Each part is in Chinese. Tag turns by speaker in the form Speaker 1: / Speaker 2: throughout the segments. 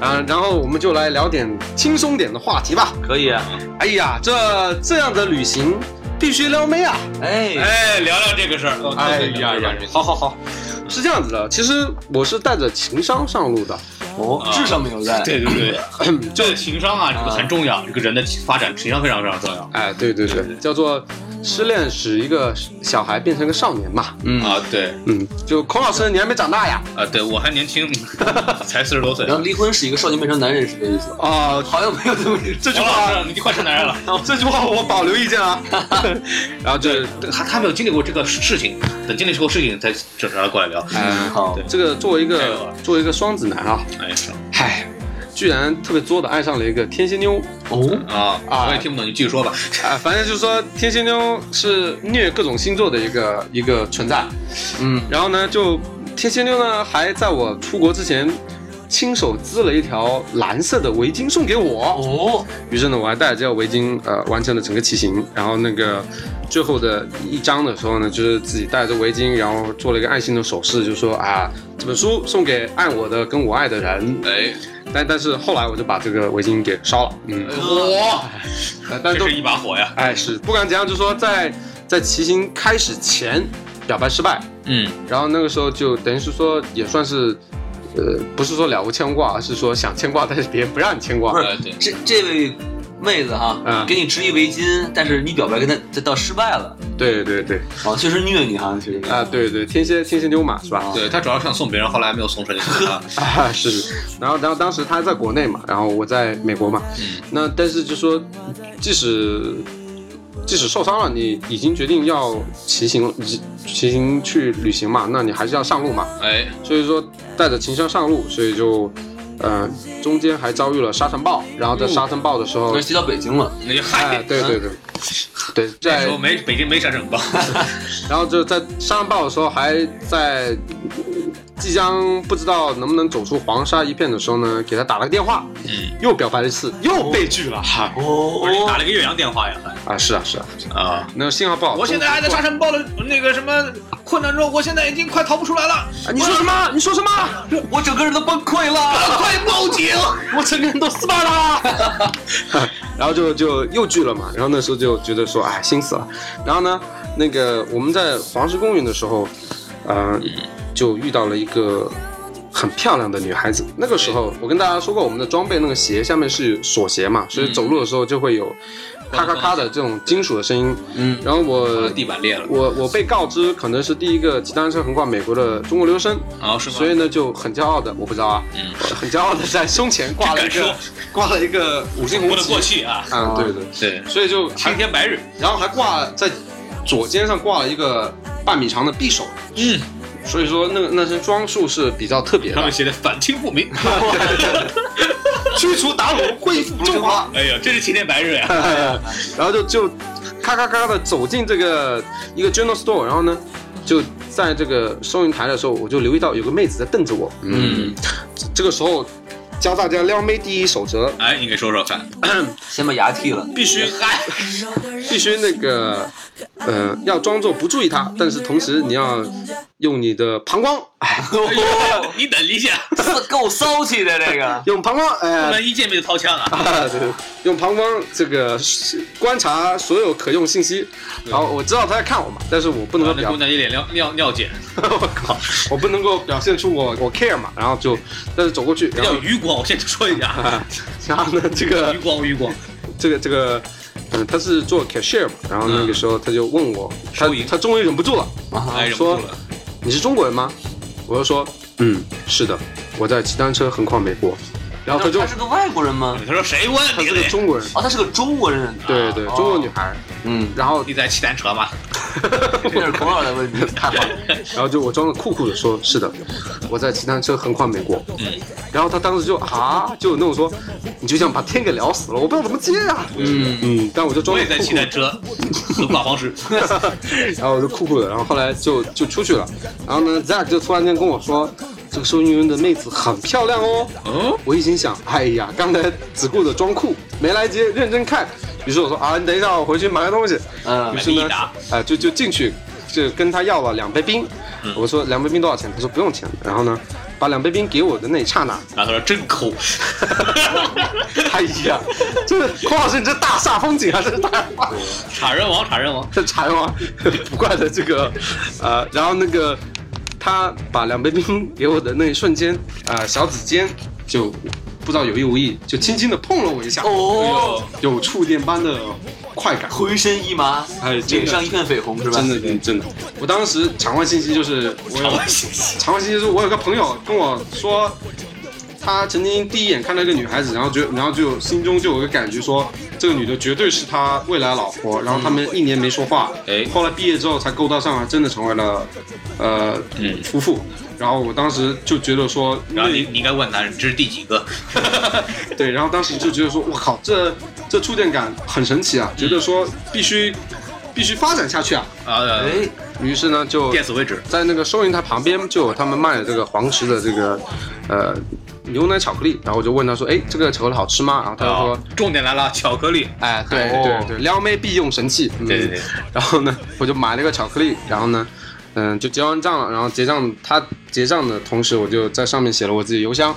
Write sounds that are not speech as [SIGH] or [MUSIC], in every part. Speaker 1: 啊，然后我们就来聊点轻松点的话题吧。
Speaker 2: 可以啊。
Speaker 1: 哎呀，这这样的旅行必须撩妹啊！
Speaker 2: 哎，
Speaker 3: 哎，聊聊这个事儿。
Speaker 1: 哎呀呀，好好好，是这样子的，其实我是带着情商上路的，
Speaker 2: 哦，智商没有在。
Speaker 3: 对对对，这个情商啊，这个很重要，这个人的发展情商非常非常重要
Speaker 1: 哎，对对对，叫做失恋使一个小孩变成个少年嘛。
Speaker 2: 嗯
Speaker 3: 啊。对
Speaker 1: 嗯，就孔老师你还没长大呀？
Speaker 3: 啊，对我还年轻， [LAUGHS] 才四十多岁
Speaker 2: 然。后离婚使一个少年变成男人是这意思？
Speaker 1: 哦、
Speaker 2: 啊好像没有这么
Speaker 1: [LAUGHS] 这句
Speaker 3: 王老
Speaker 1: 话
Speaker 3: 师，你快成男人了。
Speaker 1: 这句话我保留意
Speaker 2: [LAUGHS]
Speaker 1: 见啊。然后就是，
Speaker 3: 他他没有经历过这个事情，等经历过事情才找他过来聊。
Speaker 1: 嗯，
Speaker 2: 好。
Speaker 1: 这个作为一
Speaker 3: 太有
Speaker 1: 个
Speaker 3: 了
Speaker 1: 作为一个双子男啊，
Speaker 3: 哎呀，
Speaker 1: 嗨，居然特别作的爱上了一个天蝎妞。
Speaker 2: 哦，
Speaker 3: 啊，
Speaker 1: 啊
Speaker 3: 我也听不懂，你继续说吧。
Speaker 1: 啊，反正就是说天蝎妞是虐各种星座的一个一个存在，
Speaker 2: 嗯，
Speaker 1: 然后呢，就天蝎妞呢还在我出国之前亲手织了一条蓝色的围巾送给我，
Speaker 2: 哦，
Speaker 1: 于是呢，我还带着这条围巾呃完成了整个骑行，然后那个最后的一章的时候呢，就是自己带着围巾，然后做了一个爱心的手势，就说啊这本书送给爱我的跟我爱的人，
Speaker 3: 哎，
Speaker 1: 但但是后来我就把这个围巾给烧了，嗯，
Speaker 3: 火，
Speaker 1: 但但
Speaker 3: 哎这
Speaker 1: 都
Speaker 3: 是一把火呀。
Speaker 1: 哎，是，不管怎样，就说在在骑行开始前表白失败，
Speaker 3: 嗯，
Speaker 1: 然后那个时候就等于是说也算是，呃，不是说了无牵挂，而是说想牵挂，但是别人不让你牵挂
Speaker 2: 不。是
Speaker 3: 哎对，
Speaker 2: 这这位妹子哈
Speaker 1: 嗯，
Speaker 2: 给你织一围巾，但是你表白跟她这到失败了，
Speaker 1: [LAUGHS] 对对对，
Speaker 2: 哦，确实虐你哈，确实虐你。
Speaker 1: 啊、对对，天蝎天蝎妞嘛，是吧？
Speaker 3: 对他主要是想送别人，后来没有送成就送他。
Speaker 1: 啊，是是。然后然后当时他在国内嘛，然后我在美国嘛，那但是就说，即使即使受伤了，你已经决定要骑行骑骑行去旅行嘛，那你还是要上路嘛。
Speaker 3: 哎，
Speaker 1: 所以说带着情商上路，所以就，呃，中间还遭遇了沙尘暴，然后在沙尘暴的时
Speaker 3: 嗯
Speaker 1: 候
Speaker 2: 那，骑到北京了，
Speaker 3: 你
Speaker 1: 哎，
Speaker 3: 嗨，
Speaker 1: 对对对，对，
Speaker 3: 那时
Speaker 1: 在
Speaker 3: 候没北京没沙 [LAUGHS] 尘暴，
Speaker 1: 然后就在沙尘暴的时候，还在即将不知道能不能走出黄沙一片的时候呢，给他打了个电话，
Speaker 3: 嗯，
Speaker 1: 又表白了一次，又被拒了，哈、
Speaker 3: 我是打
Speaker 2: 哦，
Speaker 3: 了个岳阳电话呀。还
Speaker 1: 啊，是啊是啊，
Speaker 3: 啊，
Speaker 1: 那信号不好，哦
Speaker 3: 我现在还在沙尘暴的那个什么困难中，我现在已经快逃不出来了，
Speaker 1: 啊，你说什么？你说什么？
Speaker 2: 我整个人都崩溃了。
Speaker 3: 快报警！
Speaker 1: 我整个人都失败了。然后就就又聚了嘛，然后那时候就觉得说，哎，心死了。然后呢，那个我们在黄石公园的时候，呃，就遇到了一个很漂亮的女孩子。那个时候我跟大家说过，我们的装备那个鞋下面是锁鞋
Speaker 3: 嗯
Speaker 1: 嘛，所以走路的时候就会有咔咔咔的这种金属的声音。
Speaker 2: 嗯，
Speaker 1: 然后我
Speaker 3: 呃地板裂了
Speaker 1: 我我被告知可能是第一个骑单车横跨美国的中国留学生，
Speaker 3: 啊，是吗？嗯
Speaker 1: 所以呢，就很骄傲的，我不知道啊，很骄傲的在胸前挂了一
Speaker 3: [LAUGHS] 这
Speaker 1: 个
Speaker 3: 敢
Speaker 1: 挂了一个五星红
Speaker 3: 不
Speaker 1: 旗，
Speaker 3: 能过气啊。
Speaker 1: 啊，对对，
Speaker 3: 对，
Speaker 1: 所以就
Speaker 3: 青
Speaker 1: 还
Speaker 3: 天白日，
Speaker 1: 然后还挂在左肩上挂了一个半米长的匕首，
Speaker 3: 嗯，
Speaker 1: 所以说那个那身装束是比较特别
Speaker 3: 上面
Speaker 1: 的，
Speaker 3: 写的 [LAUGHS] 反清复明。
Speaker 1: [LAUGHS] 驱除鞑虏，恢复中华，
Speaker 3: 哎呀，这是青天白日呀！
Speaker 1: [LAUGHS] 然后就就咔咔咔的走进这个一个 general store，然后呢，就在这个收银台的时候，我就留意到有个妹子在瞪着我，
Speaker 3: 嗯，
Speaker 1: 这个时候教大家撩妹第一守则。 [CLEARS THROAT]
Speaker 3: 哎，你给说说看。哎
Speaker 2: 先把牙剃了。
Speaker 1: 必须
Speaker 3: 嗨，
Speaker 1: 必须那个，呃，要装作不注意他，但是同时你要用你的膀胱， [LAUGHS] 哎，
Speaker 2: [LAUGHS]
Speaker 3: 你等一下，
Speaker 2: 够骚气的这
Speaker 1: [LAUGHS]
Speaker 2: 个。
Speaker 1: 用膀胱，
Speaker 3: 我
Speaker 1: 哎、
Speaker 3: 们一见面就掏枪啊！
Speaker 1: 啊对 [LAUGHS] 用膀胱这个观察所有可用信息。然后我知道他在看我嘛，但是嗯我不能够
Speaker 3: 那
Speaker 1: 表
Speaker 3: 姑，娘一脸尿尿尿检，
Speaker 1: [LAUGHS] 我靠，我不能够表现出我我 care 嘛，然后就，但是走过去，然
Speaker 3: 要
Speaker 1: 后
Speaker 3: 余光，我先说一下，
Speaker 1: 啊，然后呢，这个
Speaker 3: 余光余光，
Speaker 1: 这个这个，嗯，他是做 cashier 嘛，然后那个时候他就问我，他
Speaker 3: 收银
Speaker 1: 他终于忍不住了。
Speaker 3: 哎，忍不住了，
Speaker 1: 你是中国人吗？我就说，嗯，是的，我在骑单车横跨美国。然后他就
Speaker 2: 他是个外国人吗？
Speaker 3: 他说谁问
Speaker 1: 他
Speaker 3: 你
Speaker 1: 是个
Speaker 3: 的？
Speaker 1: 中国人，
Speaker 2: 哦，他是个中国人。
Speaker 1: 对对，
Speaker 2: 哦
Speaker 1: 中国女孩。
Speaker 2: 嗯，
Speaker 1: 然后
Speaker 3: 你在骑单车吗？
Speaker 2: 这是孔老的问
Speaker 1: [LAUGHS]
Speaker 2: 题。太好了，
Speaker 1: 然后就我装的酷酷的说，是的，我在骑单车横跨美国。然后他当时就啊，就有那种说，你就想把天给聊死了，我不知道怎么接啊。
Speaker 2: 嗯
Speaker 1: 嗯，但我就装
Speaker 3: 我
Speaker 1: 的
Speaker 3: 也在
Speaker 1: 酷
Speaker 3: 骑
Speaker 1: 酷的
Speaker 3: 单车，横跨黄石。
Speaker 1: [LAUGHS] 然后我就酷酷的，然后后来就就出去了。然后呢，Zack 就突然间跟我说，这个收银员的妹子很漂亮哦。
Speaker 3: 哦，
Speaker 1: 我一心想，哎呀，刚才只顾着装酷，没来接认真看。于是我说啊，你等一下，我回去买个东西。
Speaker 2: 嗯
Speaker 1: 于是呢
Speaker 3: 买必达，
Speaker 1: 哎，就就进去，就跟他要了两杯冰。我说两杯冰多少钱？他说不用钱。然后呢，把两杯冰给我的那一刹那， [LAUGHS]
Speaker 3: 然后他说真抠。 [LAUGHS]
Speaker 1: 哎呀，这孔老师你这大煞风景啊，这是大煞。
Speaker 3: 铲人王，铲人王，
Speaker 1: 馋吗？不怪的这个，呃，然后那个他把两杯冰给我的那一瞬间，啊、小指尖就不知道有意无意就轻轻的碰了我一下，哎
Speaker 2: 哦，
Speaker 1: 有触电般的快感，
Speaker 2: 浑身一麻，
Speaker 1: 哎真的
Speaker 2: 脸上一片绯红，是吧？
Speaker 1: 真的真的真的，我当时场外信息就是我有场外信息就是我有个朋友跟我说。他曾经第一眼看到一个女孩子，然后就，然后就心中就有个感觉说，这个女的绝对是他未来老婆。然后他们一年没说话，
Speaker 3: 嗯哎
Speaker 1: 后来毕业之后才勾搭上了，真的成为了，呃，
Speaker 3: 嗯
Speaker 1: 夫妇。然后我当时就觉得说，嗯
Speaker 3: 然后你你应该问他这是第几
Speaker 1: [LAUGHS]
Speaker 3: 个？
Speaker 1: 对，然后当时就觉得说，我靠，这这触电感很神奇啊，觉得说必须必须发展下去啊。
Speaker 3: 啊，
Speaker 2: 哎，
Speaker 1: 于是呢，就
Speaker 3: 电死为止。
Speaker 1: 在那个收银台旁边就有他们卖的这个黄石的这个，呃，牛奶巧克力。然后我就问他说，哎，这个巧克力好吃吗？然后他就说。
Speaker 3: 啊，重点来了，巧克力。
Speaker 1: 哎，对
Speaker 2: 哦
Speaker 1: 对对，撩妹必用神器。嗯
Speaker 3: 对对对。
Speaker 1: 然后呢， [LAUGHS] 我就买了个巧克力，然后呢，嗯，就结完账了。然后结账，他结账的同时，我就在上面写了我自己邮箱。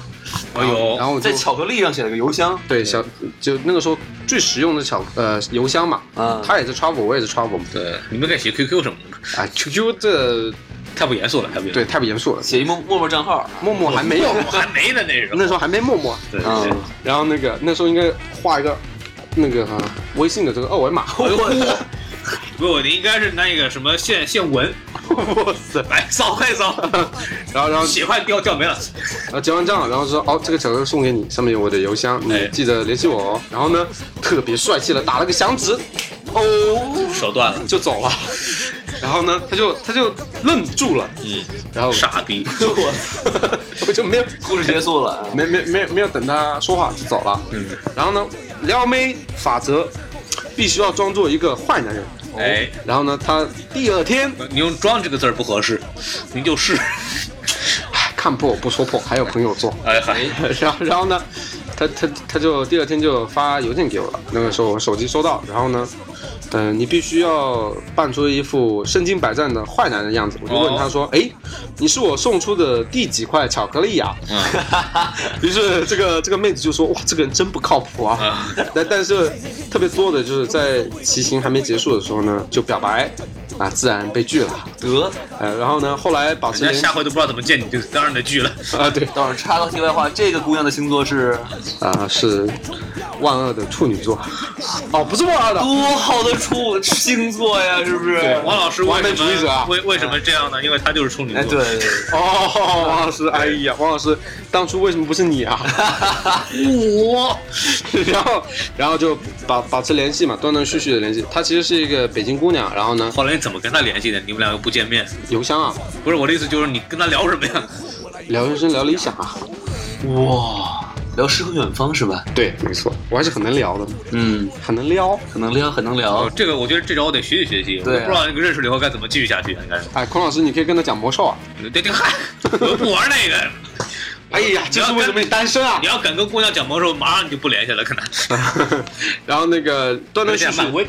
Speaker 3: 哎呦，
Speaker 1: 然后我就
Speaker 2: 在巧克力上写了个邮箱。
Speaker 1: 对小就那个时候最实用的巧呃邮箱嘛，
Speaker 2: 嗯
Speaker 1: 他也是 travel，我也是 travel 嘛。
Speaker 3: 对，你们该写 QQ 什么的，
Speaker 1: 啊，QQ 这
Speaker 3: 太不严肃了，太不严肃
Speaker 1: 对
Speaker 3: 了。
Speaker 1: 太不严肃了，
Speaker 2: 写一陌陌陌账号，
Speaker 1: 陌陌还没有，
Speaker 3: 我还没呢，那时候。
Speaker 1: [LAUGHS] 那时候还没陌陌。
Speaker 3: 对对
Speaker 2: 嗯
Speaker 3: 对，，
Speaker 1: 然后那个那时候应该画一个那个、啊、微信的这个二维码。 [LAUGHS]
Speaker 3: 哎不，你应该是那个什么现现文，
Speaker 1: 哇塞！
Speaker 3: 来扫快扫，
Speaker 1: 然后然后
Speaker 3: 血快掉掉没了。
Speaker 1: 然后结完账，然后说哦，这个巧克力送给你，上面有我的邮箱，你
Speaker 3: 哎
Speaker 1: 记得联系我哦。然后呢，特别帅气的打了个响指，哦，
Speaker 3: 手断了，
Speaker 1: 就走了。然后呢，他就他就愣住了，
Speaker 3: 嗯，
Speaker 1: 然后
Speaker 3: 傻逼，
Speaker 1: 我就没有
Speaker 2: 故事结束了。
Speaker 1: [LAUGHS] 没没没没有等他说话就走了。
Speaker 3: 嗯，
Speaker 1: 然后呢，撩妹法则必须要装作一个坏男人。
Speaker 3: [LAUGHS] 哎，
Speaker 1: 然后呢，他第二天
Speaker 3: 你用“装”这个字儿不合适，你就是， [LAUGHS]
Speaker 1: 唉哎看破不说破，还有朋友做。
Speaker 3: 哎嗨，
Speaker 1: [LAUGHS] 然后然后呢，他他他就第二天就发邮件给我了，那个时候我手机收到，然后呢，嗯、你必须要扮出一副身经百战的坏男人样子。我就问他
Speaker 3: 哦
Speaker 1: 说，哎、你是我送出的第几块巧克力呀、
Speaker 3: 嗯
Speaker 1: 于是这个这个妹子就说，哇，这个人真不靠谱啊。
Speaker 3: 啊，
Speaker 1: 但但是特别多的就是在骑行还没结束的时候呢，就表白，啊，自然被拒了。
Speaker 2: 得，
Speaker 1: 呃，然后呢，后来保持
Speaker 3: 人
Speaker 1: 联
Speaker 3: 家下
Speaker 1: 系
Speaker 3: 回都不知道怎么见你，就当然得拒了。
Speaker 1: 啊，对，
Speaker 2: 等会儿插个题外话，这个姑娘的星座是
Speaker 1: 啊，是万恶的处女座， [LAUGHS] 哦，不是万恶的，
Speaker 2: 多好的处星座呀，是不是？
Speaker 1: 对
Speaker 3: 王老师
Speaker 1: 完
Speaker 3: 为
Speaker 1: 美
Speaker 3: 什
Speaker 1: 主义者啊
Speaker 3: 么为为什么这样呢？因为他就是处女
Speaker 2: 哎，
Speaker 3: 座。
Speaker 2: 对，
Speaker 1: 哦，王老师，哎呀，王老师，当初为什么不是你啊？ [LAUGHS] 我，然后，然后就保保持联系嘛，断断续续的联系。她其实是一个北京姑娘，然后呢，
Speaker 3: 后来你怎么跟他联系的？你们俩又不见面？
Speaker 1: 邮箱啊，
Speaker 3: 不是我的意思，就是你跟他聊什么呀？
Speaker 1: 聊人生，聊理想啊，
Speaker 2: [LAUGHS] 哇，聊诗和远方是吧？
Speaker 1: 对，没错，我还是很能聊的，
Speaker 2: 嗯，
Speaker 1: 很能撩。
Speaker 2: 很能聊，很能聊
Speaker 3: 哦，。这个我觉得这招我得学习学习。我
Speaker 2: 对啊
Speaker 3: 不知道那个认识了以后该怎么继续下去，应该是。
Speaker 1: 哎，孔老师，你可以跟她讲魔兽啊。
Speaker 3: 对对，嗨， [LAUGHS] 我又不玩那个。
Speaker 1: 哎呀，这是为什么你单身啊
Speaker 3: 你？要敢跟姑娘讲魔兽，马上你就不联系了，可能。
Speaker 1: [LAUGHS] 然后那个断断
Speaker 3: 有
Speaker 1: 续
Speaker 3: 点
Speaker 1: 续，
Speaker 3: 漫威，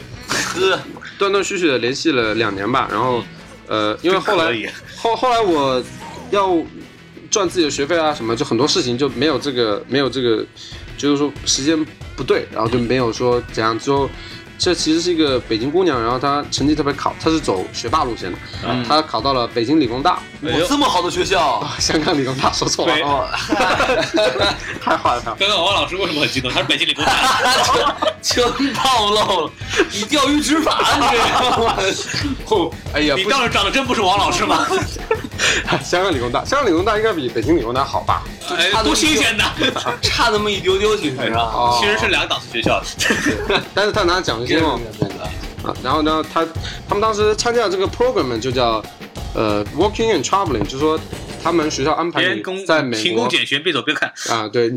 Speaker 2: 呵，
Speaker 1: 断断续续的联系了两年吧，然后，呃，因为后
Speaker 3: 嗯真可
Speaker 1: 来
Speaker 3: 以
Speaker 1: 后后来我要赚自己的学费啊什么，就很多事情就没有这个没有这个，就是说时间不对，然后就没有说怎样之后。这其实是一个北京姑娘，然后她成绩特别考，她是走学霸路线的，
Speaker 3: 嗯
Speaker 1: 她考到了北京理工大， [LAUGHS]
Speaker 3: 哎呦
Speaker 2: 我这么好的学校，
Speaker 1: 香港理工大，说错了
Speaker 3: 对，
Speaker 2: 哦，
Speaker 1: [LAUGHS] 太坏了。
Speaker 3: 刚刚王老师为什么很激动？他是北京理工大的，
Speaker 2: 全暴露了，你钓鱼执法，你这 [LAUGHS]
Speaker 1: [LAUGHS] 哦，哎呀，
Speaker 3: 你
Speaker 1: 不 [LAUGHS]
Speaker 3: 当时长得真不是王老师吗？
Speaker 1: 香港理工大，香港理工大应该比北京理工大好吧？
Speaker 3: 哎
Speaker 2: 差，
Speaker 3: 多新鲜
Speaker 1: [LAUGHS]
Speaker 3: 呐！
Speaker 2: 差那么一丢丢，其实啊，
Speaker 1: 哦
Speaker 3: 其实是两个档次学校，
Speaker 1: 但是他拿奖
Speaker 2: 嗯
Speaker 1: 学金哦，啊，然后呢，他他们当时参加的这个 program 呢就叫呃 working and traveling，就说他们学校安排
Speaker 3: 别人 [LAUGHS]
Speaker 1: 你
Speaker 3: 工
Speaker 1: 在美
Speaker 3: 勤
Speaker 1: 国
Speaker 3: 工俭学，别走别看。
Speaker 1: 啊，对，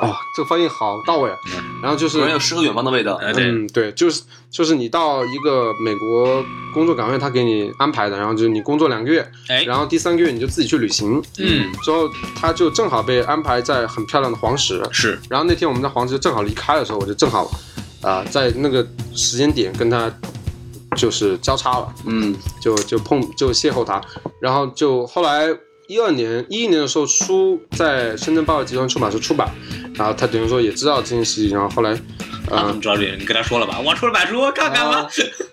Speaker 1: 哦，这个翻译好到位啊。
Speaker 3: 嗯
Speaker 1: 然后就是
Speaker 2: 果然有诗和远方的味道。
Speaker 3: 呃，对，
Speaker 1: 嗯，对，就是就是你到一个美国工作岗位，他给你安排的，然后就是你工作两个月，
Speaker 3: 哎，
Speaker 1: 然后第三个月你就自己去旅行，
Speaker 3: 嗯，
Speaker 1: 之后他就正好被安排在很漂亮的黄石，
Speaker 3: 是
Speaker 1: 然后那天我们在黄石正好离开的时候，我就正好啊、呃在那个时间点跟他就是交叉了，
Speaker 2: 嗯，
Speaker 1: 就就碰就邂逅他，然后就后来一二年一一年的时候书在深圳报业集团出版社出版，然后他等于说也知道这件事情，然后后来。
Speaker 3: 他
Speaker 1: 呃
Speaker 3: 怎么知道这个？你跟他说了吧？我出了版书，看看吧。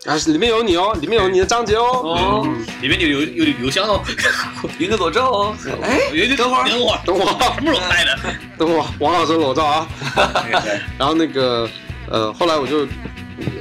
Speaker 1: 啊，里面有你哦，里面有你的章节哦。
Speaker 2: 哦，
Speaker 3: 里面有有有邮箱哦。
Speaker 1: 哎
Speaker 2: 云哥佐证哦。哎，
Speaker 3: [LAUGHS] 有有
Speaker 2: 等会儿
Speaker 3: 等会儿，
Speaker 1: 等我，
Speaker 3: 什么时候拍的？
Speaker 1: 等我，王老师裸照啊。然后那个，呃，后来我就，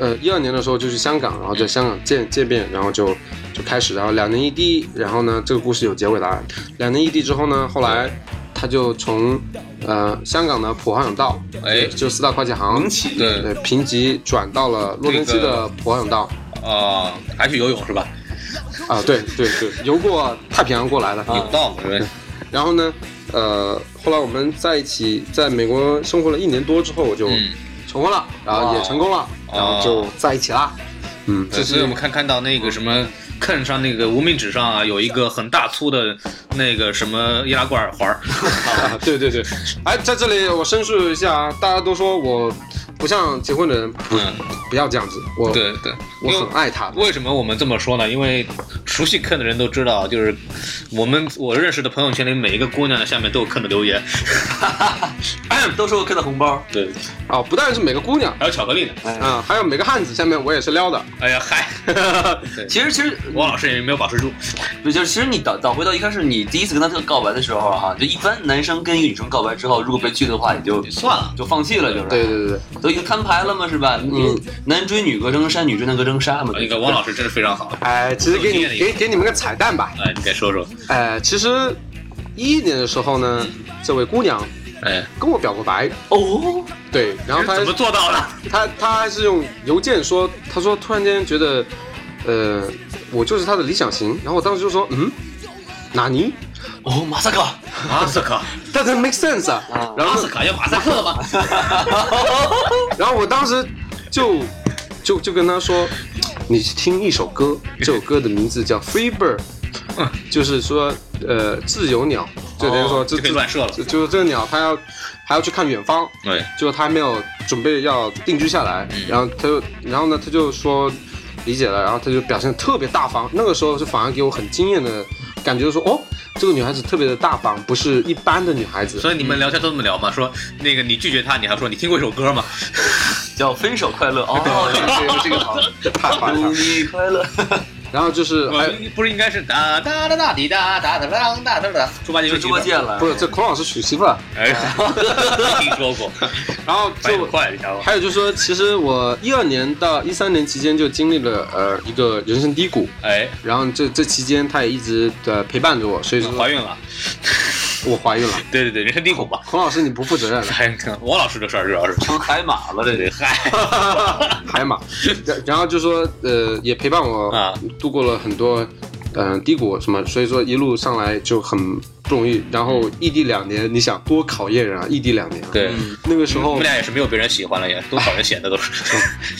Speaker 1: 呃，一二年的时候就去香港，然后在香港见见面，然后就就开始，然后两年异地，然后呢，这个故事有结尾答案。两年异地之后呢，后来他就从呃香港的浦航永道，
Speaker 3: 哎
Speaker 1: 就四大会计行
Speaker 3: 民企
Speaker 4: 对
Speaker 1: 对呃评级转到了洛杉矶的浦航永道
Speaker 3: 啊，还去游泳是吧？
Speaker 1: 啊，对对对，游过太平洋过来的。
Speaker 2: 啊
Speaker 4: 到了，对，
Speaker 1: 然后呢，呃，后来我们在一起在美国生活了一年多之后，我就
Speaker 4: 嗯
Speaker 1: 重婚了，然后也成功了，然后就在一起啦。嗯，这
Speaker 4: 对所以
Speaker 1: 是
Speaker 4: 我
Speaker 1: 们
Speaker 4: 们
Speaker 3: 看看到那个什么。看上那个无名指上啊，有一个很大粗的那个什么易拉罐耳环儿，
Speaker 1: [LAUGHS] 啊，对对对。哎，在这里我申诉一下啊，大家都说我不像结婚的人，不
Speaker 4: 嗯，
Speaker 1: 不要这样子，我
Speaker 4: 对对，
Speaker 1: 我
Speaker 4: 因为
Speaker 1: 很爱他的。
Speaker 4: 为什么我们这么说呢？因为
Speaker 3: 熟悉坑的人都知道，就是我们我认识的朋友圈里每一个姑娘的下面都有坑的留言，
Speaker 2: [LAUGHS] 都收过哥的红包。
Speaker 3: 对，
Speaker 1: 啊，不但是每个姑娘
Speaker 3: 还有巧克力呢。
Speaker 1: 啊，还有每个汉子，下面我也是撩的。
Speaker 3: 哎呀嗨， [LAUGHS]
Speaker 2: 其实其实
Speaker 3: 王老师也没有保持住，
Speaker 2: 对，就是其实你倒倒回到一开始你第一次跟他告白的时候啊哈，就一般男生跟一个女生告白之后，如果被拒的话，你就
Speaker 3: 算了，
Speaker 2: 就放弃了，就是
Speaker 1: 对对对对，嗯
Speaker 2: 都已经摊牌了嘛，是吧？你男追女隔层山，女追男隔层纱嘛。
Speaker 3: 那个王老师真是非常好。
Speaker 1: 哎，其实给你
Speaker 3: 有经验的一个
Speaker 1: 给给你们个彩蛋吧。
Speaker 3: 哎，你给说说，
Speaker 1: 哎，其实一一年的时候呢，这位姑娘
Speaker 3: 哎，
Speaker 1: 跟我表过白，
Speaker 2: 哦，
Speaker 1: 对，然后她
Speaker 3: 怎么做到的？
Speaker 1: 他他还是用邮件说，他说突然间觉得，呃，我就是他的理想型。然后我当时就说，嗯，哪尼？
Speaker 2: 哦，马萨克，
Speaker 3: 马斯克，
Speaker 1: 但是 make sense 啊。
Speaker 2: 啊
Speaker 1: 然
Speaker 3: 马
Speaker 1: 后
Speaker 3: 斯克要马赛克了吗？
Speaker 1: 然后我当时就就就跟他说，你去听一首歌，这首歌的名字叫 Free Bird，就是
Speaker 3: 嗯
Speaker 1: 说呃自由鸟，就等于说
Speaker 3: 哦就
Speaker 1: 这
Speaker 3: 可以
Speaker 1: 这
Speaker 3: 乱射了。
Speaker 1: 就就是这个鸟它要还要去看远方，
Speaker 3: 对，
Speaker 1: 就他还没有准备要定居下来，
Speaker 3: 嗯
Speaker 1: 然后他就，然后呢，他就说理解了，然后他就表现得特别大方。那个时候是反而给我很惊艳的感觉，就说哦，这个女孩子特别的大方，不是一般的女孩子。
Speaker 3: 所以你们聊天都这么聊嘛？说那个你拒绝他，你还说你听过一首歌吗？
Speaker 2: 叫分手快乐。
Speaker 1: [LAUGHS]
Speaker 2: 哦，这个好，
Speaker 1: 太坏
Speaker 2: 祝
Speaker 1: 了。
Speaker 3: 嗯
Speaker 2: 你快乐。
Speaker 1: 然后就是还有
Speaker 3: 不是应该是哒哒哒哒滴哒哒哒哒哒哒哒，猪八戒
Speaker 2: 就
Speaker 3: 就
Speaker 2: 直播间了
Speaker 1: 不。是这孔老师娶媳妇了，
Speaker 3: 哎，听说过，
Speaker 1: 然后
Speaker 3: 反
Speaker 1: 就
Speaker 3: 应快，你知道吗？
Speaker 1: 还有就是说，其实我一二年到一三年期间就经历了呃一个人生低谷，
Speaker 3: 哎，
Speaker 1: 然后这这期间她也一直呃陪伴着我，所以说
Speaker 3: 怀孕了，
Speaker 1: 我怀孕了。
Speaker 3: 对对对，人生低谷吧。
Speaker 1: 孔老师你不负责任了。
Speaker 3: 还王老师这事儿主要是，
Speaker 2: 成海马了，这
Speaker 3: 对
Speaker 2: 得
Speaker 3: 嗨 [LAUGHS]
Speaker 1: 海马，然然后就说呃也陪伴我
Speaker 3: 啊
Speaker 1: 度过了很多嗯、呃低谷什么，所以说一路上来就很不容易。然后异地两年，你想多考验人啊！异地两年啊，
Speaker 3: 对，
Speaker 1: 那个时
Speaker 3: 嗯我
Speaker 1: 候
Speaker 3: 们俩也是没有被人喜欢了，也都讨人嫌的都是。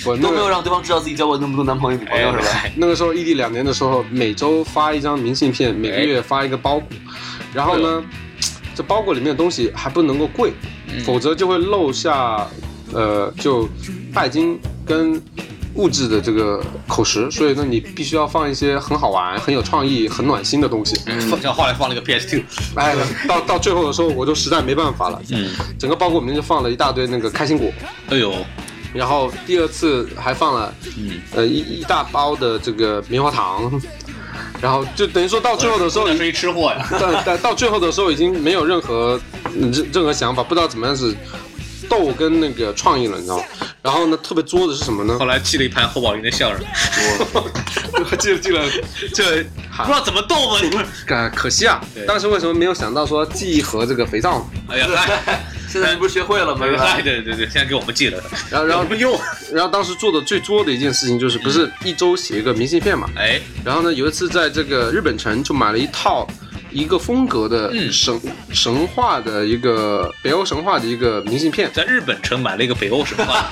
Speaker 1: 我那
Speaker 2: 都没有
Speaker 1: 个
Speaker 2: 让对方知道自己交过那么多男朋友女
Speaker 3: 哎
Speaker 2: 朋友是吧？
Speaker 1: 那个时候异地两年的时候，每周发一张明信片，每个月发一个包裹，然后呢，这包裹里面的东西还不能够贵，否则就会漏下呃就拜金跟物质的这个口实，所以呢，你必须要放一些很好玩、很有创意、很暖心的东西。
Speaker 3: 像后来放了个 PS2，
Speaker 1: 哎，到 [LAUGHS] 到最后的时候，我就实在没办法了。
Speaker 3: 嗯，
Speaker 1: 整个包裹里面就放了一大堆那个开心果，
Speaker 3: 哎呦，
Speaker 1: 然后第二次还放了，
Speaker 3: 嗯
Speaker 1: 呃一一大包的这个棉花糖， [LAUGHS] 然后就等于说到最后的时候， [LAUGHS]
Speaker 3: 真的是一吃货呀。
Speaker 1: 但但到最后的时候已经没有任何嗯任任何想法，不知道怎么样子斗跟那个创意了，你知道吗？然后呢，特别作的是什么呢
Speaker 3: 后？来记了一盘侯宝林的相声，
Speaker 1: 我记得记得，
Speaker 3: 这不知道怎么逗嘛，你们。
Speaker 1: 可可惜啊
Speaker 3: 对，
Speaker 1: 当时为什么没有想到说记忆和这个肥皂？
Speaker 3: 哎呀，嗨，
Speaker 2: 现在你不是学会了吗？是吧
Speaker 3: 嗨，对对对，现在给我们记了，
Speaker 1: 然后然后
Speaker 3: 有什么用？
Speaker 1: 然后当时做的最作的一件事情就是，不是一周写一个明信片嘛？
Speaker 3: 哎，
Speaker 1: 然后呢，有一次在这个日本城就买了一套一个风格的
Speaker 3: 嗯
Speaker 1: 神、神话的一个北欧神话的一个明信片。
Speaker 3: 在日本城买了一个北欧神话，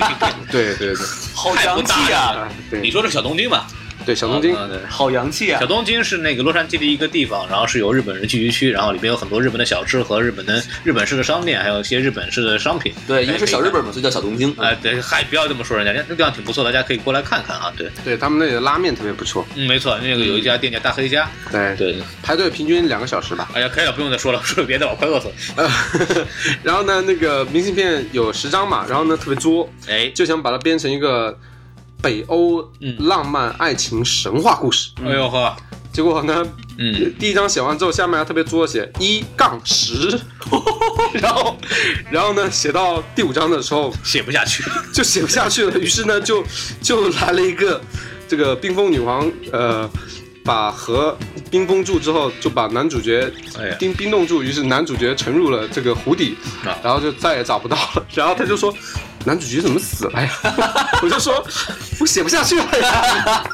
Speaker 1: 对对对，
Speaker 2: 好洋气啊！
Speaker 1: 啊
Speaker 3: 你
Speaker 1: 对
Speaker 3: 说这小东京吧？
Speaker 1: 对，小东京
Speaker 3: 啊对
Speaker 2: 好洋气啊
Speaker 3: 小！东京是那个洛杉矶的一个地方，然后是由日本人聚居区，然后里边有很多日本的小吃和日本的日本式的商店，还有一些日本式的商品。
Speaker 2: 对，因为是小日本嘛，所以叫小东京。
Speaker 3: 哎，对，嗨，不要这么说人家，那那地方挺不错，大家可以过来看看啊。对，
Speaker 1: 对他们那里的拉面特别不错，
Speaker 3: 嗯，没错，那个有一家店叫大黑家。
Speaker 1: 对，
Speaker 3: 对，
Speaker 1: 排队平均两个小时吧。 [LAUGHS]
Speaker 3: 哎呀，可以了，不用再说了，说别的，我快饿死了。
Speaker 1: 然后呢，那个明信片有十张嘛，然后呢特别作，
Speaker 3: 哎，
Speaker 1: 就想把它编成一个北欧
Speaker 3: 嗯
Speaker 1: 浪漫爱情神话故事。
Speaker 3: 哎呦呵，
Speaker 1: 结果呢，
Speaker 3: 嗯，
Speaker 1: 第一张写完之后，下面还特别作写一杠十， [LAUGHS] 然后，然后呢，写到第五章的时候
Speaker 3: 写不下去。
Speaker 1: 就写不下去了，于是呢，就就来了一个这个冰封女王，呃，把河冰封住之后，就把男主角
Speaker 3: 哎呀，
Speaker 1: 冰冰冻住，于是男主角沉入了这个湖底
Speaker 3: 啊，
Speaker 1: 然后就再也找不到了。然后他就说，男主角怎么死了呀？ [LAUGHS] 我就说，我写不下去了
Speaker 3: [LAUGHS]
Speaker 1: 呀，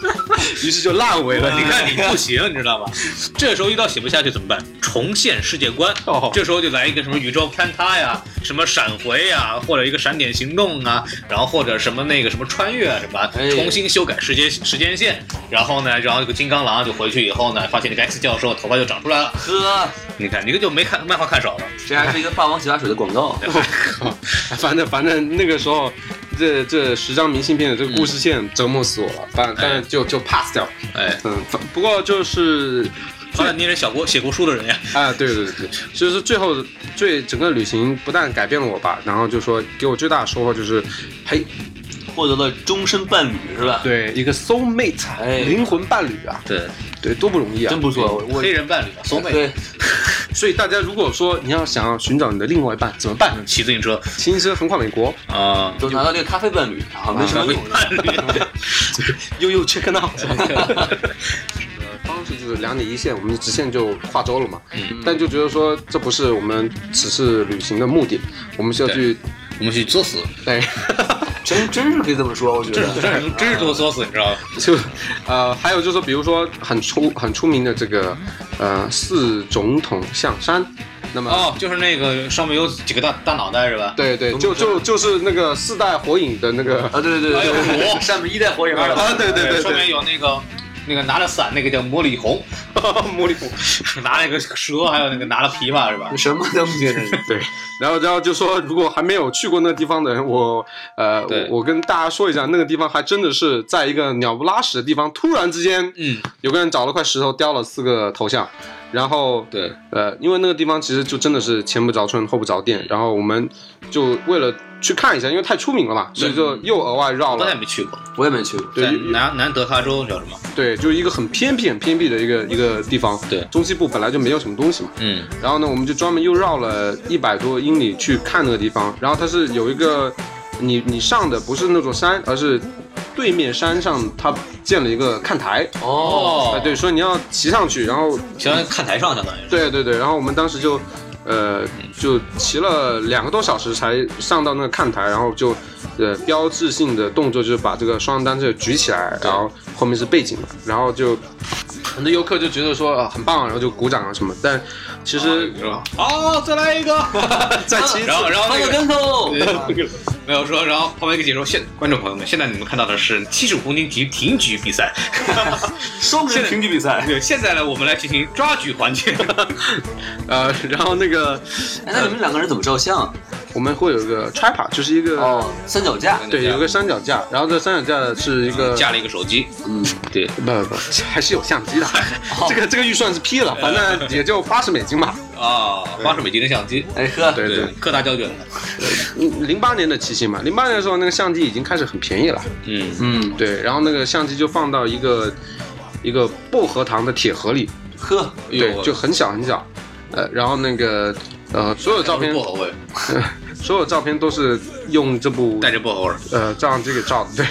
Speaker 1: 于是就烂尾了。
Speaker 3: 你看 [LAUGHS] 你不行，你知道吧？这时候一到写不下去怎么办？重现世界观。
Speaker 1: 哦
Speaker 3: 这时候就来一个什么宇宙坍塌呀，什么闪回呀，或者一个闪点行动啊，然后或者什么那个什么穿越啊，什么
Speaker 2: 哎
Speaker 3: 重新修改时间时间线。然后呢，然后这个金刚狼就回去以后呢，发现那个 X 教授头发就长出来了。
Speaker 2: 呵，
Speaker 3: 你看，你这个就没看漫画看少了。
Speaker 2: 这还是一个霸王洗发水的广告。
Speaker 3: 对吧
Speaker 1: [LAUGHS] 反正反正那个时候，这这十张明信片的这个故事线折磨死我了，
Speaker 2: 哎
Speaker 1: 反但是就就 pass 掉了。
Speaker 3: [LAUGHS] 哎，
Speaker 1: 嗯，反不过就是
Speaker 3: 发现你也是小过写过书的人呀。
Speaker 1: 啊，对对对，就是最后最整个旅行不但改变了我吧，然后就说给我最大的收获就是，嘿，
Speaker 2: 获得了终身伴侣是吧？
Speaker 1: 对一个 soul mate，、
Speaker 2: 哎
Speaker 1: 灵魂伴侣啊，
Speaker 3: 对，
Speaker 1: 对，多不容易啊，
Speaker 2: 真不错，我我
Speaker 3: 黑人伴侣，怂妹，
Speaker 2: 对，
Speaker 1: 所以大家如果说你要想要寻找你的另外一半，怎么办？
Speaker 3: 骑自行车
Speaker 1: 骑行车横跨美国，
Speaker 3: 啊，
Speaker 2: 都拿到这个咖啡伴侣啊，没什么用。
Speaker 3: 伴侣。
Speaker 1: 悠悠 check it out。呃方式就是两点一线，我们的直线就跨州了嘛。
Speaker 3: 嗯
Speaker 1: 但就觉得说这不是我们此次旅行的目的，我们是要去哎
Speaker 3: 我们去作死，
Speaker 1: [LAUGHS] 对，
Speaker 2: [LAUGHS] 真真是可以这么说，我觉
Speaker 3: 这是
Speaker 2: 得。
Speaker 3: 这是真是作死，你知道吗？
Speaker 1: 就呃，还有就是说，比如说很出很出名的这个呃四总统象山，那么。
Speaker 3: 哦，就是那个上面有几个大大脑袋是吧？
Speaker 1: 对对，就就就是那个四代火影的那
Speaker 3: [LAUGHS]
Speaker 1: 个，
Speaker 2: 啊，对对对
Speaker 3: 哎呦
Speaker 2: 对，
Speaker 3: 我
Speaker 2: 上面一代火影，二代火影
Speaker 1: 啊对对对
Speaker 3: 上面有那个那个拿着伞那个叫魔力红，魔力红拿了一个蛇，还有那个拿了琵琶是吧？
Speaker 2: 什么东西这是？
Speaker 1: 对，然后然后就说，如果还没有去过那个地方的人，我呃，
Speaker 3: 对
Speaker 1: 我我跟大家说一下，那个地方还真的是在一个鸟不拉屎的地方，突然之间，
Speaker 3: 嗯，
Speaker 1: 有个人找了块石头雕了四个头像，然后
Speaker 3: 对，
Speaker 1: 呃，因为那个地方其实就真的是前不着村后不着店，然后我们就为了去看一下，因为太出名了嘛，所以就又额外绕
Speaker 3: 我也
Speaker 1: 了，
Speaker 3: 没去过，
Speaker 2: 我也没去过。
Speaker 1: 对
Speaker 3: 在
Speaker 1: 又又
Speaker 3: 南南德卡州叫什么？
Speaker 1: 对，就是一个很偏僻、很偏僻的一个一个地方。
Speaker 3: 对
Speaker 1: 中西部本来就没有什么东西嘛。
Speaker 3: 嗯，
Speaker 1: 然后呢，我们就专门又绕了一百多英里去看那个地方。然后它是有一个，你你上的不是那种山，而是对面山上它建了一个看台。
Speaker 2: 哦，
Speaker 1: 哎，对，，所以你要骑上去，然后
Speaker 3: 相当于看台上相当于是。
Speaker 1: 对对对，然后我们当时就，呃，就骑了两个多小时才上到那个看台，然后就，呃，标志性的动作就是把这个双人单车举起来，然后后面是背景嘛，然后就很多游客就觉得说啊、很棒，然后就鼓掌啊什么，但其实
Speaker 3: 好，再来一个，
Speaker 1: 在骑
Speaker 3: 然后然后
Speaker 2: 翻
Speaker 3: 那
Speaker 2: 个
Speaker 3: 个。
Speaker 2: 跟头，
Speaker 3: 没有说，然后旁边一个解说，现观众朋友们，现在你们看到的是七十五公斤级挺举比赛，
Speaker 2: 双人平举比赛。
Speaker 3: 对，现在呢，我们来进行抓举环节。
Speaker 1: 呃，然后那个
Speaker 2: 哎，那你们两个人怎么照相？
Speaker 1: 我们会有一个 tripod，就是一个。
Speaker 2: 哦，三脚架。
Speaker 1: 对，有一个三脚架，然后这三脚架 [LAUGHS] 是一个
Speaker 3: 啊 [LAUGHS] 架了一个手机，
Speaker 2: 嗯，
Speaker 3: 对，
Speaker 1: 不不不，还是有相机的，这个这个预算是批了，反正也就八十美金吧。
Speaker 3: 啊，八十美金的相机，
Speaker 2: 哎呵，
Speaker 1: 对对，
Speaker 3: 各大胶卷的，
Speaker 1: 零八年的骑行嘛，零八年的时候那个相机已经开始很便宜了，
Speaker 3: 嗯，
Speaker 2: 嗯，
Speaker 1: 对，然后那个相机就放到一个一个薄荷糖的铁盒里，
Speaker 2: 呵，
Speaker 3: 呦
Speaker 1: 对，就很小很小，呃，然后那个呃，所有照片
Speaker 3: 薄荷味，
Speaker 1: 所有照片都是用这部
Speaker 3: 带着薄荷味儿，
Speaker 1: 呃这样这个照的，对，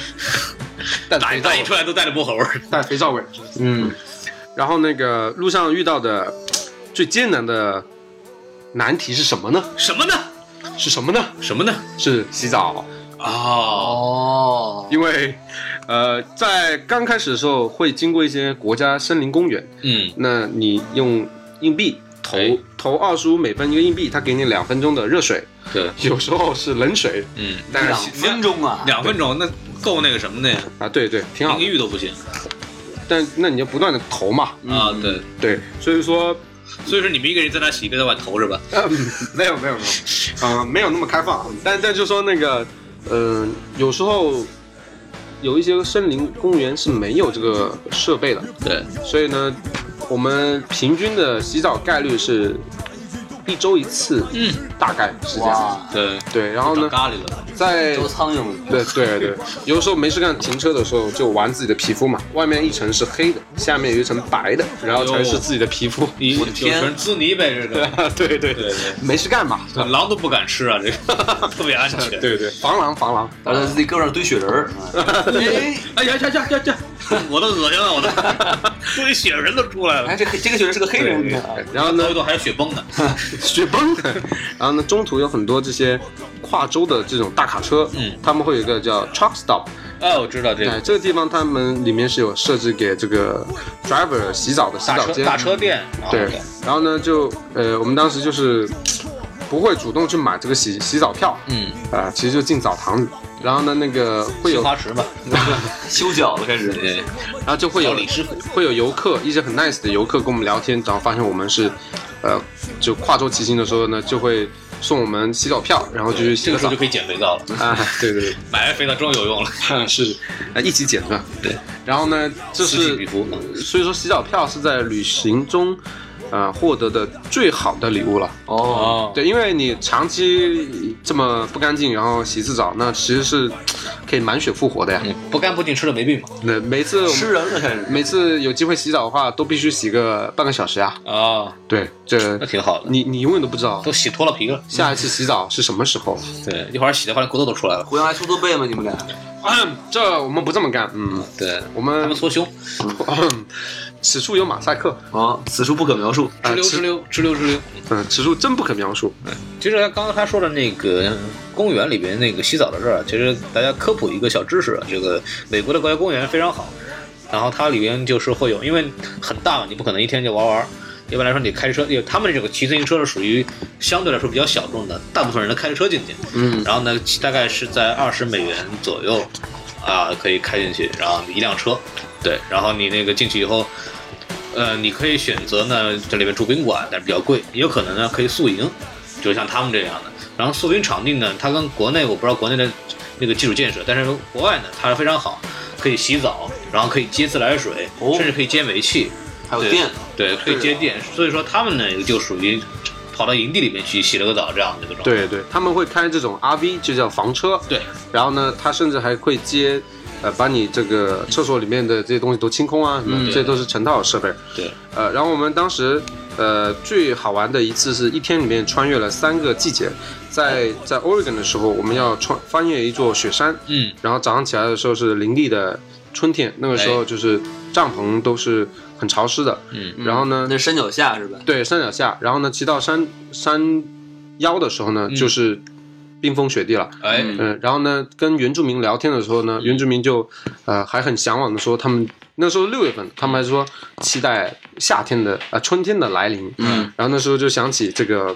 Speaker 1: 带
Speaker 3: 打
Speaker 1: 肥
Speaker 3: 一
Speaker 1: 皂
Speaker 3: 打一出来都带着薄荷味儿。
Speaker 1: 带肥皂味，嗯，然后那个路上遇到的最艰难的难题是什么呢？
Speaker 3: 什么呢？
Speaker 1: 是什么呢？
Speaker 3: 什么呢？
Speaker 1: 是洗澡，
Speaker 3: 哦，
Speaker 2: 哦，
Speaker 1: 因为呃在刚开始的时候会经过一些国家森林公园，
Speaker 3: 嗯，
Speaker 1: 那你用硬币投
Speaker 3: 哎
Speaker 1: 投二十五美分一个硬币，它给你两分钟的热水，
Speaker 3: 对，
Speaker 1: 有时候是冷水，
Speaker 3: 嗯，
Speaker 1: 但是
Speaker 2: 两
Speaker 1: 洗
Speaker 2: 分钟啊，
Speaker 3: 两分钟那够那个什么的呀，
Speaker 1: 啊对对挺好
Speaker 3: 淋个，浴都不行
Speaker 1: 但那你就不断的投嘛，
Speaker 3: 啊。
Speaker 1: 嗯
Speaker 3: 对，
Speaker 1: 对，所以说
Speaker 3: 所以说你们一个人在那洗，一个在外头是吧？
Speaker 1: 呃，没有没有没有，呃，没有那么开放，但但就说那个，呃，有时候有一些森林公园是没有这个设备的，
Speaker 3: 对，
Speaker 1: 所以呢，我们平均的洗澡概率是一周一次，
Speaker 3: 嗯，
Speaker 1: 大概是这样。
Speaker 2: 哇，
Speaker 3: 对，
Speaker 1: 对，然后
Speaker 3: 长
Speaker 1: 呢，
Speaker 3: 咖喱了，
Speaker 1: 在
Speaker 2: 周苍蝇，啊
Speaker 1: 对对对，有的时候没事干，停车的时候就玩自己的皮肤嘛，外面一层是黑的，下面有一层白的，然后才是自己的皮肤。
Speaker 3: 你
Speaker 2: 我的天
Speaker 3: 有成滋泥呗，这个。
Speaker 1: 对对
Speaker 3: 对
Speaker 1: 对，
Speaker 3: 对，
Speaker 1: 没事干嘛，
Speaker 3: 狼都不敢吃啊，这 [LAUGHS] 个特别安全。
Speaker 1: 对对，防狼防狼。
Speaker 2: 然后在自己胳膊上堆雪人儿，哎，
Speaker 3: 哎呀呀呀呀呀！ [LAUGHS] 我都恶心了，我 [LAUGHS] 都，堆雪人都出来了
Speaker 2: 哎，。这黑这个雪人是个黑人，你看啊
Speaker 1: 然后呢
Speaker 3: 头一，段还有雪崩呢，
Speaker 1: 雪崩。 [LAUGHS] 然后呢，中途有很多这些跨州的这种大卡车，
Speaker 3: 嗯，
Speaker 1: 他们会有一个叫 truck stop，
Speaker 3: 哎，我知道这
Speaker 1: 哎，这个地方他们里面是有设置给这个 driver 洗澡的洗
Speaker 3: 大
Speaker 1: 澡
Speaker 3: 车
Speaker 1: 间，
Speaker 3: 大车店，
Speaker 1: 对
Speaker 3: 啊，
Speaker 1: 然后呢，就呃，我们当时就是呃不会主动去买这个洗洗澡票，
Speaker 3: 嗯，
Speaker 1: 啊、其实就进澡堂子。然后呢，那个会
Speaker 3: 西
Speaker 1: 有，
Speaker 3: 花池 [LAUGHS] 嘛，
Speaker 2: 修脚了开始，
Speaker 3: 对，
Speaker 1: 然后就会有
Speaker 3: 小李师傅，
Speaker 1: 会有游客，一些很 nice 的游客跟我们聊天，然后发现我们是，呃，就跨州骑行的时候呢，就会送我们洗澡票，然后就去洗
Speaker 3: 这
Speaker 1: 个
Speaker 3: 个时
Speaker 1: 澡
Speaker 3: 候就可以减肥皂了，
Speaker 1: 啊，对对对。
Speaker 3: 买完肥皂终于有用了， [LAUGHS]
Speaker 1: 是，啊，一起减的。
Speaker 3: 对，
Speaker 1: 然后呢，这
Speaker 3: 此起
Speaker 1: 是
Speaker 3: 彼伏
Speaker 1: 所以说洗澡票是在旅行中，呃，获得的最好的礼物了。
Speaker 2: 哦，
Speaker 3: 哦，
Speaker 1: 对，因为你长期这么不干净，然后洗一次澡，那其实是可以满血复活的呀。
Speaker 3: 嗯，不干不净吃了没病嘛，
Speaker 1: 那每次我们
Speaker 2: 吃人了开始，
Speaker 1: 每次有机会洗澡的话，都必须洗个半个小时啊。
Speaker 3: 啊，
Speaker 1: 对，这
Speaker 3: 那挺好的，
Speaker 1: 你你永远都不知道
Speaker 3: 都洗脱了皮了，
Speaker 1: 下一次洗澡是什么时候。
Speaker 3: 对，一会儿洗的话连骨头都出来了，
Speaker 2: 互相还搓搓背吗？你们俩？
Speaker 1: 这我们不这么干，嗯，
Speaker 3: 对，
Speaker 1: 我
Speaker 3: 他
Speaker 1: 们
Speaker 3: 们搓胸，
Speaker 1: 此处有马赛克，
Speaker 2: 啊，此处不可描述。
Speaker 3: 直溜直溜直溜直溜。
Speaker 1: 嗯，此处真不可描述。
Speaker 3: 其实刚刚他说的那个公园里边那个洗澡的事儿啊，其实大家科普一个小知识啊，这个美国的国家公园非常好，然后它里边就是会有，因为很大嘛，你不可能一天就玩完。一般来说，你开车，因为他们这个骑自行车是属于相对来说比较小众的，大部分人都开着车进去。
Speaker 1: 嗯，
Speaker 3: 然后呢，大概是在二十美元左右啊，可以开进去，然后一辆车，对，然后你那个进去以后，呃，你可以选择呢，这里面住宾馆，但是比较贵，也有可能呢可以宿营，就像他们这样的。然后宿营场地呢，它跟国内我不知道国内的那个基础建设，但是国外呢它是非常好，可以洗澡，然后可以接自来水，
Speaker 2: 哦
Speaker 3: 甚至可以接煤气，
Speaker 2: 还有电，
Speaker 3: 对，可以接电。所以说他们呢就属于跑到营地里面去洗了个澡这样的一个状态。
Speaker 1: 对对，他们会开这种 RV，就叫房车。
Speaker 3: 对，
Speaker 1: 然后呢，他甚至还会接，呃，把你这个厕所里面的这些东西都清空啊，什么的，
Speaker 3: 嗯
Speaker 1: 这都是成套的设备。
Speaker 3: 对，
Speaker 1: 呃，然后我们当时，呃，最好玩的一次是一天里面穿越了三个季节，在在 Oregon 的时候，我们要穿翻越一座雪山，
Speaker 3: 嗯，
Speaker 1: 然后早上起来的时候是凌厉的春天，那个时候就是帐篷都是很潮湿的，
Speaker 3: 哎嗯，
Speaker 1: 然后呢，
Speaker 2: 那是山脚下是吧？
Speaker 1: 对，山脚下，然后呢，骑到山山腰的时候呢，
Speaker 3: 嗯
Speaker 1: 就是冰封雪地了。
Speaker 3: 哎，
Speaker 2: 嗯
Speaker 1: 嗯，然后呢，跟原住民聊天的时候呢，原住民就呃还很向往的说，他们那时候六月份，他们还说期待夏天的呃春天的来临。
Speaker 2: 嗯，
Speaker 1: 然后那时候就想起这个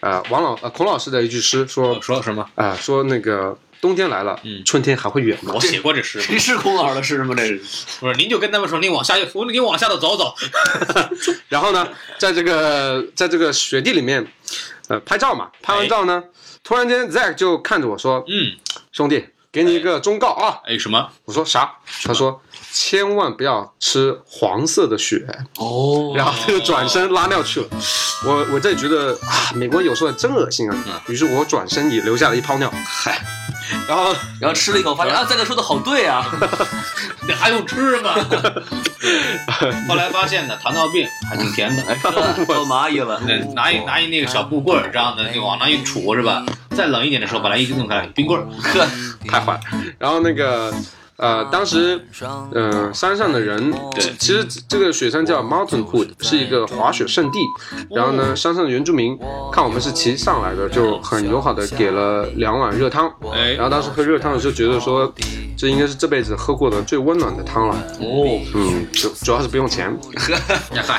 Speaker 1: 呃王老呃孔老师的一句诗说
Speaker 3: 我说什么？
Speaker 1: 啊、说那个冬天来了，
Speaker 3: 嗯
Speaker 1: 春天还会远吗
Speaker 3: 我？写过这诗吗，
Speaker 2: [LAUGHS] 谁是空老师的诗吗？这是
Speaker 3: 不是您就跟他们说，您往下，您往下头走走。
Speaker 1: 然后呢，在这个在这个雪地里面，呃拍照嘛，拍完照呢，突然间 Zack 就看着我说，
Speaker 3: [LAUGHS] 哎嗯，
Speaker 1: 兄弟，给你一个忠告啊！
Speaker 3: 哎，什么？
Speaker 1: 我说啥？他说千万不要吃黄色的雪，
Speaker 2: 哦
Speaker 1: [LAUGHS] 然后他就转身拉尿去了。我我这觉得啊，美国有时候真恶心啊。于是我转身也留下了一泡尿。嗨， [LAUGHS] 然后
Speaker 2: 然后吃了一口，发现啊，赞哥说的好对啊，
Speaker 3: 那还用吃 [LAUGHS] 吗？后来发现呢，糖尿病还挺甜的。
Speaker 2: [LAUGHS] 哎嗯是吧做蚂蚁了，
Speaker 3: 那拿一拿一那个小木棍儿这样的，就往那一杵是吧？再冷一点的时候，把它一弄开，冰棍儿。
Speaker 2: 呵，
Speaker 1: 太坏了。然后那个呃，当时嗯、呃山上的人，
Speaker 3: 对
Speaker 1: 其实这个雪山叫 Mountain Hood，是一个滑雪圣地。然后呢，山上的原住民看我们是骑上来的，就很友好的给了两碗热汤。
Speaker 3: 哎
Speaker 1: 然，后当时喝热汤的时候，觉得说这应该是这辈子喝过的最温暖的汤了。
Speaker 3: 哦，
Speaker 1: 嗯，主主要是不用钱。
Speaker 3: 嗨，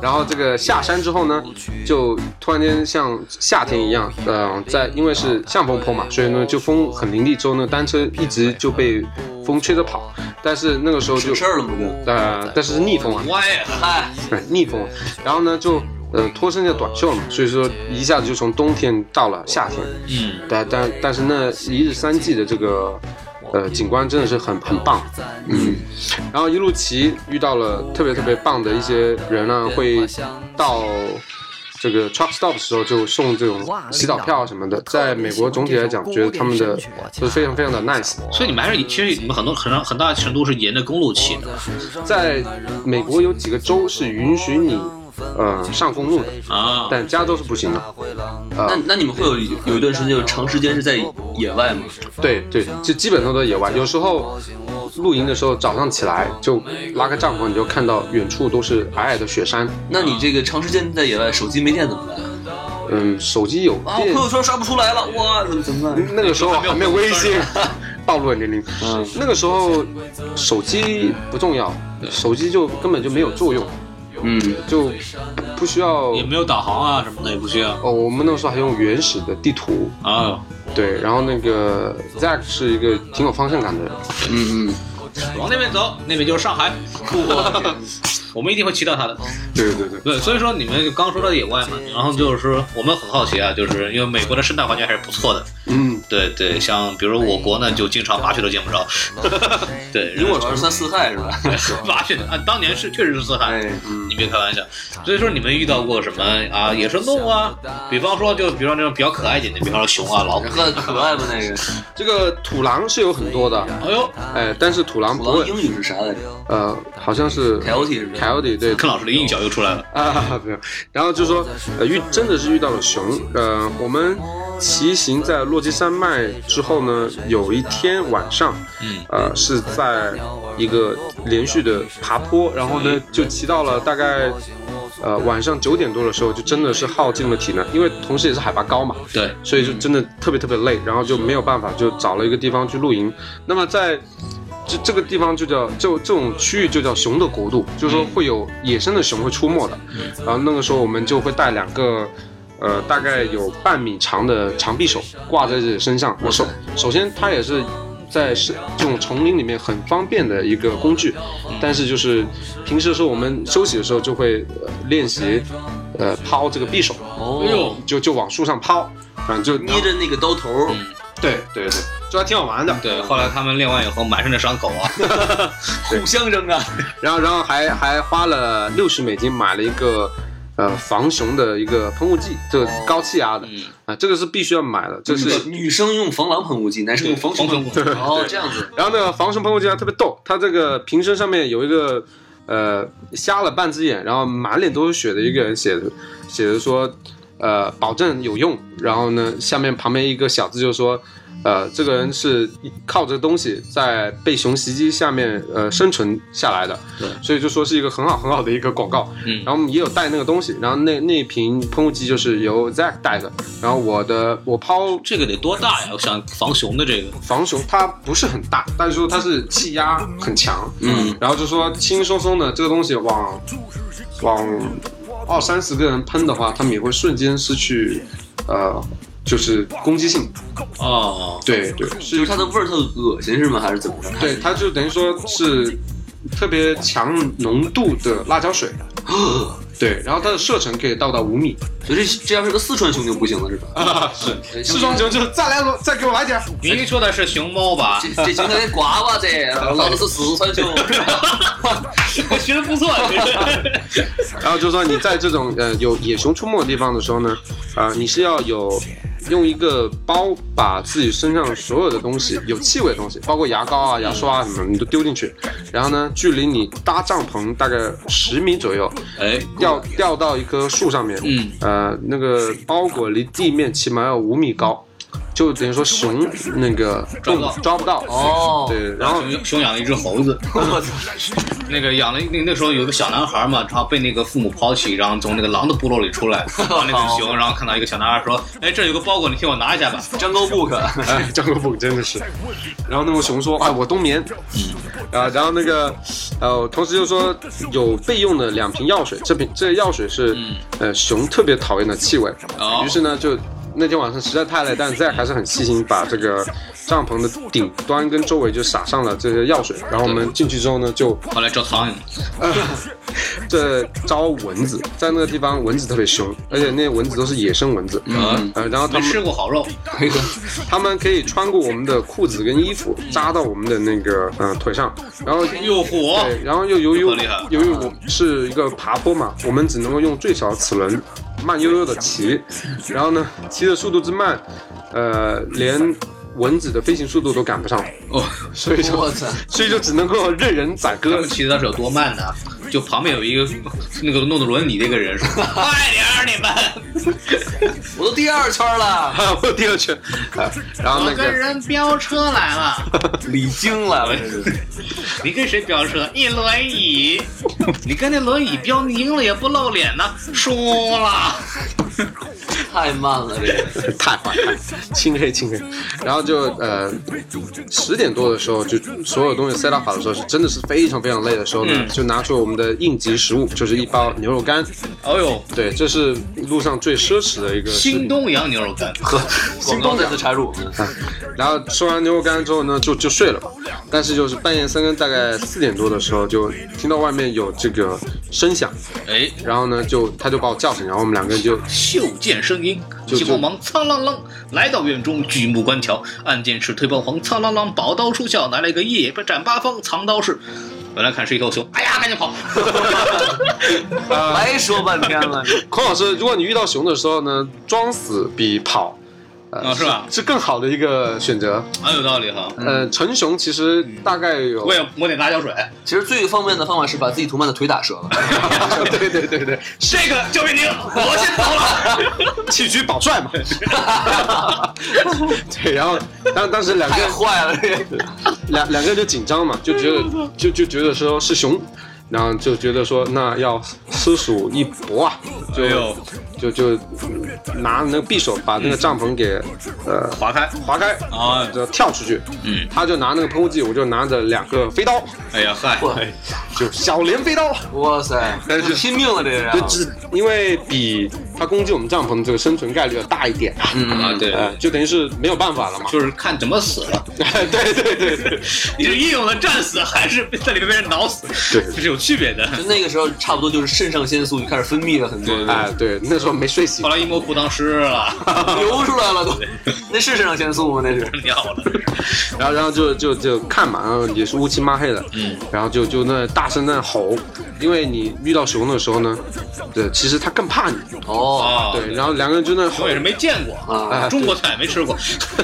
Speaker 1: 然后这个下山之后呢，就突然间像夏天一样，呃，在因为是向风坡嘛，所以呢就风很凌厉，之后呢单车一直就被风吹着跑，但是那个时候就
Speaker 2: 出事儿了吗？哥，
Speaker 1: 呃，但是是逆风啊，
Speaker 3: 歪呀！
Speaker 2: 嗨，
Speaker 1: 对， [LAUGHS] 逆风，啊然后呢就呃脱身下短袖嘛，所以说一下子就从冬天到了夏天，
Speaker 3: 嗯，
Speaker 1: 但但但是那一日三季的这个呃景观真的是很很棒，嗯，然后一路骑遇到了特别特别棒的一些人呢、会到。这个 truck stop 的时候就送这种洗澡票什么的，在美国总体来讲，觉得他们的都是非常非常的 nice。
Speaker 3: 所以你们还是其实你们很多很大很大程度是沿着公路骑的
Speaker 1: 在美国有几个州是允许你呃上公路的，
Speaker 3: 啊。
Speaker 1: 但加州是不行的。
Speaker 2: 那那你们会有有一段时间，就是长时间是在野外吗？
Speaker 1: 对对，就基本上都是野外。有时候露营的时候，早上起来就拉个帐篷，你就看到远处都是皑皑的雪山。
Speaker 2: 那你这个长时间在野外，手机没电怎么办？
Speaker 1: 嗯，手机有
Speaker 2: 啊，我朋
Speaker 1: 电， [LAUGHS]
Speaker 2: 友圈刷不出来了，哇，怎么怎么办？
Speaker 1: 那个时候还没有微 [LAUGHS] 信，暴露了年龄。那个时候手机不重要，手机就根本就没有作用，
Speaker 2: 嗯，
Speaker 1: 就不需要。
Speaker 3: 也没有导航啊什么的，也不需要
Speaker 1: 哦，我们那时候还用原始的地图，
Speaker 3: 啊。
Speaker 1: 对，然后那个 Zack 是一个挺有方向感的人，
Speaker 3: 往那边走，那边就是上海。哦 [LAUGHS] 我们一定会骑到它的。
Speaker 1: 对对对，
Speaker 3: 对，所以说你们刚说到野外嘛，然后哦就是说我们很好奇啊，就是因为美国的生态环境还是不错的。
Speaker 1: 嗯，
Speaker 3: 对对，像比如我国呢，就经常麻雀都见不着。哦 [LAUGHS] 对，
Speaker 2: 你我玩算四害是 [LAUGHS] 吧？
Speaker 3: [LAUGHS] 麻雀啊，当年是确实是四海。
Speaker 2: 哎，
Speaker 3: 你别开玩笑，所以说你们遇到过什么啊野生动物啊？比方说，就比方那种比较可爱一点的，比方说熊啊、老虎。
Speaker 2: 呵，可爱不那个？
Speaker 1: 这个土狼是有很多的，
Speaker 3: 哎呦，
Speaker 1: 哎，但是土狼不
Speaker 2: 我忘了
Speaker 1: 会，
Speaker 2: 英语是啥来着
Speaker 1: 呃，好像是
Speaker 2: ？Coyote 是不是？
Speaker 1: Coyote
Speaker 3: [LAUGHS]
Speaker 1: 对
Speaker 3: 坑老师的韵脚又出来了。
Speaker 1: 啊，没有。然后就说，呃，遇真的是遇到了熊。呃，我们骑行在落基山脉之后呢，有一天晚上，
Speaker 3: 嗯，
Speaker 1: 呃，是在一个连续的爬坡，然后呢就骑到了大概。呃，晚上九点多的时候，就真的是耗尽了体能，因为同时也是海拔高嘛，
Speaker 3: 对，
Speaker 1: 所以就真的特别特别累，然后就没有办法，就找了一个地方去露营。那么在这这个地方就叫就这种区域就叫熊的国度，就是说会有野生的熊会出没的。然后那个时候我们就会带两个。呃，大概有半米长的长匕首挂在自己身上。我首首先它也是在是这种丛林里面很方便的一个工具，但是就是平时的时候我们休息的时候就会、呃练习，呃抛这个匕首。
Speaker 3: 哎
Speaker 2: 哦，
Speaker 1: 嗯就就往树上抛，反正就
Speaker 2: 捏着那个刀头，
Speaker 1: 对对对，就还挺好玩的。
Speaker 3: 对，后来他们练完以后，满身的伤口啊。 [LAUGHS]
Speaker 2: 互相扔啊。
Speaker 1: 然后然后还还花了六十美金买了一个。呃，防熊的一个喷雾剂，这个高气压的，
Speaker 3: 嗯
Speaker 1: 啊，这个是必须要买的，这是
Speaker 2: 女生用防狼喷雾剂，男生用防熊喷雾剂。哦，这样子。
Speaker 1: 然后那个防熊喷雾剂还特别逗，它这个瓶身上面有一个呃瞎了半只眼，然后满脸都是血的一个人写的，写的说呃保证有用。然后呢，下面旁边一个小字就说。呃，这个人是靠着东西在被熊袭击下面呃生存下来的，
Speaker 3: 对
Speaker 1: 所以就说是一个很好很好的一个广告。
Speaker 3: 嗯
Speaker 1: 然后我们也有带那个东西，然后那那一瓶喷雾剂就是由 Zack 带的，然后我的我抛
Speaker 3: [LAUGHS] 这个得多大呀？我想防熊的这个，
Speaker 1: 防熊它不是很大，但是说它是气压很强，
Speaker 2: 嗯，
Speaker 1: 然后就说轻轻松松的这个东西往往二三十个人喷的话，他们也会瞬间失去呃就是攻击性，
Speaker 3: 哦，
Speaker 1: 对对，
Speaker 2: 就是是它的味儿特恶心是吗？还是怎么着？
Speaker 1: 对，它就等于说是特别强浓度的辣椒水，对，然后它的射程可以到达五米，
Speaker 2: 哦所以这这要是个四川熊就不行了是吧？
Speaker 1: 啊 [LAUGHS] 是是双球就再来轮再给我来点儿，
Speaker 3: 明明说的是熊猫吧
Speaker 2: [LAUGHS] 这？这熊得刮吧这，老子是四川熊。 [LAUGHS]
Speaker 3: 我学的不错， [LAUGHS] 这是
Speaker 1: 然后就说你在这种呃有野熊出没的地方的时候呢，啊、你是要有用一个包把自己身上所有的东西，有气味的东西，包括牙膏啊、牙刷啊什么的，你都丢进去。然后呢，距离你搭帐篷大概十米左右，
Speaker 2: 哎，
Speaker 1: 掉掉到一棵树上面，
Speaker 2: 嗯，
Speaker 1: 呃，那个包裹离地面起码要五米高，就等于说熊那个
Speaker 3: 抓不到
Speaker 1: 抓不到。
Speaker 2: 哦，
Speaker 1: 对，然后
Speaker 3: 熊熊养了一只猴子，
Speaker 2: 我操，
Speaker 3: [LAUGHS] 那个养了那那时候有个小男孩嘛，然后被那个父母抛弃，然后从那个狼的部落里出 [LAUGHS] 来，然后那只熊，然后看到一个小男孩说：“哎，这有个包裹，你替我拿一下吧。
Speaker 2: Jungle Book，
Speaker 1: 哎， [LAUGHS] 张国鹏真的是。然后那个熊说：“哎，我冬眠。”
Speaker 3: 嗯
Speaker 1: 啊，然后那个，呃，同时就说有备用的两瓶药水，这瓶这个药水是、呃熊特别讨厌的气味。
Speaker 3: 嗯哦
Speaker 1: 于是呢，就那天晚上实在太累，但 Zack 还是很细心，把这个帐篷的顶端跟周围就撒上了这些药水。然后我们进去之后呢，就”
Speaker 3: 后来招苍蝇了，
Speaker 1: 这招蚊子，在那个地方蚊子特别凶，而且那些蚊子都是野生蚊子。
Speaker 3: 嗯，
Speaker 1: 呃，然后他
Speaker 3: 没
Speaker 1: 们
Speaker 3: 吃过好肉，
Speaker 1: 他们可以穿过我们的裤子跟衣服，扎到我们的那个呃腿上，然后
Speaker 3: 又火，
Speaker 1: 对，然后又由于
Speaker 3: 很厉害
Speaker 1: 由于我是一个爬坡嘛，我们只能够用最小齿轮慢悠悠的骑，然后呢，骑的速度之慢，呃，连蚊子的飞行速度都赶不上，
Speaker 3: 哦，
Speaker 1: 所以
Speaker 2: [LAUGHS] 我
Speaker 1: 就
Speaker 2: 操，
Speaker 1: 所以就只能够任人宰
Speaker 3: 他
Speaker 1: 割
Speaker 3: 们。骑的是有多慢呢？就旁边有一个那个弄得轮椅的一个人说：“快点儿你们，
Speaker 2: 我都第二圈了，
Speaker 1: 啊， [LAUGHS] 我第二圈，啊然后那
Speaker 3: 我跟
Speaker 1: 个
Speaker 3: 人飙车来了，
Speaker 2: 李菁来了，这是
Speaker 3: [LAUGHS] 你跟谁飙车？一轮椅，你跟那轮椅飙赢了也不露脸呢，输了。”
Speaker 2: 太慢了，这个，
Speaker 1: [LAUGHS] 太坏了，青黑青黑，然后就呃十点多的时候，就所有东西 set up 好的时候，是真的是非常非常累的时候呢，
Speaker 3: 嗯
Speaker 1: 就拿出我们的应急食物，就是一包牛肉干，
Speaker 3: 哎呦，
Speaker 1: 对，这是路上最奢侈的一个食
Speaker 3: 新
Speaker 1: 品。
Speaker 3: 东阳牛肉干，呵，
Speaker 2: 广告再次插入，
Speaker 1: 啊
Speaker 2: 嗯
Speaker 1: 然后吃完牛肉干之后呢，就就睡了吧。但是就是半夜三更，大概四点多的时候，就听到外面有这个声响，
Speaker 3: 哎，
Speaker 1: 然后呢，就他就把我叫醒，然后我们两个人就
Speaker 3: 袖见声音，
Speaker 1: 就
Speaker 3: 急慌忙苍啷啷来到院中，举目观瞧，暗箭是推包黄，苍啷啷宝刀出鞘，拿来一个夜斩八方藏刀式。本来看是一头熊，哎呀，赶紧 [LAUGHS] 跑！
Speaker 2: 白说半天了，
Speaker 1: 孔老师，如果你遇到熊的时候呢，装死比跑，呃
Speaker 3: 啊是吧
Speaker 1: 是更好的一个选择。
Speaker 3: 很哎有道理哈。
Speaker 1: 呃，成熊其实大概有
Speaker 3: 我，也抹点辣椒水，
Speaker 2: 其实最方便的方法是把自己同伴的腿打折了，
Speaker 1: 对对对对，
Speaker 3: 这个交给您，我先走了。
Speaker 1: 弃车保帅嘛。 [LAUGHS] 对，然后当当时两个
Speaker 2: 太坏了，这个，
Speaker 1: 两两个人就紧张嘛，就觉得就就觉得说是熊，然后就觉得说那要私鼠一搏啊，就、
Speaker 3: 哎呦
Speaker 1: 就就拿那个匕首把那个帐篷给、呃
Speaker 3: 划开
Speaker 1: 划开，
Speaker 3: 啊！
Speaker 1: 就跳出去。
Speaker 3: 嗯，
Speaker 1: 他就拿那个喷雾剂，我就拿着两个飞刀，
Speaker 3: 哎呀嗨，
Speaker 2: 哇
Speaker 1: 就小连飞刀。
Speaker 2: 哇塞，
Speaker 1: 但是
Speaker 2: 拼命了，这个人啊
Speaker 1: 就，只因为比他攻击我们帐篷的这个生存概率要大一点，
Speaker 3: 啊对，
Speaker 1: 呃，就等于是没有办法了嘛。
Speaker 3: 就是看怎么死了。
Speaker 1: [LAUGHS] 对对对对，
Speaker 3: [LAUGHS] 你是英勇的战死，还是被在里面被人挠死？
Speaker 1: 对
Speaker 3: 这是有区别的。
Speaker 2: 就那个时候差不多就是肾上腺素就开始分泌了很多，
Speaker 1: [LAUGHS] 哎、对，那时候没睡醒
Speaker 3: 后，来一摸裤裆湿了，
Speaker 2: 流出来了都，那是肾上腺素吗？那
Speaker 1: [LAUGHS]
Speaker 2: 是。
Speaker 3: 尿 [LAUGHS] 了。
Speaker 1: 然后然后就就就看嘛，然后也是乌漆嘛黑的，嗯，然后就就那大声那吼，因为你遇到熊的时候呢，对，其实它更怕你，
Speaker 2: 哦，
Speaker 3: 哦，
Speaker 1: 对，然后两个人就那吼
Speaker 3: 我也，是没见过
Speaker 2: 啊
Speaker 3: 中国菜没吃过。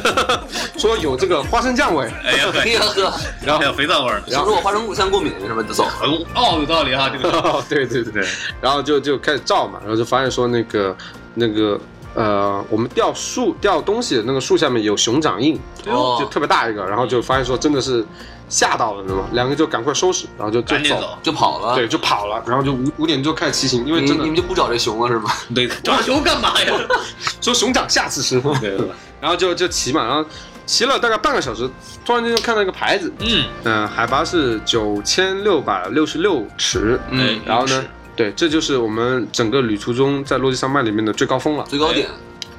Speaker 1: [LAUGHS] 说有这个花生酱味，
Speaker 3: 哎
Speaker 2: [LAUGHS]
Speaker 3: 呀，
Speaker 2: 嘿
Speaker 3: 对，
Speaker 2: 呵呵，
Speaker 3: 还有肥皂味儿呢。
Speaker 2: 是不是我花生酱过敏什么的走？
Speaker 3: 哦哦，有道理哈，这个
Speaker 1: [LAUGHS] 对对对，然后就就开始照嘛，然后就发现说那个那个呃，我们掉树掉东西的那个树下面有熊掌印，
Speaker 2: 哦
Speaker 1: 就特别大一个，然后就发现说真的是吓到了，那种，两个就赶快收拾，然后就就
Speaker 3: 赶紧走。
Speaker 2: 就跑了。
Speaker 1: 对，就跑了，然后就五五点就开始骑行，因为
Speaker 2: 你
Speaker 1: 真的
Speaker 2: 你们
Speaker 3: 嗯
Speaker 2: 就不找这熊了是吗？
Speaker 3: 对，找熊干嘛呀？
Speaker 1: 说熊掌下此时，
Speaker 3: 对
Speaker 1: 然后就就骑嘛，然后骑了大概半个小时，突然间就看到一个牌子，
Speaker 3: 嗯，
Speaker 1: 嗯、海拔是九千六百六十六尺，
Speaker 3: 嗯
Speaker 1: 然后呢
Speaker 3: 是，
Speaker 1: 对，这就是我们整个旅途中在落基山脉里面的最高峰了，
Speaker 2: 最高点，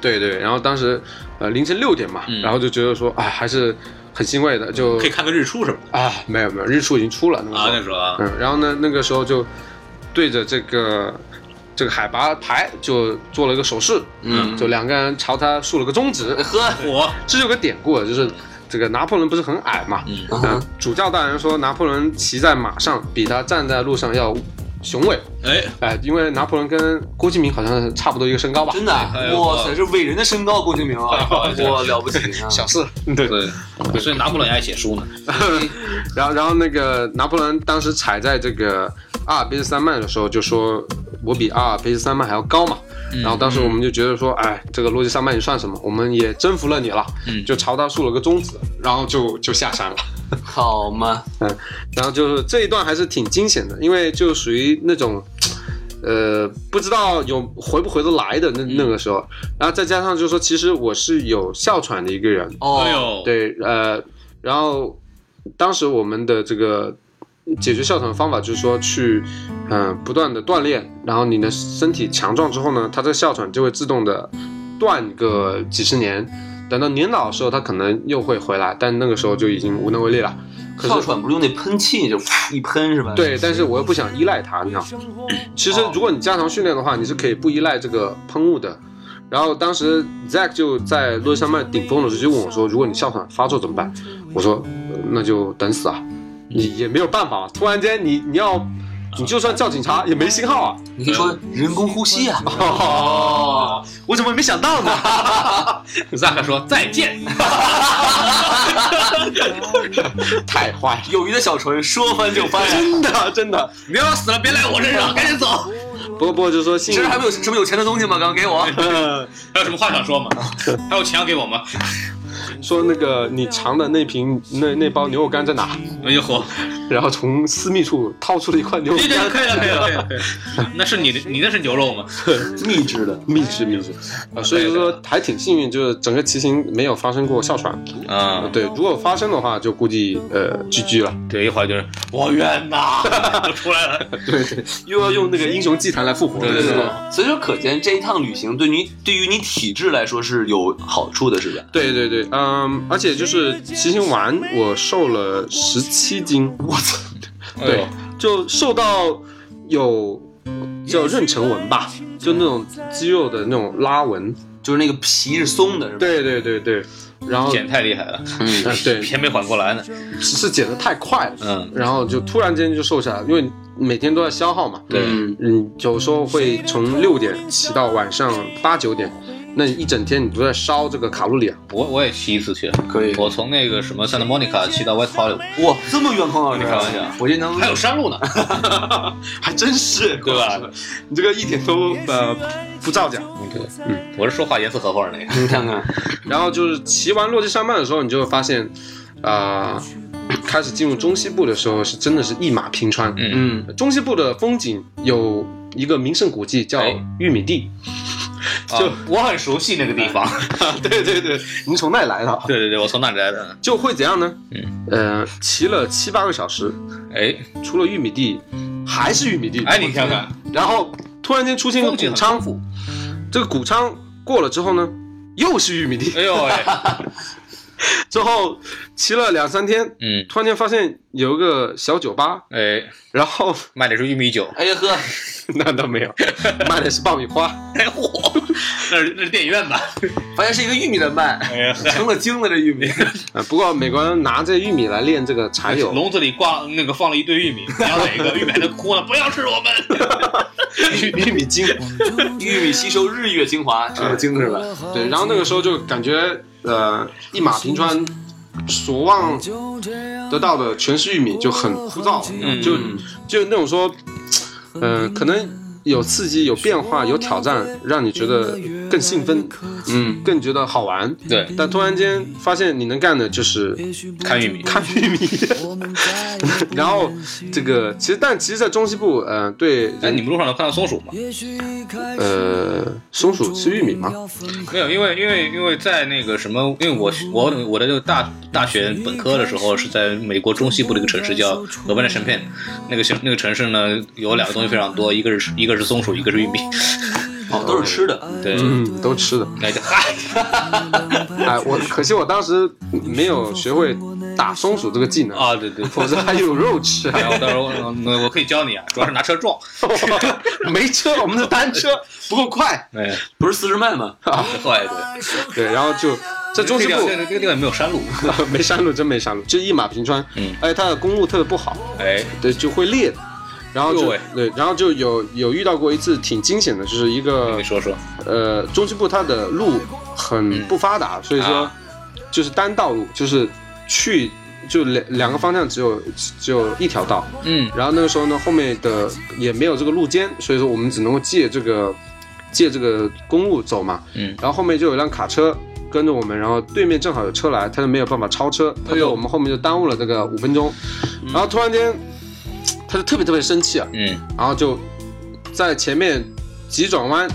Speaker 1: 对对，然后当时呃凌晨六点嘛，然后就觉得说啊还是很欣慰的，就
Speaker 3: 嗯可以看个日出是吧？
Speaker 1: 啊没有没有日出已经出了那个时
Speaker 3: 啊，
Speaker 1: 候
Speaker 3: 那时候啊，
Speaker 1: 嗯，然后呢，那个时候就对着这个这个海拔牌就做了一个手势，
Speaker 2: 嗯
Speaker 1: 就两个人朝他竖了个中指。
Speaker 2: 呵，
Speaker 3: 我
Speaker 1: 这有个典故，就是这个拿破仑不是很矮嘛，
Speaker 3: 嗯
Speaker 1: 嗯，主教大人说拿破仑骑在马上比他站在路上要雄伟，
Speaker 3: 哎，
Speaker 1: 哎、因为拿破仑跟郭敬明好像差不多一个身高吧，
Speaker 2: 真的啊
Speaker 3: 哎，呦
Speaker 2: 哇塞，是伟人的身高，郭敬明
Speaker 1: 哎
Speaker 2: 啊，哇，了不起啊！
Speaker 1: [LAUGHS] 小事，对。
Speaker 3: 对，所以拿破仑也爱写书呢。
Speaker 1: 然后，然后那个拿破仑当时踩在这个阿尔卑斯山脉的时候，就说我比阿尔卑斯山脉还要高嘛。然后当时我们就觉得说，哎，这个落基山脉你算什么？我们也征服了你了，
Speaker 3: 嗯
Speaker 1: 就朝他竖了个中指，然后就就下山了。
Speaker 2: 好嘛，
Speaker 1: 然后就是这一段还是挺惊险的，因为就属于那种，呃，不知道有回不回得来的那那个时候。然后再加上就是说，其实我是有哮喘的一个人，
Speaker 3: 哎
Speaker 2: 哦，
Speaker 3: 呦，
Speaker 1: 对，呃，然后当时我们的这个解决哮喘的方法就是说去，嗯、不断的锻炼，然后你的身体强壮之后呢，它这个哮喘就会自动的断个几十年，等到年老的时候，它可能又会回来，但那个时候就已经无能为力了。可
Speaker 2: 哮
Speaker 1: 是。
Speaker 2: 喘不是用那喷气就一喷是吧？
Speaker 1: 对，但是我又不想依赖它，你知道吗。其实如果你加强训练的话，你是可以不依赖这个喷雾的。然后当时 Zack 就在洛杉矶顶峰的时候就问我说：“如果你哮喘发作怎么办？”我说：“呃那就等死啊，你也没有办法。啊突然间你你要，你就算叫警察也没信号啊。
Speaker 2: 你可以说人工呼吸啊，
Speaker 1: 哦，我怎么没想到呢？
Speaker 3: 扎克说再见，
Speaker 1: [LAUGHS] 太坏了，
Speaker 2: [LAUGHS] 友谊的小船说翻就翻啊呀。
Speaker 1: 真的真的。
Speaker 3: 你要死了别来我身上，赶紧走。
Speaker 1: 不过不过就是说幸
Speaker 2: 身上还
Speaker 1: 运，
Speaker 2: 没有什么有钱的东西吗？刚给我。
Speaker 3: 还有什么话想说吗？还有钱要给我吗？
Speaker 1: 说那个你藏的那瓶那那包牛肉干在哪？ [LAUGHS]
Speaker 3: 哎呦 [LAUGHS] 呵，
Speaker 1: 然后从私密处掏出了一块牛肉
Speaker 3: 这
Speaker 1: 干
Speaker 3: 哎个，可以了，可以了，可以了可以了。那是你 [LAUGHS] 的，你那是牛肉吗？
Speaker 2: 秘制的，
Speaker 1: 密制密制啊，所以说还挺幸运，就是整个骑行没有发生过哮喘。
Speaker 3: 啊，
Speaker 1: 对，如果发生的话，就估计呃 GG 了。
Speaker 3: 对，一会儿就是我冤
Speaker 2: [LAUGHS]
Speaker 3: 呐，我出来了。
Speaker 1: 对对，又要用那个英雄祭坛来复活。
Speaker 3: 对对对
Speaker 1: 对
Speaker 2: 所以说可见这一趟旅行对你对于你体质来说是有好处的，是吧？
Speaker 1: 对对对，嗯，而且就是骑行完，我瘦了十七斤，我操，
Speaker 3: 哎
Speaker 1: 对
Speaker 3: 呦，
Speaker 1: 就瘦到有叫妊娠纹吧，就那种肌肉的那种拉纹。
Speaker 2: 就是那个皮是松的，是吧？
Speaker 1: 对对对对，然后
Speaker 3: 减太厉害了， [LAUGHS]
Speaker 1: 嗯对，
Speaker 3: 钱没缓过来呢。
Speaker 1: 只是减的太快了，
Speaker 3: 嗯，
Speaker 1: 然后就突然间就瘦下来，因为每天都在消耗嘛。
Speaker 3: 对
Speaker 1: 嗯，嗯，有时候会从六点骑到晚上八九点，那一整天你都在烧这个卡路里啊。
Speaker 3: 我我也骑一次去，
Speaker 2: 可以
Speaker 3: 我从那个什么 Santa Monica 骑到 White Hollow，
Speaker 2: 哇，这么啊远，孔老师，
Speaker 3: 你开玩笑
Speaker 2: 嗯我这能
Speaker 3: 还有山 [LAUGHS] 路呢。
Speaker 1: 还真是，
Speaker 3: 对吧？
Speaker 1: 你这个一点都呃不造假。
Speaker 3: 对，嗯，我是说话严丝合缝的那个。
Speaker 2: 你看看，
Speaker 1: 然后就是骑完落基山脉的时候，你就会发现，啊、开始进入中西部的时候是真的是一马平川。
Speaker 3: 嗯
Speaker 2: 嗯，
Speaker 1: 中西部的风景有一个名胜古迹叫
Speaker 3: 哎
Speaker 1: 玉米地，
Speaker 3: [LAUGHS]
Speaker 1: 就
Speaker 3: 啊我很熟悉那个地 [LAUGHS] 方。
Speaker 1: 对对对，您从那里来的啊？
Speaker 3: 对对对，我从那里来的。
Speaker 1: 就会怎样呢？
Speaker 3: 嗯，
Speaker 1: 呃，骑了七八个小时，
Speaker 3: 哎
Speaker 1: 除了玉米地，还是玉米地。
Speaker 3: 哎，你看看，
Speaker 1: 然后突然间出现一个
Speaker 3: 风景
Speaker 1: 谷
Speaker 3: 很
Speaker 1: 仓
Speaker 3: 丰，富。
Speaker 1: 这个谷仓过了之后呢，又是玉米地。
Speaker 3: 哎呦喂，
Speaker 1: 之后骑了两三天，
Speaker 3: 嗯，
Speaker 1: 突然间发现有一个小酒吧，
Speaker 3: 哎，
Speaker 1: 然后
Speaker 3: 卖的是玉米酒。
Speaker 2: 哎呀呵，
Speaker 1: [LAUGHS] 那倒没有，卖的是爆米花。
Speaker 3: 哎嚯， [LAUGHS] 那是那是电影院吧？
Speaker 2: 发现是一个玉米的麦，
Speaker 3: 哎呀， [LAUGHS]
Speaker 2: 成了精了这 [LAUGHS] 玉米。
Speaker 1: 呃，不过美国人拿这玉米来炼这个
Speaker 3: 哎
Speaker 1: 柴油，
Speaker 3: 笼子里挂那个放了一堆玉米，你要哪个？玉米还在哭呢，不要吃我们！
Speaker 1: [LAUGHS] 玉米精。呃
Speaker 2: 玉米吸收日月精华，成了精是吧？
Speaker 1: 对，然后那个时候就感觉呃一马平川，所望得到的全是玉米，就很枯燥，
Speaker 3: 嗯
Speaker 1: 就就那种说，呃，可能有刺激、有变化、有挑战，让你觉得更兴奋，
Speaker 2: 嗯，
Speaker 1: 更觉得好玩。
Speaker 3: 对，
Speaker 1: 但突然间发现你能干的就是
Speaker 3: [LAUGHS] 看玉米，
Speaker 1: 看
Speaker 2: [LAUGHS]
Speaker 1: 玉米，然后这个其实但其实，在中西部，呃，对
Speaker 3: 哎，你
Speaker 1: 人
Speaker 3: 们路上能看到松鼠吗？
Speaker 1: 呃松鼠吃玉米吗？
Speaker 3: 没有，因为因为因为在那个什么，因为我我我的这个大大学本科的时候是在美国中西部的一个城市叫罗伯特神片，那个城那个城市呢有两个东西非常多，一个是一个是松鼠，一个是玉米。
Speaker 2: 哦，都是吃的，
Speaker 3: 对，
Speaker 1: 嗯，都吃的。
Speaker 3: 那就嗨，
Speaker 1: 哎，我可惜我当时没有学会打松鼠这个技能，
Speaker 3: 啊，对 [LAUGHS] 对。
Speaker 1: 否则还有肉吃。 [LAUGHS]
Speaker 3: 然后到时候我我我可以教你啊，主要是拿车撞。
Speaker 1: 没车，我们的单车不够快。
Speaker 3: 哎，
Speaker 2: 不是四十麦吗？
Speaker 3: 后来对，
Speaker 1: 对，然后就在中
Speaker 3: 这
Speaker 1: 西
Speaker 3: 个地方
Speaker 1: 部
Speaker 3: 这个这个地方也没有
Speaker 1: [LAUGHS]
Speaker 3: 山路。
Speaker 1: 没山路，真没山路，就一马平川。哎
Speaker 3: 嗯
Speaker 1: 而且它的公路特别不好，
Speaker 3: 哎，
Speaker 1: 对，就会裂的。然后
Speaker 3: 哟
Speaker 1: 就
Speaker 3: 哎喂
Speaker 1: 对，然后就有有遇到过一次挺惊险的，就是一个
Speaker 3: 你说说，
Speaker 1: 呃中西部它的路很不发达，所以说
Speaker 3: 啊
Speaker 1: 就是单道路，就是去就两两个方向只有只有一条道，
Speaker 3: 嗯，
Speaker 1: 然后那个时候呢，后面的也没有这个路肩，所以说我们只能够借这个借这个公路走嘛。
Speaker 3: 嗯
Speaker 1: 然后后面就有辆卡车跟着我们，然后对面正好有车来，他就没有办法超车，他
Speaker 3: 哎
Speaker 1: 就
Speaker 3: 呦
Speaker 1: 我们后面就耽误了这个五分钟。然后突然间，他就特别特别生气啊，
Speaker 3: 嗯，
Speaker 1: 然后就在前面急转弯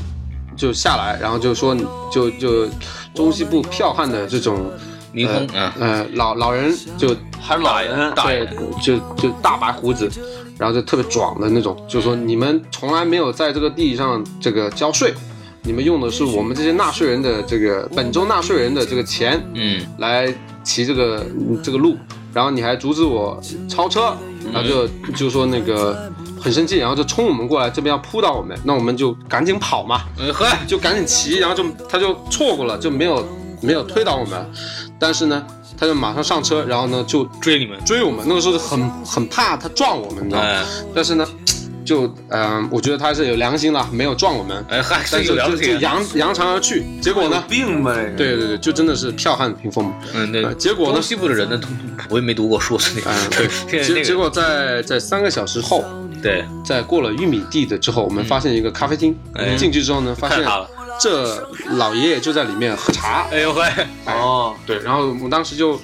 Speaker 1: 就下来，然后就说你就就中西部剽悍的这种
Speaker 3: 明
Speaker 1: 呃
Speaker 3: 空，嗯，
Speaker 1: 呃老老人就
Speaker 2: 还是老人，
Speaker 3: 大
Speaker 1: 对
Speaker 3: 人，
Speaker 1: 就就大白胡子，然后就特别壮的那种，就说你们从来没有在这个地上这个交税，你们用的是我们这些纳税人的这个本州纳税人的这个钱
Speaker 3: 嗯，
Speaker 1: 来骑这个嗯这个路，然后你还阻止我超车，然后就就说那个很生气，然后就冲我们过来，这边要扑到我们，那我们就赶紧跑嘛，
Speaker 3: 嗯呵，
Speaker 1: 就赶紧骑，然后就他就错过了，就没有没有推倒我们，但是呢，他就马上上车，然后呢就
Speaker 3: 追你们，
Speaker 1: 追我们，那个时候就很很怕他撞我们，你知道吗？
Speaker 3: 哎
Speaker 1: 但是呢，就嗯、呃我觉得他还是有良心的，没有撞我们，
Speaker 3: 哎，还
Speaker 1: 但
Speaker 3: 是有
Speaker 1: 是啊
Speaker 3: 良
Speaker 1: 就就
Speaker 3: 心，啊哎
Speaker 1: 扬扬长而去。结果
Speaker 2: 有
Speaker 1: 呢，
Speaker 2: 病吧？这个，
Speaker 1: 对对对，就真的是剽悍屏风。
Speaker 3: 嗯，那
Speaker 1: 呃结果呢
Speaker 3: 中西部的人呢，都我也没读过书，所以 [LAUGHS]
Speaker 1: 嗯
Speaker 3: 对，现在
Speaker 1: 结
Speaker 3: 那
Speaker 1: 结
Speaker 3: 个
Speaker 1: 果在在三个小时后，
Speaker 3: 对，
Speaker 1: 在过了玉米地的之后，我们发现一个咖啡厅，
Speaker 3: 哎
Speaker 1: 进去之后呢，发
Speaker 3: 看
Speaker 1: 现啊
Speaker 3: 他了，
Speaker 1: 这老爷爷就在里面喝茶。
Speaker 3: 哎呦喂，
Speaker 2: 哦，
Speaker 1: 对，然后我们当时就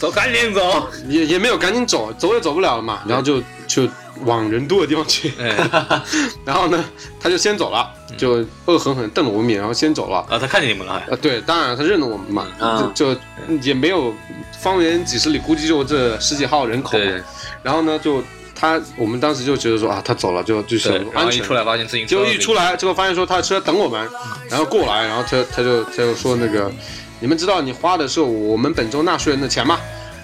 Speaker 3: 走，赶紧
Speaker 1: [LAUGHS]
Speaker 3: 走，
Speaker 1: 也也没有赶紧走，走也走不了了嘛，然后就就往人多的地方去。
Speaker 3: 哎，啊，
Speaker 1: 然后呢，他就先走了，
Speaker 3: 嗯
Speaker 1: 就恶狠狠瞪了我们一眼，然后先走了。
Speaker 3: 他看见你们了，哎还
Speaker 1: 呃，对，当然他认得我们嘛，
Speaker 2: 嗯
Speaker 1: 就就也没有方圆几十里，估计就这十几号人口嘛。
Speaker 3: 对
Speaker 1: 然后呢，就他我们当时就觉得说啊，他走了就就是
Speaker 3: 对，然
Speaker 1: 安
Speaker 3: 后一
Speaker 1: 全
Speaker 3: 出。来发现自行
Speaker 1: 结
Speaker 3: 车
Speaker 1: 果一出来，结果发现说他的车等我们，然后过来，然后他他就他就说那个，你们知道你花的是我们本州纳税人的钱吗？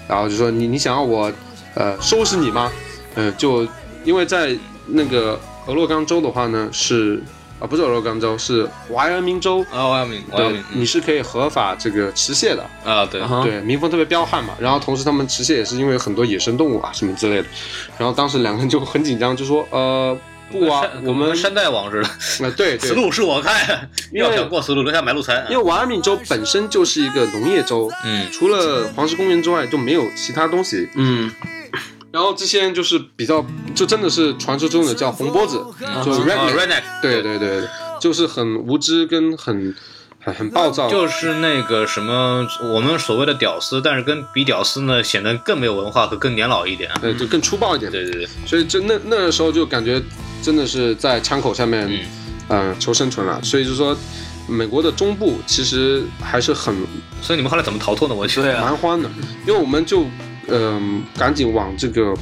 Speaker 1: 然后就说你你想要我，呃，收拾你吗？嗯、就因为在那个俄勒冈州的话呢是啊、不是俄勒冈州是怀俄明州，
Speaker 3: 啊，我要明，我要
Speaker 1: 对
Speaker 3: 明，，
Speaker 1: 你
Speaker 3: 嗯
Speaker 1: 是可以合法这个持械的，
Speaker 3: 啊，对，
Speaker 2: 啊
Speaker 1: 对，民风特别彪悍嘛。然后同时他们持械也是因为有很多野生动物啊什么之类的。然后当时两个人就很紧张，就说呃不啊，
Speaker 3: 跟
Speaker 1: 我们
Speaker 3: 跟山大王似的，
Speaker 1: 啊对
Speaker 3: 此
Speaker 1: 对，
Speaker 3: 路是我开，
Speaker 1: 因为
Speaker 3: 要想过此路，留下买路财。
Speaker 1: 因为怀俄明州本身就是一个农业州，
Speaker 3: 嗯
Speaker 1: 除了黄石公园之外就没有其他东西。
Speaker 2: 嗯，
Speaker 1: 然后这些人就是比较，就真的是传说中的叫红脖子，就 redneck，、
Speaker 3: 啊，redneck，
Speaker 1: 对对对对，就是很无知跟很很很暴躁，
Speaker 3: 就是那个什么，我们所谓的屌丝，但是跟比屌丝呢，显得更没有文化和更年老一点。啊
Speaker 1: 呃就更粗暴一点。
Speaker 3: 对对对，
Speaker 1: 所以就那那个时候就感觉真的是在枪口下面，嗯、求生存了。所以就说，美国的中部其实还是很
Speaker 3: 所以你们后来怎么逃脱呢？我去，
Speaker 2: 对啊，
Speaker 1: 蛮荒的，因为我们就嗯、赶紧往这个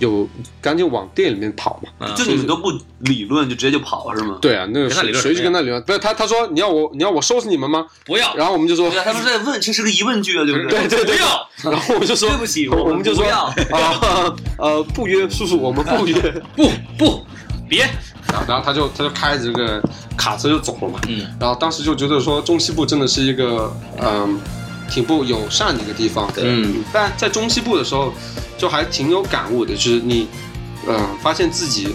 Speaker 1: 有赶紧往店里面跑嘛。
Speaker 3: 嗯
Speaker 2: 就你们都不理论，就直接就跑是吗？
Speaker 1: 对啊，那个
Speaker 3: 跟他理
Speaker 1: 谁
Speaker 3: 论
Speaker 1: 谁
Speaker 3: 什
Speaker 1: 去
Speaker 3: 么呀
Speaker 1: 跟他理论？不是他他说你要我你要我收拾你们吗？
Speaker 3: 不要，
Speaker 1: 然后我们就说
Speaker 2: 对啊，他们是在问，这是个疑问句啊，对不对？
Speaker 1: 对对对
Speaker 3: 不，要，
Speaker 1: 然后我们就说
Speaker 2: 对不起，
Speaker 1: 我
Speaker 2: 我
Speaker 1: 们就说
Speaker 2: 不要
Speaker 1: 啊。呃呃不约叔叔我们不约，
Speaker 3: 不不，别，
Speaker 1: 然后然后他就他就开着这个卡车就走了嘛。
Speaker 3: 嗯，
Speaker 1: 然后当时就觉得说中西部真的是一个嗯、挺不友善的一个地方。
Speaker 3: 对
Speaker 2: 嗯，
Speaker 1: 但在中西部的时候，就还挺有感悟的，就是你嗯、发现自己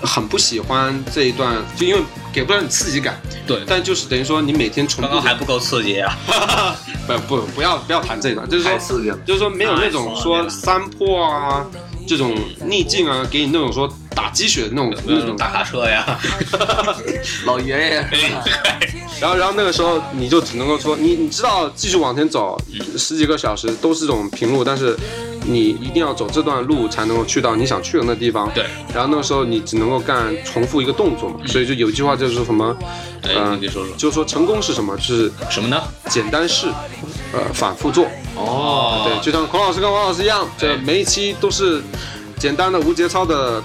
Speaker 1: 很不喜欢这一段，就因为给不了你刺激感，
Speaker 3: 对，
Speaker 1: 但就是等于说你每天重
Speaker 3: 刚
Speaker 1: 复
Speaker 3: 刚还
Speaker 1: 的
Speaker 3: 不够刺激啊，
Speaker 1: 不不不要不要谈这一段，就是
Speaker 2: 太
Speaker 1: 说
Speaker 2: 刺激了。
Speaker 1: 就是说没有那种说山坡啊这种逆境啊，给你那种说打鸡血的那种那种
Speaker 3: 大卡车呀，
Speaker 2: 老爷爷，
Speaker 1: 哎然后，然后那个时候你就只能够说，你你知道继续往前走，十几个小时都是这种平路，但是你一定要走这段路才能够去到你想去的那地方。
Speaker 3: 对。嗯
Speaker 1: 然后那个时候你只能够干重复一个动作嘛，所以就有一句话就是什么，呃
Speaker 3: 哎，你给说说
Speaker 1: 就是说成功是什么？就是
Speaker 3: 什么呢？
Speaker 1: 简单事，呃，反复做。
Speaker 3: 哦
Speaker 1: 对，，就像孔老师跟王老师一样，这每一期都是简单的无节操的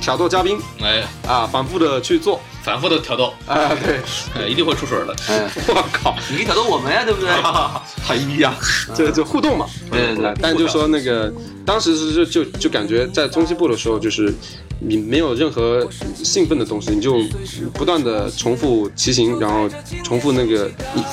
Speaker 1: 挑逗嘉宾
Speaker 3: 哎，
Speaker 1: 啊，反复的去做。
Speaker 3: 反复的挑逗，
Speaker 1: 啊，对，
Speaker 3: 呃，一定会出水的。
Speaker 2: 嗯，
Speaker 1: 我靠，
Speaker 2: 你可以挑逗我们呀，对不
Speaker 1: [LAUGHS]
Speaker 2: 对？
Speaker 3: 哎呀，
Speaker 1: 就就互动嘛，
Speaker 2: 对对对
Speaker 1: 但就说那个，当时是就就就感觉在中西部的时候，就是你没有任何兴奋的东西，你就不断的重复骑行，然后重复那个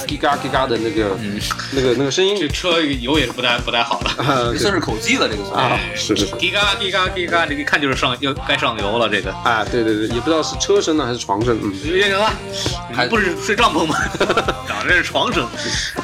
Speaker 1: 叽嘎叽嘎的那个、
Speaker 3: 嗯
Speaker 1: 那个那个声
Speaker 3: 这
Speaker 1: 音
Speaker 3: 车油也是不太不太好的。
Speaker 1: 啊
Speaker 2: 这算是口技了，这个算。
Speaker 1: 啊，
Speaker 3: 哎
Speaker 1: 是是是
Speaker 3: 滴嘎滴嘎滴嘎，这一看就是上要该上油了。这个
Speaker 1: 啊，对对对，也不知道是车声呢还是床声，嗯。
Speaker 3: 刘先生啊，你不是睡帐篷吗？长这是床声。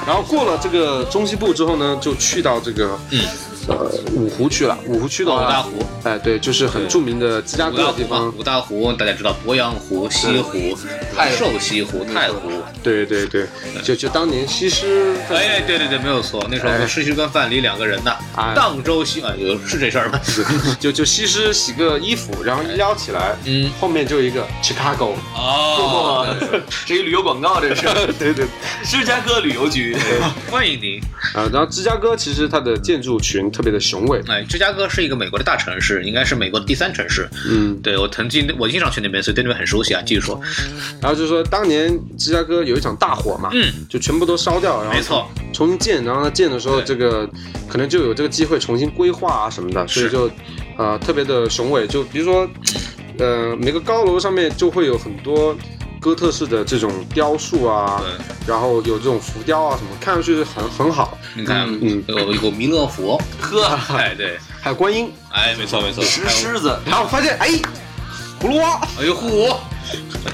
Speaker 1: 然后过了这个中西部之后呢，就去到这个
Speaker 3: 嗯，
Speaker 1: 呃五湖去了，五湖去的
Speaker 3: 五大
Speaker 1: 话，
Speaker 3: 湖，
Speaker 1: 哎，对，就是很著名的芝加
Speaker 3: 五
Speaker 1: 哥
Speaker 3: 大
Speaker 1: 的地
Speaker 3: 湖嘛
Speaker 1: 方，，
Speaker 3: 五大湖大家知道，鄱阳湖、西湖、
Speaker 2: 太湖
Speaker 3: 瘦西湖、太湖。
Speaker 1: 对对对，就就当年西施，
Speaker 3: 嗯哎，对对对，没有错。那时候
Speaker 1: 哎
Speaker 3: 是去跟范蠡两个人呢
Speaker 1: 哎，
Speaker 3: 荡舟西啊，有是这事儿吗？ [LAUGHS]
Speaker 1: 就就西施洗个衣服，然后一撩起来，
Speaker 3: 嗯，
Speaker 1: 后面就一个 Chicago，
Speaker 3: 哦，
Speaker 2: 哇，这个旅游广告，这是
Speaker 1: [LAUGHS] 对对
Speaker 2: 芝加哥旅游局。
Speaker 3: 欢迎您。
Speaker 1: 啊，然后芝加哥其实它的建筑群特别的雄伟，
Speaker 3: 哎，芝加哥是一个美国的大城市，应该是美国的第三城市。
Speaker 1: 嗯，
Speaker 3: 对我曾经我经常去那边，所以对那边很熟悉啊。继续说，
Speaker 1: 然后就说当年芝加哥有一场大火嘛，
Speaker 3: 嗯，
Speaker 1: 就全部都烧掉，然后
Speaker 3: 没错，
Speaker 1: 重新建，然后呢建的时候，
Speaker 3: 对
Speaker 1: 这个可能就有这个机会重新规划啊什么的，所以
Speaker 3: 是嗯
Speaker 1: 就呃特别的雄伟，就比如说呃每个高楼上面就会有很多哥特式的这种雕塑啊，
Speaker 3: 对，
Speaker 1: 然后有这种浮雕啊什么，看上去很很好，
Speaker 3: 你看
Speaker 1: 嗯
Speaker 3: 有有弥勒佛，
Speaker 2: [LAUGHS] 呵，
Speaker 3: 哎对，
Speaker 1: 还有观音，
Speaker 3: 哎没错没错，
Speaker 2: 石
Speaker 3: 还有
Speaker 2: 狮子，
Speaker 1: 然后发现哎葫芦
Speaker 3: [LAUGHS]
Speaker 1: 娃，
Speaker 3: 哎呦虎，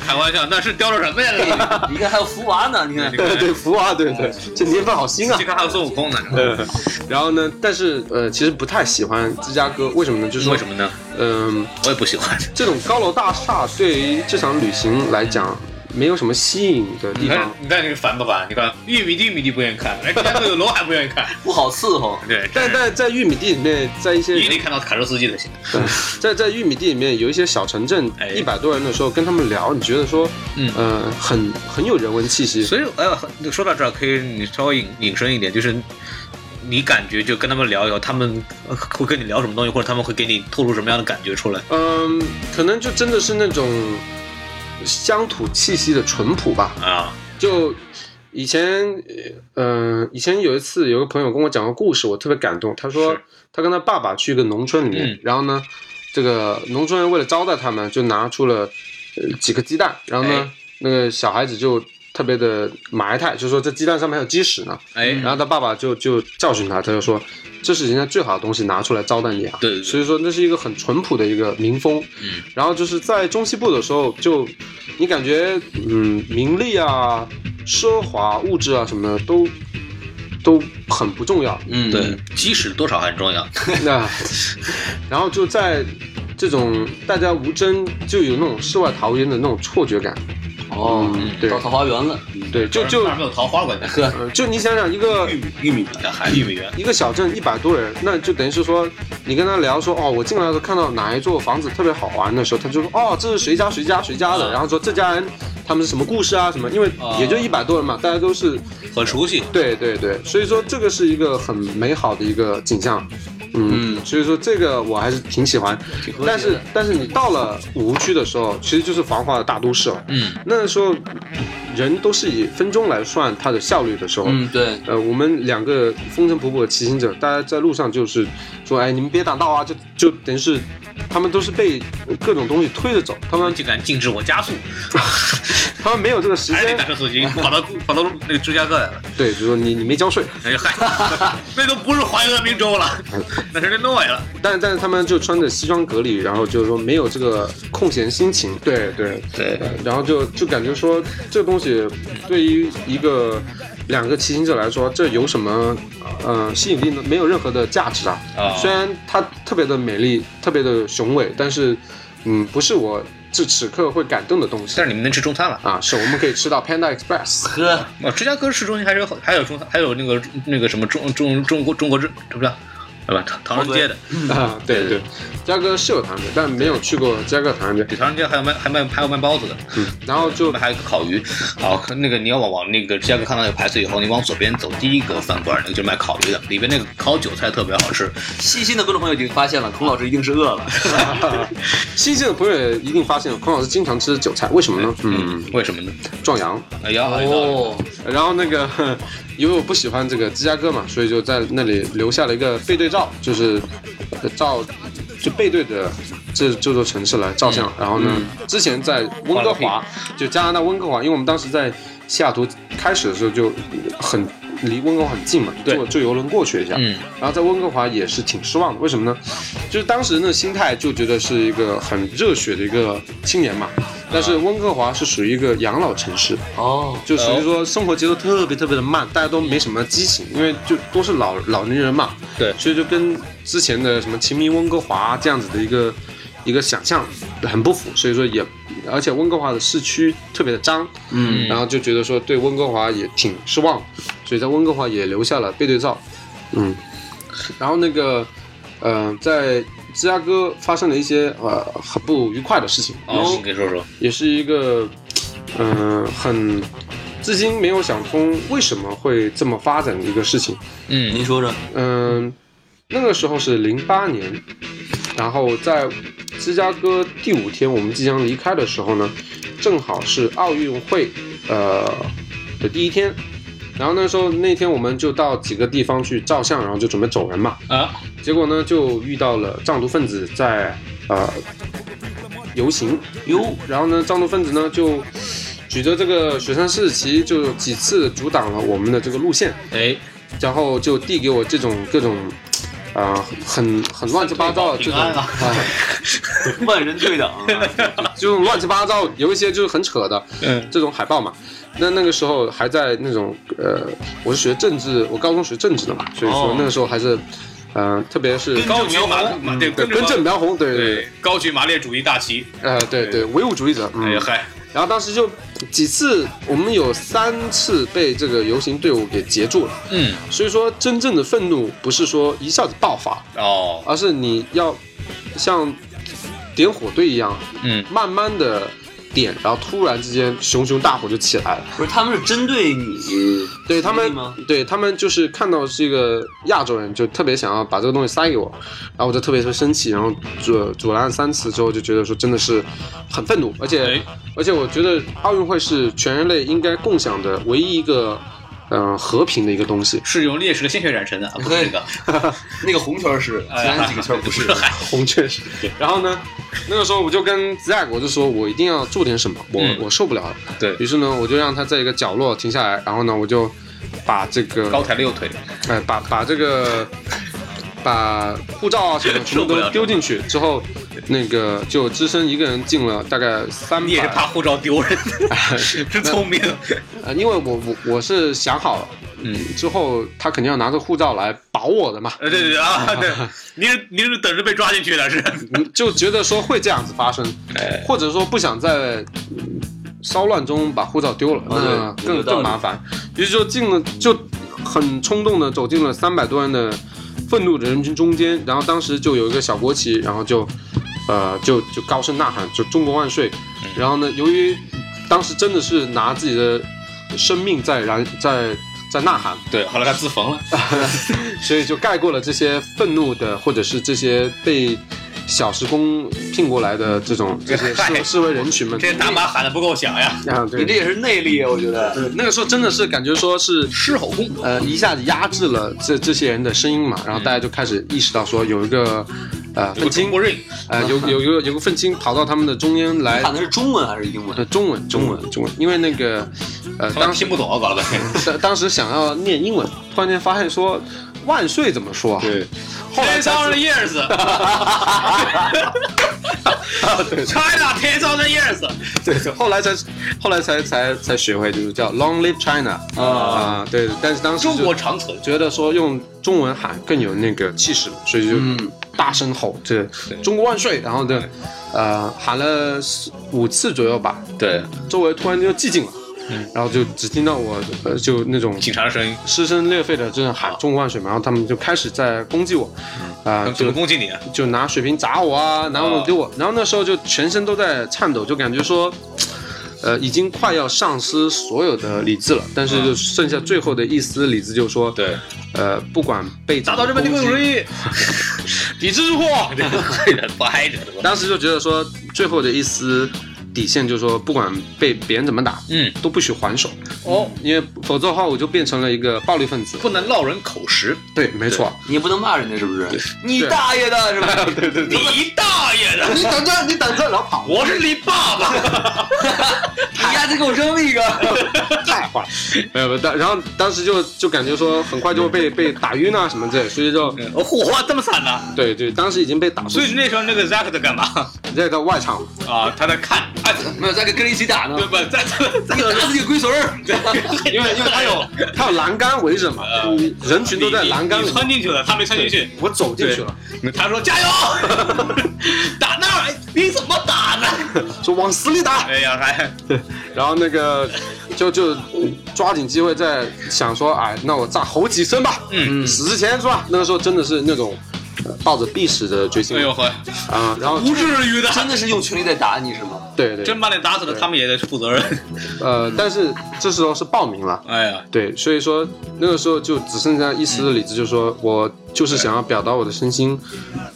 Speaker 3: 开玩笑，那是雕着什么呀？ [LAUGHS]
Speaker 2: 你看还有福娃呢，你看
Speaker 3: 你
Speaker 1: 对对福娃，对
Speaker 3: 嗯
Speaker 1: 对，这年份好新啊
Speaker 3: 你。看还有孙悟空呢，
Speaker 1: 呃，然后呢？但是呃，其实不太喜欢芝加哥，为什么呢？就是
Speaker 3: 为什
Speaker 1: 么？
Speaker 3: 么呢？
Speaker 1: 嗯、
Speaker 3: 我也不喜欢。
Speaker 1: 这种高楼大厦对于这场旅行来讲，没有什么吸引的地
Speaker 3: 你看
Speaker 1: 方。，
Speaker 3: 你看这个烦不烦？你看玉米地，玉米地不愿意看，连芝加哥有楼还不愿意看。
Speaker 2: 不好伺候。
Speaker 3: 对，
Speaker 1: 但但在玉米地里面，在一些
Speaker 3: 你得看到卡车司机才行。
Speaker 1: 对在在玉米地里面有一些小城镇
Speaker 3: 哎，
Speaker 1: 一百多人的时候，跟他们聊，你觉得说，
Speaker 3: 嗯
Speaker 1: 呃，很很有人文气息。
Speaker 3: 所以，哎呀，说到这儿，可以你稍微引引申一点，就是你感觉就跟他们聊一聊，他们呃会跟你聊什么东西，或者他们会给你透露什么样的感觉出来。
Speaker 1: 嗯、可能就真的是那种乡土气息的淳朴吧。
Speaker 3: 啊，
Speaker 1: 就以前，呃，以前有一次有个朋友跟我讲个故事，我特别感动。他说
Speaker 3: 是
Speaker 1: 他跟他爸爸去一个农村里面，
Speaker 3: 嗯
Speaker 1: 然后呢，这个农村人为了招待他们，就拿出了、呃几个鸡蛋，然后呢，
Speaker 3: 哎
Speaker 1: 那个小孩子就。特别的埋汰，就说这鸡蛋上面还有鸡屎呢。
Speaker 3: 哎，
Speaker 1: 然后他爸爸就就教训他，他就说这是人家最好的东西，拿出来招待你啊。
Speaker 3: 对对对
Speaker 1: 所以说那是一个很淳朴的一个民风。
Speaker 3: 嗯，
Speaker 1: 然后就是在中西部的时候，就你感觉嗯，名利啊、奢华、物质啊什么的都都很不
Speaker 3: [LAUGHS]
Speaker 1: 重要。
Speaker 2: 嗯，
Speaker 3: 对，鸡屎多少很重要。
Speaker 1: 那然后就在这种大家无争，就有那种世外桃源的那种错觉感。
Speaker 2: 哦，
Speaker 1: 嗯对
Speaker 2: 到桃花源了。
Speaker 1: 对，就就
Speaker 3: 那儿没有桃花，关键 [LAUGHS]
Speaker 2: 呵，
Speaker 1: 呃就你想想一个
Speaker 2: 玉米玉米
Speaker 3: 还玉米园。
Speaker 1: 一个小镇一百多人，那就等于是说，你跟他聊说，哦，我进来的时候看到哪一座房子特别好玩的时候，他就说，哦，这是谁家谁家谁家的，
Speaker 3: 嗯
Speaker 1: 然后说这家人他们是什么故事啊什么，因为
Speaker 2: 啊
Speaker 1: 也就一百多人嘛，大家都是，
Speaker 3: 很熟悉，
Speaker 1: 对对对，所以说这个是一个很美好的一个景象，嗯，
Speaker 2: 嗯
Speaker 1: 所以说这个我还是挺喜欢，
Speaker 2: 和谐的
Speaker 1: 但是但是你到了五湖区的时候，其实就是繁华的大都市了，
Speaker 3: 嗯，
Speaker 1: 那时候人都是以分钟来算它的效率的时候，
Speaker 2: 嗯，对，
Speaker 1: 呃，我们两个风尘仆仆的骑行者，大家在路上就是说，哎，你们别挡道啊，就就等于是，他们都是被各种东西推着走，他们
Speaker 3: 竟敢禁止我加速，
Speaker 1: 他们没有这个时
Speaker 3: 还得
Speaker 1: 间
Speaker 3: 打，车司机跑到跑到那个芝加哥来了。
Speaker 1: 对，就说你你没交税，
Speaker 3: 哎嗨，那都不是怀俄明州了，那是那诺维了。
Speaker 1: 但但是他们就穿着西装革履，然后就是说没有这个空闲心情，对对，
Speaker 3: 对
Speaker 1: 呃然后就就感觉说这个东西对于一个两个骑行者来说，这有什么呃吸引力呢？没有任何的价值啊。
Speaker 3: 啊
Speaker 1: 虽然它特别的美丽，特别的雄伟，但是嗯，不是我这此刻会感动的东西
Speaker 3: 但是你们能吃中餐了。
Speaker 1: 啊。是我们可以吃到
Speaker 3: [LAUGHS]
Speaker 1: Panda Express
Speaker 2: 呵，
Speaker 3: 哦，芝加哥市中心还是有还有中餐，还有那个那个什么中中中国中国这这不是对吧？唐唐人街的，
Speaker 1: 啊，对对，嘉哥是有唐人街，但没有去过嘉哥唐人街。
Speaker 3: 比唐人街还有卖还卖还有卖包子的，
Speaker 1: 嗯，然后
Speaker 3: 后 [LAUGHS]
Speaker 1: 就
Speaker 3: 面还有一个烤鱼。好，那个你要往往那个芝加哥看到那个牌子以后，你往左边走，第一个饭馆那个就是卖烤鱼的，里边那个烤韭菜特别好吃。
Speaker 2: 细心的观众朋友已经发现了，孔老师一定是饿
Speaker 1: [LAUGHS]
Speaker 2: 了。
Speaker 1: 新鲜的朋友也一定发现了，孔老师经常吃韭菜，为什么呢？嗯，，
Speaker 3: 为什么呢？
Speaker 1: 壮阳。
Speaker 3: 哎呀，
Speaker 2: 哦，
Speaker 1: 然后那个，因为我不喜欢这个芝加哥嘛，所以就在那里留下了一个背对照，就是照就背对着这这座城市来照
Speaker 3: 嗯
Speaker 1: 相。然后呢，之前在温哥华，就加拿大温哥华，因为我们当时在西雅图开始的时候就很离温哥华很近嘛，
Speaker 3: 对
Speaker 1: 坐坐游轮过去一下。
Speaker 3: 嗯，
Speaker 1: 然后在温哥华也是挺失望的，为什么呢？就是当时的心态就觉得是一个很热血的一个青年嘛，
Speaker 3: 啊
Speaker 1: 但是温哥华是属于一个养老城市，
Speaker 2: 哦，
Speaker 1: 就属于说生活节奏特别特别的慢，大家都没什么激情，因为就都是老老年人嘛，
Speaker 3: 对
Speaker 1: 所以就跟之前的什么情迷温哥华这样子的一个一个想象很不符，所以说也，而且温哥华的市区特别的脏，
Speaker 2: 嗯，
Speaker 1: 然后就觉得说对温哥华也挺失望，所以在温哥华也留下了背对照，嗯，然后那个，呃，在芝加哥发生了一些呃很不愉快的事情，
Speaker 3: 哦，你给说说。
Speaker 1: 也是一个，嗯、很至今没有想通为什么会这么发展的一个事情。
Speaker 3: 嗯，
Speaker 2: 您说说，
Speaker 1: 嗯、那个时候是零八年，然后在芝加哥第五天我们即将离开的时候呢，正好是奥运会呃的第一天。然后那时候那天我们就到几个地方去照相，然后就准备走人嘛。
Speaker 3: 啊，
Speaker 1: 结果呢，就遇到了藏独分子在呃游行，
Speaker 2: 哟，
Speaker 1: 然后呢，藏独分子呢就举着这个雪山市旗，就几次阻挡了我们的这个路线，
Speaker 3: 哎，
Speaker 1: 然后就递给我这种各种啊、很很乱七八糟的这
Speaker 3: 平
Speaker 1: 种
Speaker 3: 安
Speaker 1: 啊
Speaker 3: 啊、
Speaker 2: 万人对
Speaker 1: [LAUGHS]
Speaker 2: 挡啊，
Speaker 1: 这种乱七八糟，有一些就是很扯的
Speaker 3: 嗯，
Speaker 1: 这种海报嘛。那那个时候还在那种呃，我是学政治，我高中学政治的嘛，所以说
Speaker 2: 哦
Speaker 1: 那个时候还是，呃，特别是
Speaker 3: 高举马马对
Speaker 1: 对跟正苗红，对对对，
Speaker 3: 对高举马列主义大旗，
Speaker 1: 呃对对唯物主义者，嗯
Speaker 3: 哎，嗨，
Speaker 1: 然后当时就几次，我们有三次被这个游行队伍给截住了。
Speaker 3: 嗯，
Speaker 1: 所以说，真正的愤怒不是说一下子爆发，
Speaker 3: 哦，
Speaker 1: 而是你要像点火堆一样，
Speaker 3: 嗯，
Speaker 1: 慢慢的点，然后突然之间熊熊大火就起来了。
Speaker 2: 不是他们是针对你，
Speaker 1: 嗯对他们
Speaker 2: 兄弟吗？，
Speaker 1: 对他们就是看到是一个亚洲人，就特别想要把这个东西塞给我，然后我就特别特别生气，然后阻阻拦了三次之后，就觉得说真的是很愤怒，而且、
Speaker 3: 哎
Speaker 1: 而且我觉得奥运会是全人类应该共享的唯一一个嗯、呃和平的一个东西。
Speaker 3: 是用烈士的鲜血染成的，啊不是这个，哎
Speaker 2: 那个红圈是，其
Speaker 1: 哎
Speaker 2: 他几个圈不
Speaker 1: [LAUGHS]
Speaker 2: 是。
Speaker 1: 红确实。然后呢，那个时候我就跟子雅，我就说我一定要做点什么，我、
Speaker 3: 嗯
Speaker 1: 我受不了了。
Speaker 3: 对
Speaker 1: 于是呢，我就让他在一个角落停下来，然后呢，我就把这个
Speaker 3: 高抬了右腿，
Speaker 1: 哎，把把这个把护照啊什么全部
Speaker 3: 受不
Speaker 1: 都
Speaker 3: 了
Speaker 1: 丢进去之后，那个就只身一个人进了大概三
Speaker 3: 你也是
Speaker 1: 百
Speaker 3: 怕，护照丢 [LAUGHS] 人，真聪明，
Speaker 1: 呃，因为我我我是想好了，
Speaker 3: 嗯，
Speaker 1: 之后他肯定要拿着护照来保我的嘛，
Speaker 3: 呃，对对啊，对，您是您是等着被抓进去的，是，
Speaker 1: 嗯就觉得说会这样子发生，
Speaker 3: 哎，
Speaker 1: 或者说不想在嗯骚乱中把护照丢了，
Speaker 2: 哦
Speaker 1: 那
Speaker 2: 对有
Speaker 1: 更
Speaker 2: 道理
Speaker 1: 更麻烦。于是就进了，就很冲动的走进了三百多人的愤怒的人群中间，然后当时就有一个小国旗，然后就呃就就高声呐喊，就中国万岁。
Speaker 2: 嗯
Speaker 1: 然后呢，由于当时真的是拿自己的生命在燃在在呐喊，
Speaker 3: 对，后来他自焚了，
Speaker 1: 所以就盖过了这些愤怒的，或者是这些被小时工聘过来的这种这些示示威人
Speaker 3: [LAUGHS]
Speaker 1: 群们。
Speaker 3: 这大妈喊的不够响呀，
Speaker 1: 啊，
Speaker 2: 你
Speaker 1: 对
Speaker 2: 这，也是内力啊，我觉得。
Speaker 1: 对，那个时候真的是感觉说是
Speaker 3: 狮吼功，
Speaker 1: 呃一下子压制了这这些人的声音嘛，然后大家就开始意识到说有一个呃
Speaker 3: 有
Speaker 1: 愤
Speaker 3: 个中
Speaker 1: 青
Speaker 3: 国人，
Speaker 1: 呃有有有有个愤青跑到他们的中间来
Speaker 2: 喊。的是中文还是英文
Speaker 1: 呃，？中文，中文，中文，因为那个，呃，
Speaker 3: 他们
Speaker 1: 当
Speaker 3: 听
Speaker 1: 时
Speaker 3: 不懂啊，搞了半天，
Speaker 1: 当当时想要念英文，突然间发现说万岁怎么说啊？
Speaker 3: 对
Speaker 1: 后来才
Speaker 3: thousand
Speaker 1: 知
Speaker 3: years，China ten thousand years，
Speaker 1: [LAUGHS] 对，对后来才后来才才才学会，就是叫 Long Live China 啊、对，但是当时就
Speaker 3: 中国长存，
Speaker 1: 觉得说用中文喊更有那个气势，所以就
Speaker 2: 嗯
Speaker 1: 大声吼这“中国万岁”，然后呢，呃，喊了四五次左右吧，
Speaker 3: 对，
Speaker 1: 周围突然就寂静了。然后就只听到我呃就那种
Speaker 3: 警察的声音，
Speaker 1: 撕声裂肺的这样喊中国万水嘛，然后他们就开始在攻击我，啊、
Speaker 3: 怎
Speaker 1: 就
Speaker 3: 么攻击你啊？
Speaker 1: 就拿水瓶砸我啊，拿我丢我，然后那时候就全身都在颤抖，就感觉说，呃，已经快要丧失所有的理智了，但是就剩下最后的一丝理智，就说，
Speaker 3: 对，
Speaker 1: 呃，不管被
Speaker 3: 打到这边
Speaker 1: 就
Speaker 3: 就更容易，
Speaker 1: 抵制住货。
Speaker 3: 这个黑人不挨着的吧？
Speaker 1: 当时就觉得说，最后的一丝底线就是说，不管被别人怎么打，
Speaker 3: 嗯，
Speaker 1: 都不许还手，
Speaker 3: 哦，
Speaker 1: 因为否则的话，我就变成了一个暴力分子。
Speaker 3: 不能落人口实，
Speaker 1: 对，没
Speaker 3: [LAUGHS]
Speaker 1: 错。
Speaker 2: 你也不能骂人家是不是？你大爷的是吧？对对对，
Speaker 3: 你大爷的！
Speaker 1: 你等着，你等着，然后
Speaker 3: [LAUGHS]
Speaker 1: 跑，
Speaker 3: 我是你爸爸，
Speaker 2: 你丫再给我扔一个，
Speaker 1: 太坏了。没有，当然后当时就就感觉说，很快就会被被打晕啊什么之类的，所以就
Speaker 3: 我火花这么惨呢、
Speaker 1: 对对，当时已经被打出
Speaker 3: 所以
Speaker 1: 去，
Speaker 3: 那时候那个 Zack 在干嘛
Speaker 1: 在到外场，
Speaker 3: 啊？他在看，哎，
Speaker 2: 没有再跟跟人一起打呢
Speaker 3: 不，不，在在
Speaker 2: 你打死你个龟孙儿！ [LAUGHS]
Speaker 3: 因为因为他有
Speaker 1: 他有栏杆围着嘛，人群都在栏杆
Speaker 3: 呃你
Speaker 1: 里
Speaker 3: 你，穿进去了，他没穿进去。
Speaker 1: 我走进去了，
Speaker 3: 他说加油， [LAUGHS] 打那儿，哎你怎么打呢？
Speaker 1: [LAUGHS] 说往死里打，
Speaker 3: 哎呀，还
Speaker 1: 然后那个就就抓紧机会在想说，哎，那我炸吼几声吧，
Speaker 3: 嗯
Speaker 1: 死之前是吧？那个时候真的是那种呃抱着必死的决心
Speaker 3: 哎呦呵，
Speaker 1: 啊，然后
Speaker 3: 不至于的，
Speaker 2: 真的是用全力在打你是吗？
Speaker 1: 对对，
Speaker 3: 真把你打死了，他们也得负责任。
Speaker 1: 呃，但是这时候是报名了。
Speaker 3: 哎呀，
Speaker 1: 对，所以说那个时候就只剩下一丝的理智，就是说我就是想要表达我的身心，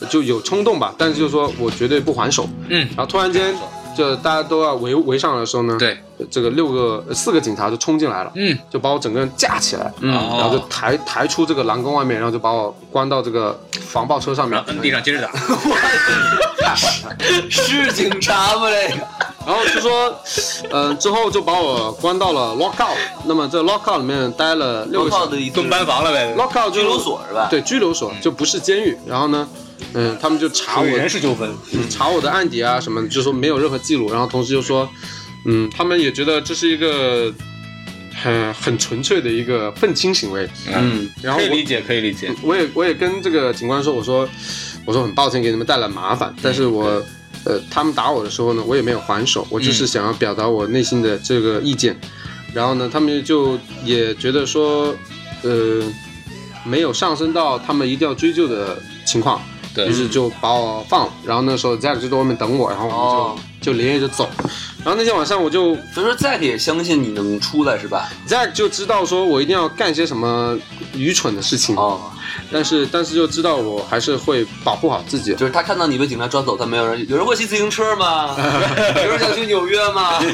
Speaker 1: 就有冲动吧，但是就是说我绝对不还手。
Speaker 3: 嗯，
Speaker 1: 然后突然间就大家都要围围上来的时候呢，
Speaker 3: 对，
Speaker 1: 这个六个呃四个警察就冲进来了，
Speaker 3: 嗯，
Speaker 1: 就把我整个人架起来，
Speaker 3: 嗯
Speaker 1: 然后就抬抬出这个栏杆外面，然后就把我关到这个防爆车上面
Speaker 3: 然，后摁地上接着打，
Speaker 2: 是警察吗？这个
Speaker 1: 然后就说，呃，之后就把我关到了 lockout，那么这 lockout 里面待了六个小时
Speaker 2: 的
Speaker 3: [LAUGHS]
Speaker 2: 一
Speaker 3: 蹲班房了呗。
Speaker 1: ，lockout 就
Speaker 2: 拘留所是吧？，
Speaker 1: 对，拘留所就不是监狱。然后呢，嗯、他们就查我嗯
Speaker 3: 事纠纷，
Speaker 1: 查我的案底啊什么的，就说没有任何记录。然后同时就说，嗯，他们也觉得这是一个很很纯粹的一个愤青行为。
Speaker 2: 嗯，
Speaker 1: 然后
Speaker 3: 可以
Speaker 1: 我
Speaker 3: 理解，可以理解。
Speaker 1: 我也我也跟这个警官说，我说我说很抱歉给你们带来麻烦，但是我。呃，他们打我的时候呢，我也没有还手，我就是想要表达我内心的这个意见。然后呢，他们就也觉得说，呃，没有上升到他们一定要追究的情况，
Speaker 3: 对
Speaker 1: 于，是就把我放了。然后那时候 Zack 就在外面等我，然后我们就、
Speaker 2: 哦
Speaker 1: 就连夜就走。然后那天晚上我就
Speaker 2: 所以说 Zack 也相信你能出来是吧？
Speaker 1: Zack 就知道说我一定要干些什么愚蠢的事情，
Speaker 2: 哦，
Speaker 1: 但是但是就知道我还是会保护好自己。
Speaker 2: 就是他看到你被警察抓走，他没有人，有人会骑自行车吗？有人想去纽约吗？
Speaker 1: 对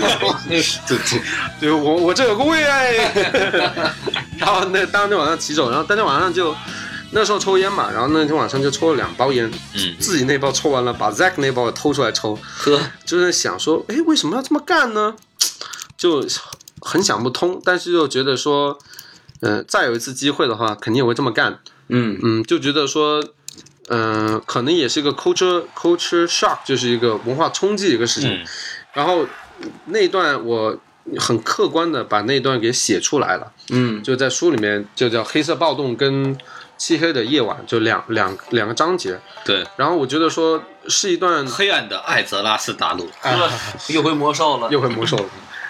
Speaker 1: 对对，我我这有个胃哎。然后那当天晚上骑走，然后当天晚上就那时候抽烟嘛，然后那天晚上就抽了两包烟，
Speaker 3: 嗯
Speaker 1: 自己那包抽完了，把 Zack 那包也偷出来抽，
Speaker 2: 呵，
Speaker 1: 就是想说，哎，为什么要这么干呢？就很想不通，但是又觉得说，嗯、再有一次机会的话，肯定也会这么干。
Speaker 2: 嗯，
Speaker 1: 嗯，就觉得说，嗯、可能也是一个 culture culture shock，就是一个文化冲击的一个事情。
Speaker 3: 嗯
Speaker 1: 然后那一段我很客观的把那一段给写出来了，
Speaker 2: 嗯，
Speaker 1: 就在书里面就叫《黑色暴动》跟《漆黑的夜晚》就两两两个章节。
Speaker 3: 对，
Speaker 1: 然后我觉得说是一段
Speaker 3: 黑暗的艾泽拉斯大陆，
Speaker 2: 呵，又会魔兽了。
Speaker 1: [LAUGHS] 又会魔兽了，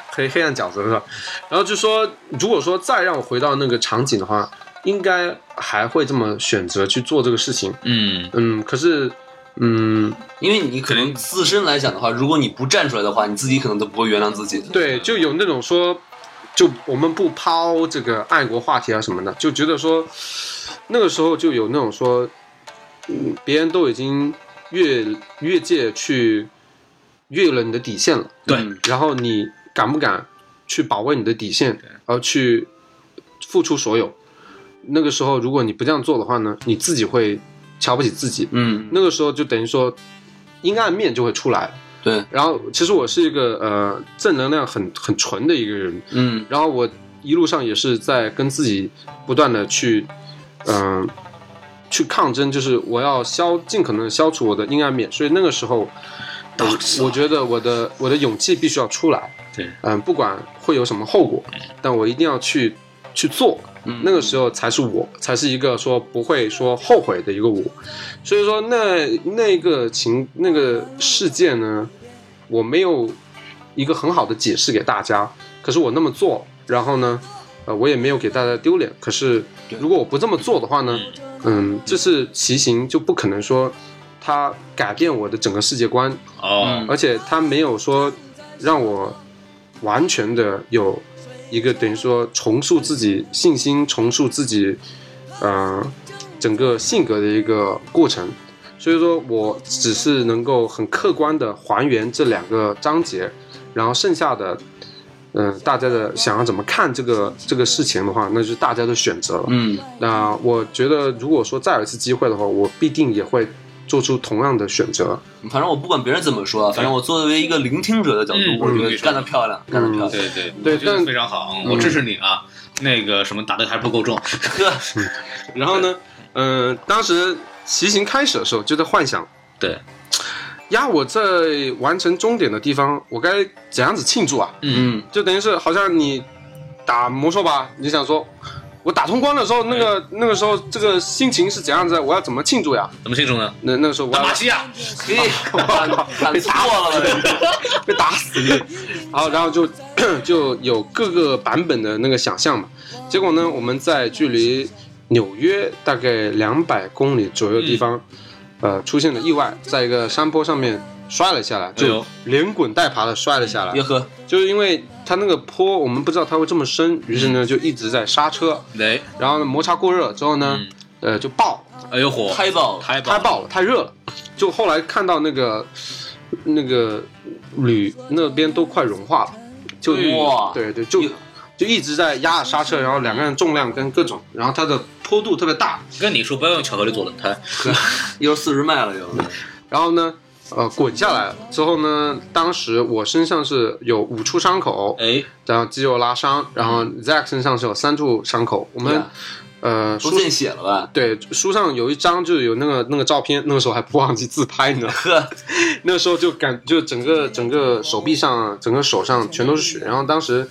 Speaker 1: 黑黑暗饺子是吧？然后就说，如果说再让我回到那个场景的话，应该还会这么选择去做这个事情。
Speaker 3: 嗯，
Speaker 1: 嗯，可是，嗯，
Speaker 2: 因为你可能自身来讲的话，如果你不站出来的话，你自己可能都不会原谅自己的。
Speaker 1: 对，就有那种说，就我们不抛这个爱国话题啊什么的，就觉得说，那个时候就有那种说，嗯，别人都已经越越界去越了你的底线了。
Speaker 3: 对
Speaker 2: 嗯
Speaker 1: 然后你敢不敢去保卫你的底线，而去付出所有？那个时候，如果你不这样做的话呢，你自己会瞧不起自己。
Speaker 2: 嗯，
Speaker 1: 那个时候就等于说，阴暗面就会出来了。
Speaker 2: 对，
Speaker 1: 然后，其实我是一个呃正能量很很纯的一个人，
Speaker 2: 嗯，
Speaker 1: 然后我一路上也是在跟自己不断的去，嗯、去抗争，就是我要消尽可能地消除我的阴暗面。所以那个时候，我我觉得我的我的勇气必须要出来。
Speaker 3: 对
Speaker 1: 嗯、不管会有什么后果，但我一定要去去做。
Speaker 2: 嗯
Speaker 1: 那个时候才是我，才是一个说不会说后悔的一个我。所以说那那个情那个事件呢，我没有一个很好的解释给大家，可是我那么做，然后呢，呃，我也没有给大家丢脸。可是如果我不这么做的话呢，嗯，这是骑行就不可能说它改变我的整个世界观，
Speaker 3: 哦，
Speaker 2: 嗯
Speaker 1: 而且它没有说让我完全的有一个等于说重塑自己信心、重塑自己，呃，整个性格的一个过程。所以说我只是能够很客观的还原这两个章节，然后剩下的，嗯、大家的想要怎么看这个这个事情的话，那就是大家的选择了。
Speaker 2: 嗯
Speaker 1: 那我觉得，如果说再有一次机会的话，我必定也会做出同样的选择。
Speaker 2: 反正我不管别人怎么说，啊反正我作为一个聆听者的角
Speaker 3: 嗯
Speaker 2: 度，我觉得
Speaker 3: 嗯
Speaker 2: 干得漂亮，干得漂亮。
Speaker 3: 对对
Speaker 1: 对
Speaker 3: 我觉得
Speaker 1: 但
Speaker 3: 非常好，我支持你啊。那个什么打的还不够重，
Speaker 2: [LAUGHS] 呵，
Speaker 1: 然后呢，嗯、当时骑行开始的时候就在幻想，
Speaker 3: 对，
Speaker 1: 呀，我在完成终点的地方，我该怎样子庆祝啊？
Speaker 2: 嗯，
Speaker 1: 就等于是好像你打魔兽吧，你想说，我打通关的时候，那个那个时候这个心情是怎样子？我要怎么庆祝呀？
Speaker 3: 怎么庆祝呢？
Speaker 1: 那那个时候我
Speaker 3: 打
Speaker 1: 要
Speaker 3: 马西啊亚，
Speaker 2: 给你喊喊错了吧？
Speaker 1: 被
Speaker 3: [LAUGHS]
Speaker 1: 打死你。然后，然后就 [COUGHS] 就有各个版本的那个想象嘛。结果呢，我们在距离纽约大概两百公里左右的地方，
Speaker 3: 嗯
Speaker 1: 呃，出现了意外，在一个山坡上面摔了下来，
Speaker 3: 哎
Speaker 1: 就
Speaker 3: 呦哎
Speaker 1: 连滚带爬的摔了下来。
Speaker 2: 别喝，
Speaker 1: 就是因为它那个坡，我们不知道它会这么深，于是
Speaker 3: 嗯
Speaker 1: 呢就一直在刹车，
Speaker 3: 哎，
Speaker 1: 然后呢摩擦过热之后
Speaker 3: 嗯
Speaker 1: 呢，呃就爆，
Speaker 3: 哎呦火，
Speaker 2: 嗨爆！
Speaker 3: 太
Speaker 1: 太爆了，太热了。就后来看到那个那个铝那边都快融化了，就
Speaker 2: 哇
Speaker 1: 对对，就
Speaker 2: 有
Speaker 1: 就一直在压着刹车，然后两个人重量跟各种，然后它的坡度特别大，
Speaker 3: 跟你说不要用巧克力做轮胎，
Speaker 2: 又四十迈了又，
Speaker 1: 然后呢。呃，滚下来了之后呢，当时我身上是有五处伤口，
Speaker 3: 哎，
Speaker 1: 然后肌肉拉伤，然后 Zack 身上是有三处伤口。我们、
Speaker 2: 对啊
Speaker 1: 呃
Speaker 2: 都
Speaker 1: 书
Speaker 2: 见血了吧？
Speaker 1: 对书上有一张就是有那个那个照片，那个时候还不忘记自拍
Speaker 2: [LAUGHS]
Speaker 1: 呢。
Speaker 2: 呵，
Speaker 1: 那时候就感就整个整个手臂上、整个手上全都是血。然后当时，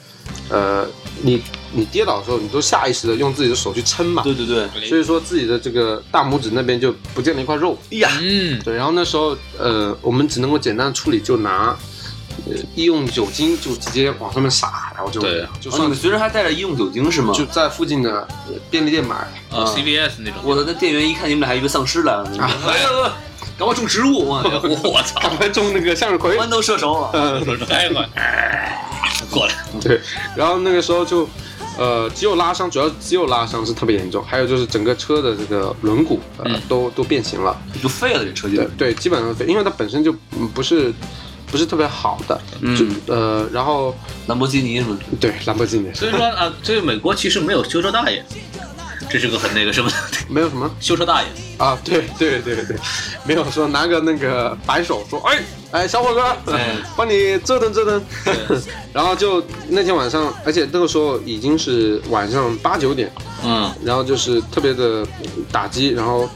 Speaker 1: 呃，你你跌倒的时候，你都下意识的用自己的手去撑嘛，
Speaker 2: 对对对，
Speaker 1: 所以说自己的这个大拇指那边就不见了一块肉。
Speaker 2: 哎呀，
Speaker 3: 嗯，
Speaker 1: 对，然后那时候呃，我们只能够简单处理，就拿。呃，医用酒精就直接往上面撒，然后就
Speaker 3: 对
Speaker 2: 哦你
Speaker 1: 就算
Speaker 2: 们随身还带着医用酒精是吗？
Speaker 1: 就在附近的呃便利店买。 [LAUGHS]
Speaker 3: 啊，CVS 那种，
Speaker 2: 我的那店员一看你们俩还以为丧尸来了呢，哎呀， [LAUGHS] 赶快种植物，我
Speaker 3: 哎 [LAUGHS] 呦我操，
Speaker 1: 赶快种那个向日葵。
Speaker 2: 豌豆射手了，
Speaker 1: 嗯，
Speaker 3: 轮胎嘛，过来，
Speaker 1: 对。然后那个时候就，呃，肌肉拉伤，主要是肌肉拉伤是特别严重，还有就是整个车的这个轮毂呃、都都变形了。
Speaker 2: 就废了这车就
Speaker 1: 对。对，基本上对，因为它本身就嗯不是不是特别好的，就呃，然后
Speaker 2: 兰博基尼什么的，
Speaker 1: 对兰博基尼
Speaker 3: 所以说啊，所以美国其实没有修车大爷，这是个很那个什么 [LAUGHS]
Speaker 1: 没有什么
Speaker 3: 修车大爷，
Speaker 1: 啊，对对对对，没有说拿个那个白手说，哎哎，小伙哥
Speaker 2: 哎，
Speaker 1: [LAUGHS] 帮你折腾折腾， [LAUGHS] 然后就那天晚上，而且那个时候已经是晚上八九点，
Speaker 3: 嗯，
Speaker 1: 然后就是特别的打击，然后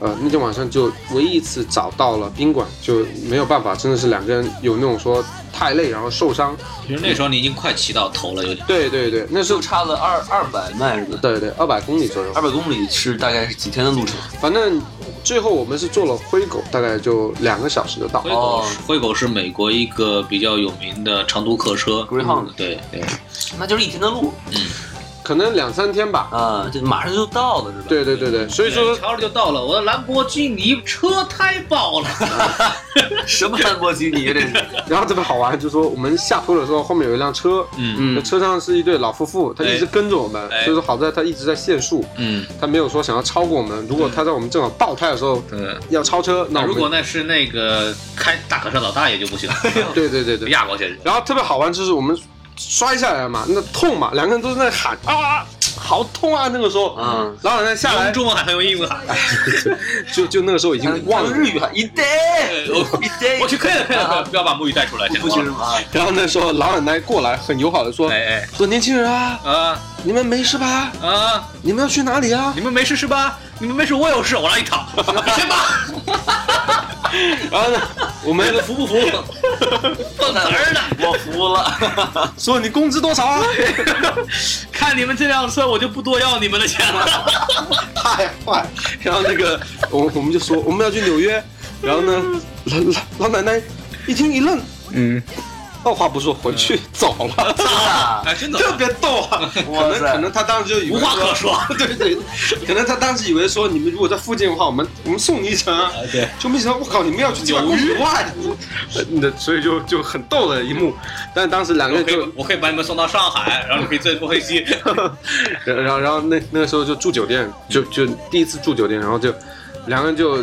Speaker 1: 呃那天晚上就唯一一次找到了宾馆，就没有办法，真的是两个人有那种说太累然后受伤，
Speaker 3: 其实那时候你已经快骑到头了，有点，
Speaker 1: 对对对，那时
Speaker 2: 就
Speaker 1: 候
Speaker 2: 差了二二百迈是吧？
Speaker 1: 对对二百公里左右
Speaker 2: 二，百公里是大概是几天的路程？
Speaker 1: 反正最后我们是坐了灰狗，大概就两个小时就到
Speaker 3: 灰。狗
Speaker 2: 哦
Speaker 3: 是，灰狗是美国一个比较有名的长途客车嗯
Speaker 2: Greyhound
Speaker 3: 对对，
Speaker 2: 那就是一天的路
Speaker 1: 可能两三天吧。
Speaker 2: 啊，这马上就到了是吧？，
Speaker 1: 对对对对，所以说
Speaker 3: 瞧着就到了，我的兰博基尼车胎爆了，
Speaker 2: 什么兰博基尼啊这是？
Speaker 1: 然后特别好玩，就是说我们下坡的时候，后面有一辆车，
Speaker 3: [LAUGHS] 嗯
Speaker 2: 嗯
Speaker 1: 那，车上是一对老夫妇，他一直
Speaker 3: 哎
Speaker 1: 跟着我们，
Speaker 3: 哎
Speaker 1: 所以说好在他一直在限速，
Speaker 3: 嗯
Speaker 1: 他没有说想要超过我们。如果他在我们正好爆胎的时候
Speaker 3: 嗯。
Speaker 1: 要超车，
Speaker 3: 那
Speaker 1: 那我
Speaker 3: 如
Speaker 1: 们
Speaker 3: 果那是那个开大客车老大爷就不行，
Speaker 1: 对对对对，
Speaker 3: 压过去。
Speaker 1: 然后特别好玩就是我们摔下来嘛，那痛嘛，两个人都在那喊啊，好痛啊！那个时候，
Speaker 2: 嗯，
Speaker 1: 然后人下来
Speaker 3: 中文喊还用英文喊，
Speaker 1: 就就那个时候已经忘
Speaker 2: 用
Speaker 1: 了
Speaker 2: 哎呃日语喊一 day 一 day，
Speaker 3: 我去，可以了，可以了，可以了啊不要把母语带出来，行
Speaker 2: 不
Speaker 3: 吗
Speaker 2: 行是？吗？
Speaker 1: 然后那时候老奶奶过来很友好的说
Speaker 3: 哎：“
Speaker 1: 说年轻人啊，
Speaker 3: 哎啊
Speaker 1: 你们没事吧？
Speaker 3: 啊！
Speaker 1: 你们要去哪里啊？”
Speaker 3: 你们没事是吧？你们没事，我有事，我让你 [LAUGHS] 躺，先吧。
Speaker 1: 然后呢，我们 [LAUGHS]
Speaker 3: 服不服？放哪儿呢？
Speaker 2: 我服了， [LAUGHS]
Speaker 1: 说你工资多少啊？
Speaker 3: 看你们这辆车，我就不多要你们的钱了。
Speaker 1: 太坏。然后那个，我我们就说我们要去纽约，然后呢，老老老奶奶一听一愣，
Speaker 3: 嗯，
Speaker 1: 二话不说回去走 [LAUGHS] 了，
Speaker 2: 啊，
Speaker 3: [LAUGHS] 哎，真的
Speaker 1: 特别逗啊！可
Speaker 2: 哇
Speaker 1: 能
Speaker 2: 塞
Speaker 1: 可能他当时就以为
Speaker 3: 无话
Speaker 1: 说
Speaker 3: 可说。
Speaker 1: 对对，可能他当时以为说你们如果在附近的话，我们我们送你一程啊。
Speaker 3: 哎对，
Speaker 1: 就没想到我靠，你们要去九域哇！呃那所以就就很逗的一幕。但当时两个
Speaker 3: 我
Speaker 1: 人
Speaker 3: 可以
Speaker 1: 就，
Speaker 3: 我可以把你们送到上海，然后你可以再坐飞机。
Speaker 1: [LAUGHS] 然后然后那那个时候就住酒店，就就第一次住酒店，然后就两个人就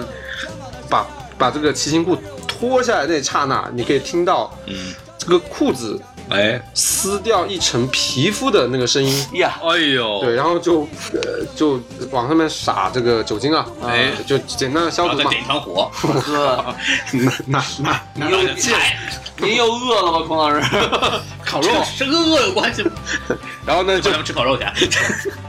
Speaker 1: 把把这个骑行裤脱下来那刹那，你可以听到
Speaker 3: 嗯，
Speaker 1: 这个裤子
Speaker 3: 哎，
Speaker 1: 撕掉一层皮肤的那个声音。
Speaker 2: 呀，
Speaker 3: 哎呦，
Speaker 1: 对，然后就呃就往上面撒这个酒精啊，
Speaker 3: 哎啊
Speaker 1: 就简单的消
Speaker 3: 然后
Speaker 1: 毒
Speaker 3: 再
Speaker 1: 嘛。
Speaker 3: 点一场 [LAUGHS] 火，
Speaker 2: 哥，
Speaker 1: 那那那
Speaker 2: 你又您又饿了吧，
Speaker 3: [LAUGHS]
Speaker 2: 孔老师？
Speaker 1: 烤肉
Speaker 3: 这，这跟饿有关系吗？
Speaker 1: 然后呢
Speaker 3: [LAUGHS] 就
Speaker 1: 就
Speaker 3: 咱们吃烤肉去。啊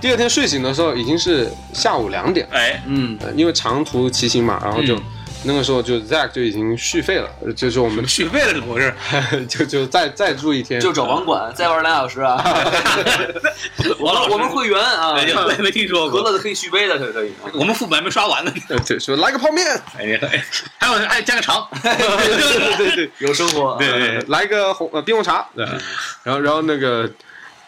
Speaker 1: 第二天睡醒的时候已经是下午两点，
Speaker 3: 哎，
Speaker 2: 嗯，
Speaker 1: 呃因为长途骑行嘛，然后就、
Speaker 3: 嗯
Speaker 1: 那个时候就 Zack 就已经续费了，呃就是我们
Speaker 3: 续费了，怎么回事？
Speaker 1: [LAUGHS] 就就再再住一天，
Speaker 2: 就找网管再玩俩小
Speaker 3: [LAUGHS]
Speaker 2: 时啊。
Speaker 3: 王老师，
Speaker 2: 我们会员啊，
Speaker 3: 哎呀，我也没听说
Speaker 2: 喝
Speaker 3: 过。
Speaker 2: 了可以续杯的，可以可以。啊
Speaker 3: 我们副本还没刷完呢，
Speaker 1: 呃对说来个泡面，
Speaker 3: 哎呀，哎还有哎加个 [LAUGHS] 肠，
Speaker 1: 对对对，
Speaker 2: 有生活，啊
Speaker 3: 对
Speaker 1: 呃来个红呃冰红茶，对，然后然后那个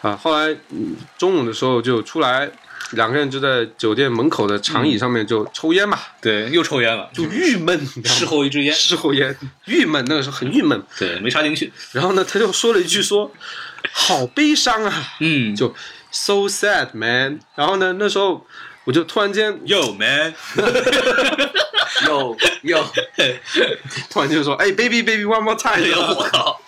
Speaker 1: 啊，后来嗯中午的时候就出来，两个人就在酒店门口的长椅上面就抽烟嘛，
Speaker 3: 对，又抽烟了，嗯
Speaker 1: 就嗯郁闷，你知道吗
Speaker 3: 事后一支烟，
Speaker 1: 事后烟郁闷，那个时候很郁闷，
Speaker 3: 对，没插进去，
Speaker 1: 然后呢他就说了一句说，好悲伤啊，
Speaker 3: 嗯，
Speaker 1: 就 so sad man。然后呢，那时候我就突然间，
Speaker 3: Yo man，
Speaker 2: 有有，
Speaker 1: 突然就说，哎，baby baby one more
Speaker 3: [LAUGHS] 哎
Speaker 1: time。
Speaker 3: 呀，我靠，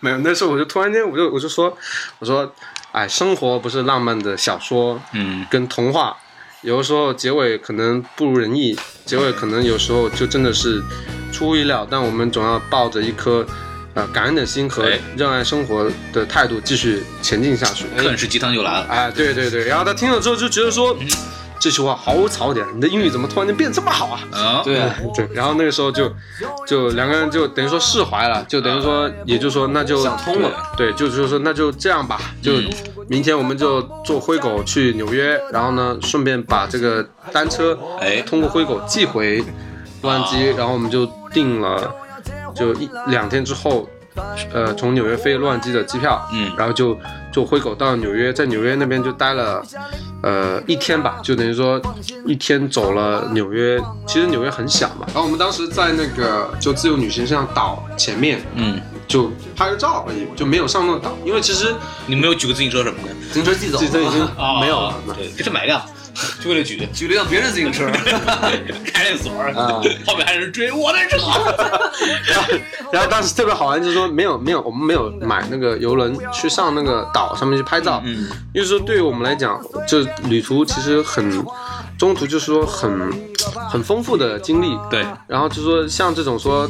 Speaker 1: 没有，那时候我就突然间，我就我就说，我说，哎，生活不是浪漫的小说
Speaker 3: 嗯，
Speaker 1: 跟童话，有的时候结尾可能不如人意，结尾可能有时候就真的是出乎意料，但我们总要抱着一颗。呃，感恩的心和
Speaker 3: 哎
Speaker 1: 热爱生活的态度继续前进下去。
Speaker 3: 啃食鸡汤就来了，
Speaker 1: 哎，对对对，然后他听了之后就觉得说，这句话好草啊点，你的英语怎么突然间变这么好啊？
Speaker 3: 啊，
Speaker 2: 对啊，
Speaker 1: [LAUGHS] 对，然后那个时候就，就两个人就等于说释怀了，就等于说，也就是说那就
Speaker 2: 呃想通了，
Speaker 1: 对，就就是说那就这样吧，就
Speaker 3: 嗯
Speaker 1: 明天我们就坐灰狗去纽约，然后呢顺便把这个单车
Speaker 3: 哎
Speaker 1: 通过灰狗寄回洛杉矶，然后我们就订了，就一两天之后，呃从纽约飞洛杉矶的机票，
Speaker 3: 嗯
Speaker 1: 然后就坐灰狗到纽约，在纽约那边就待了。呃，一天吧，就等于说一天走了纽约。其实纽约很小嘛，然后我们当时在那个就自由女神像岛前面
Speaker 3: 嗯，
Speaker 1: 就拍个照而已，就没有上那个岛，因为其实
Speaker 3: 你们有举个自行车什么的？
Speaker 2: 自行车寄走
Speaker 1: 自行车已经
Speaker 2: 了，
Speaker 3: 啊
Speaker 1: 没有了嘛。
Speaker 3: 对，给他买辆，就为了举，
Speaker 2: [LAUGHS]
Speaker 3: [LAUGHS]
Speaker 2: 举了辆别人自行车，
Speaker 3: 开了锁，
Speaker 2: 啊
Speaker 3: 后面还有人追我的车，
Speaker 1: [LAUGHS] 然后当时特别好玩，就是说没有没有，我们没有买那个游轮去上那个岛上面去拍照，
Speaker 3: 嗯，
Speaker 1: 因为说对于我们来讲，就旅途其实很中途就是说很很丰富的经历，
Speaker 3: 对，
Speaker 1: 然后就说像这种说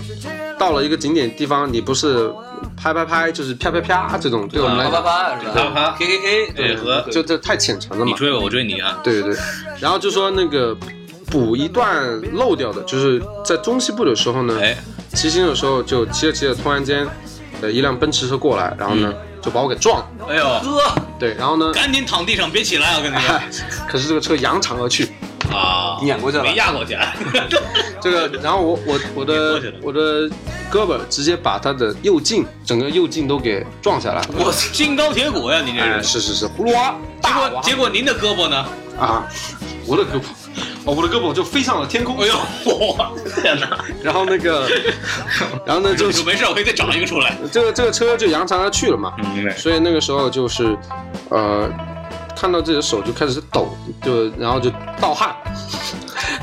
Speaker 1: 到了一个景点地方，你不是拍拍拍，就是啪啪啪这种，对我们来
Speaker 2: 啪啪
Speaker 3: 啊
Speaker 1: 讲，
Speaker 2: 啪是吧？
Speaker 3: 啪啪啪
Speaker 2: K K K，
Speaker 3: 对和
Speaker 1: 就这太浅层了
Speaker 3: 你
Speaker 1: 嘛。
Speaker 3: 追我，我追你啊，
Speaker 1: 对对对，然后就说那个补一段漏掉的，就是在中西部的时候呢，
Speaker 3: 哎，
Speaker 1: 骑行的时候就骑着骑着，突然间，呃，一辆奔驰车过来，然后
Speaker 3: 嗯
Speaker 1: 呢就把我给撞了。
Speaker 3: 哎呦，
Speaker 2: 哥，
Speaker 1: 对，然
Speaker 3: [LAUGHS]
Speaker 1: 后呢，
Speaker 3: 赶紧躺地上，别起来，啊我跟你讲
Speaker 1: 可是这个车扬长而去，
Speaker 3: [LAUGHS] 啊，
Speaker 2: 碾过去了
Speaker 3: 没，压过去，
Speaker 1: 这个，然后我我
Speaker 3: [LAUGHS] 你
Speaker 1: 我
Speaker 3: 过去
Speaker 1: 的
Speaker 3: 了
Speaker 1: 我的胳膊直接把他的右胫，整个右胫都给撞下来了。
Speaker 3: 我哎金刚铁骨呀，你这
Speaker 1: 哎，
Speaker 3: 是。
Speaker 1: 是是是，葫芦娃，
Speaker 3: 结
Speaker 1: 大
Speaker 3: 果
Speaker 1: 娃
Speaker 3: 结果您的胳膊呢？
Speaker 1: 啊，我的胳膊，哦，我的胳膊就飞上了天空
Speaker 3: 哎。呦，我天哪！
Speaker 1: 然后那个，然后呢就
Speaker 3: [LAUGHS] 就是没事，我可以再长一个出来。
Speaker 1: 这个这个车就扬长而去了嘛。
Speaker 3: 嗯，对。
Speaker 1: 所以那个时候就是，呃，看到自己的手就开始抖，就然后就盗汗， [LAUGHS]